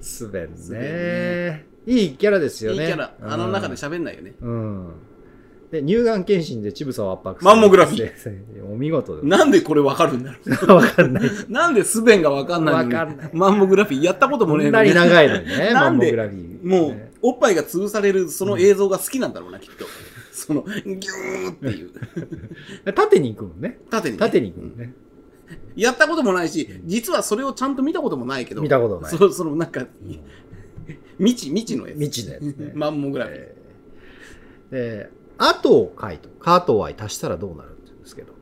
S1: スベン
S2: スベ
S1: ね。いいキャラですよ
S2: いいキ
S1: ね。
S2: ャラ。あの中で喋んないよね。
S1: うん。うんで、乳がん検診で乳房を圧迫する
S2: マンモグラフィ
S1: お見事で
S2: なんでこれわかるんだろ
S1: す。わかんない。
S2: う。なんでスベンがわかんないのに
S1: わかんない
S2: マンモグラフィーやったことも
S1: こ
S2: ねえ
S1: ん
S2: の
S1: な
S2: に
S1: に長いのにね、マ
S2: な
S1: ン
S2: ん
S1: モ
S2: で
S1: グラフィー。
S2: もう
S1: ね、
S2: おっぱいが潰されるその映像が好きなんだろうな、きっと。その、ギューっていう。
S1: 縦に行くもんね。
S2: 縦にね。
S1: 縦に行くもんね。
S2: やったこともないし、実はそれをちゃんと見たこともないけど。
S1: 見たことない
S2: そその、なんか、未知、未知のやつ。
S1: 未知のやつね
S2: マンモグラフィー。
S1: えーで、あとを書いと、カートを愛足したらどうなるって言うんですけど。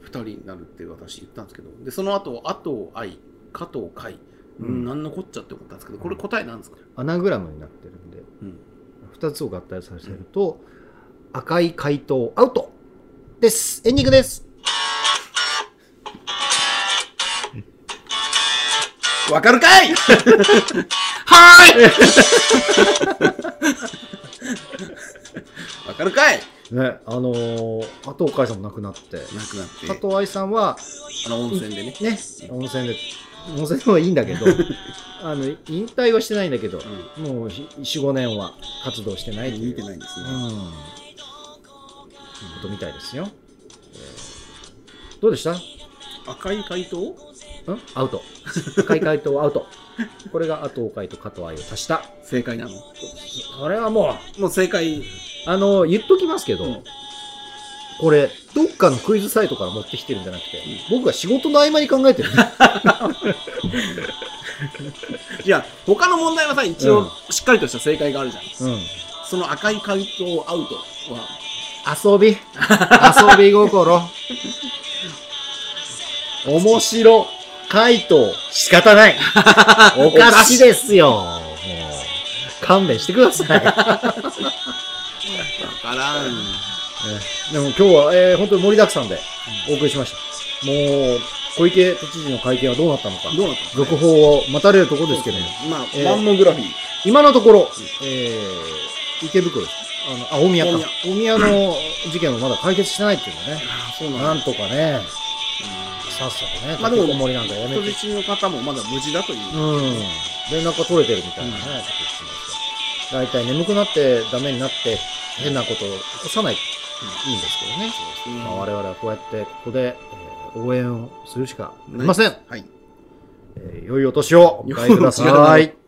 S2: 二人になるって私言ったんですけど、で、その後、あと愛、加藤海、う
S1: うん
S2: ん、なんのこっちゃって思ったんですけど、これ答えなんですか、
S1: アナグラムになってるんで、
S2: うん、
S1: 2つを合体させると、赤い回答アウトですエンディングです
S2: わかるかいはーいわかるかい
S1: ね、あのー、あとお母さんも亡くなって、
S2: なくなって、
S1: 加藤愛さんは、
S2: あの温泉でね。
S1: ね、温泉で、温泉でもいいんだけど、 あの、引退はしてないんだけど、もう4、5年は活動してないという
S2: 見てないんですね。
S1: うん。ことみたいですよ。えーどうでしたん
S2: 赤い回答
S1: ア ウト。赤い回答アウト。これが後を回と加藤愛を足した。
S2: 正解なの
S1: これはもう、
S2: もう正解。
S1: あの、言っときますけど、
S2: うん
S1: これ、どっかのクイズサイトから持ってきてるんじゃなくて、僕が仕事の合間に考えてる。
S2: いや、他の問題はさ、一
S1: う
S2: 応
S1: ん、
S2: しっかりとした正解があるじゃん。
S1: うん。
S2: その赤い回答アウトは、
S1: 遊び。遊び心。面白。回答。仕方ない。 おかしですよ。もう勘弁してくだ さい。
S2: わからん。
S1: えーでも今日は、えー本当に盛りだくさんでお送りしました。もう、小池都知事の会見はどうなったのか。
S2: どうなった
S1: 続報を待たれるところですけども。
S2: まあ、
S1: えー
S2: マンモグラフィー。
S1: 今のところ、えー、池袋、あの、あ、大宮か。大宮の事件はまだ解決してないっていうのね。
S2: ああ、そうな
S1: なんん
S2: だ。
S1: とかね、さっさとね、
S2: まあで
S1: 立
S2: も
S1: てこもりなんかやめ
S2: 人
S1: て。
S2: 質の方もまだ無事だという。
S1: うん。連絡が取れてるみたいなね、
S2: うん
S1: こと言ってますよ大体眠くなってダメになって変なことを起こさない、いいんですけどね。まあ我々はこうやってここで、えー応援をするしかありません。
S2: はい。
S1: えー良いお年をお迎えください。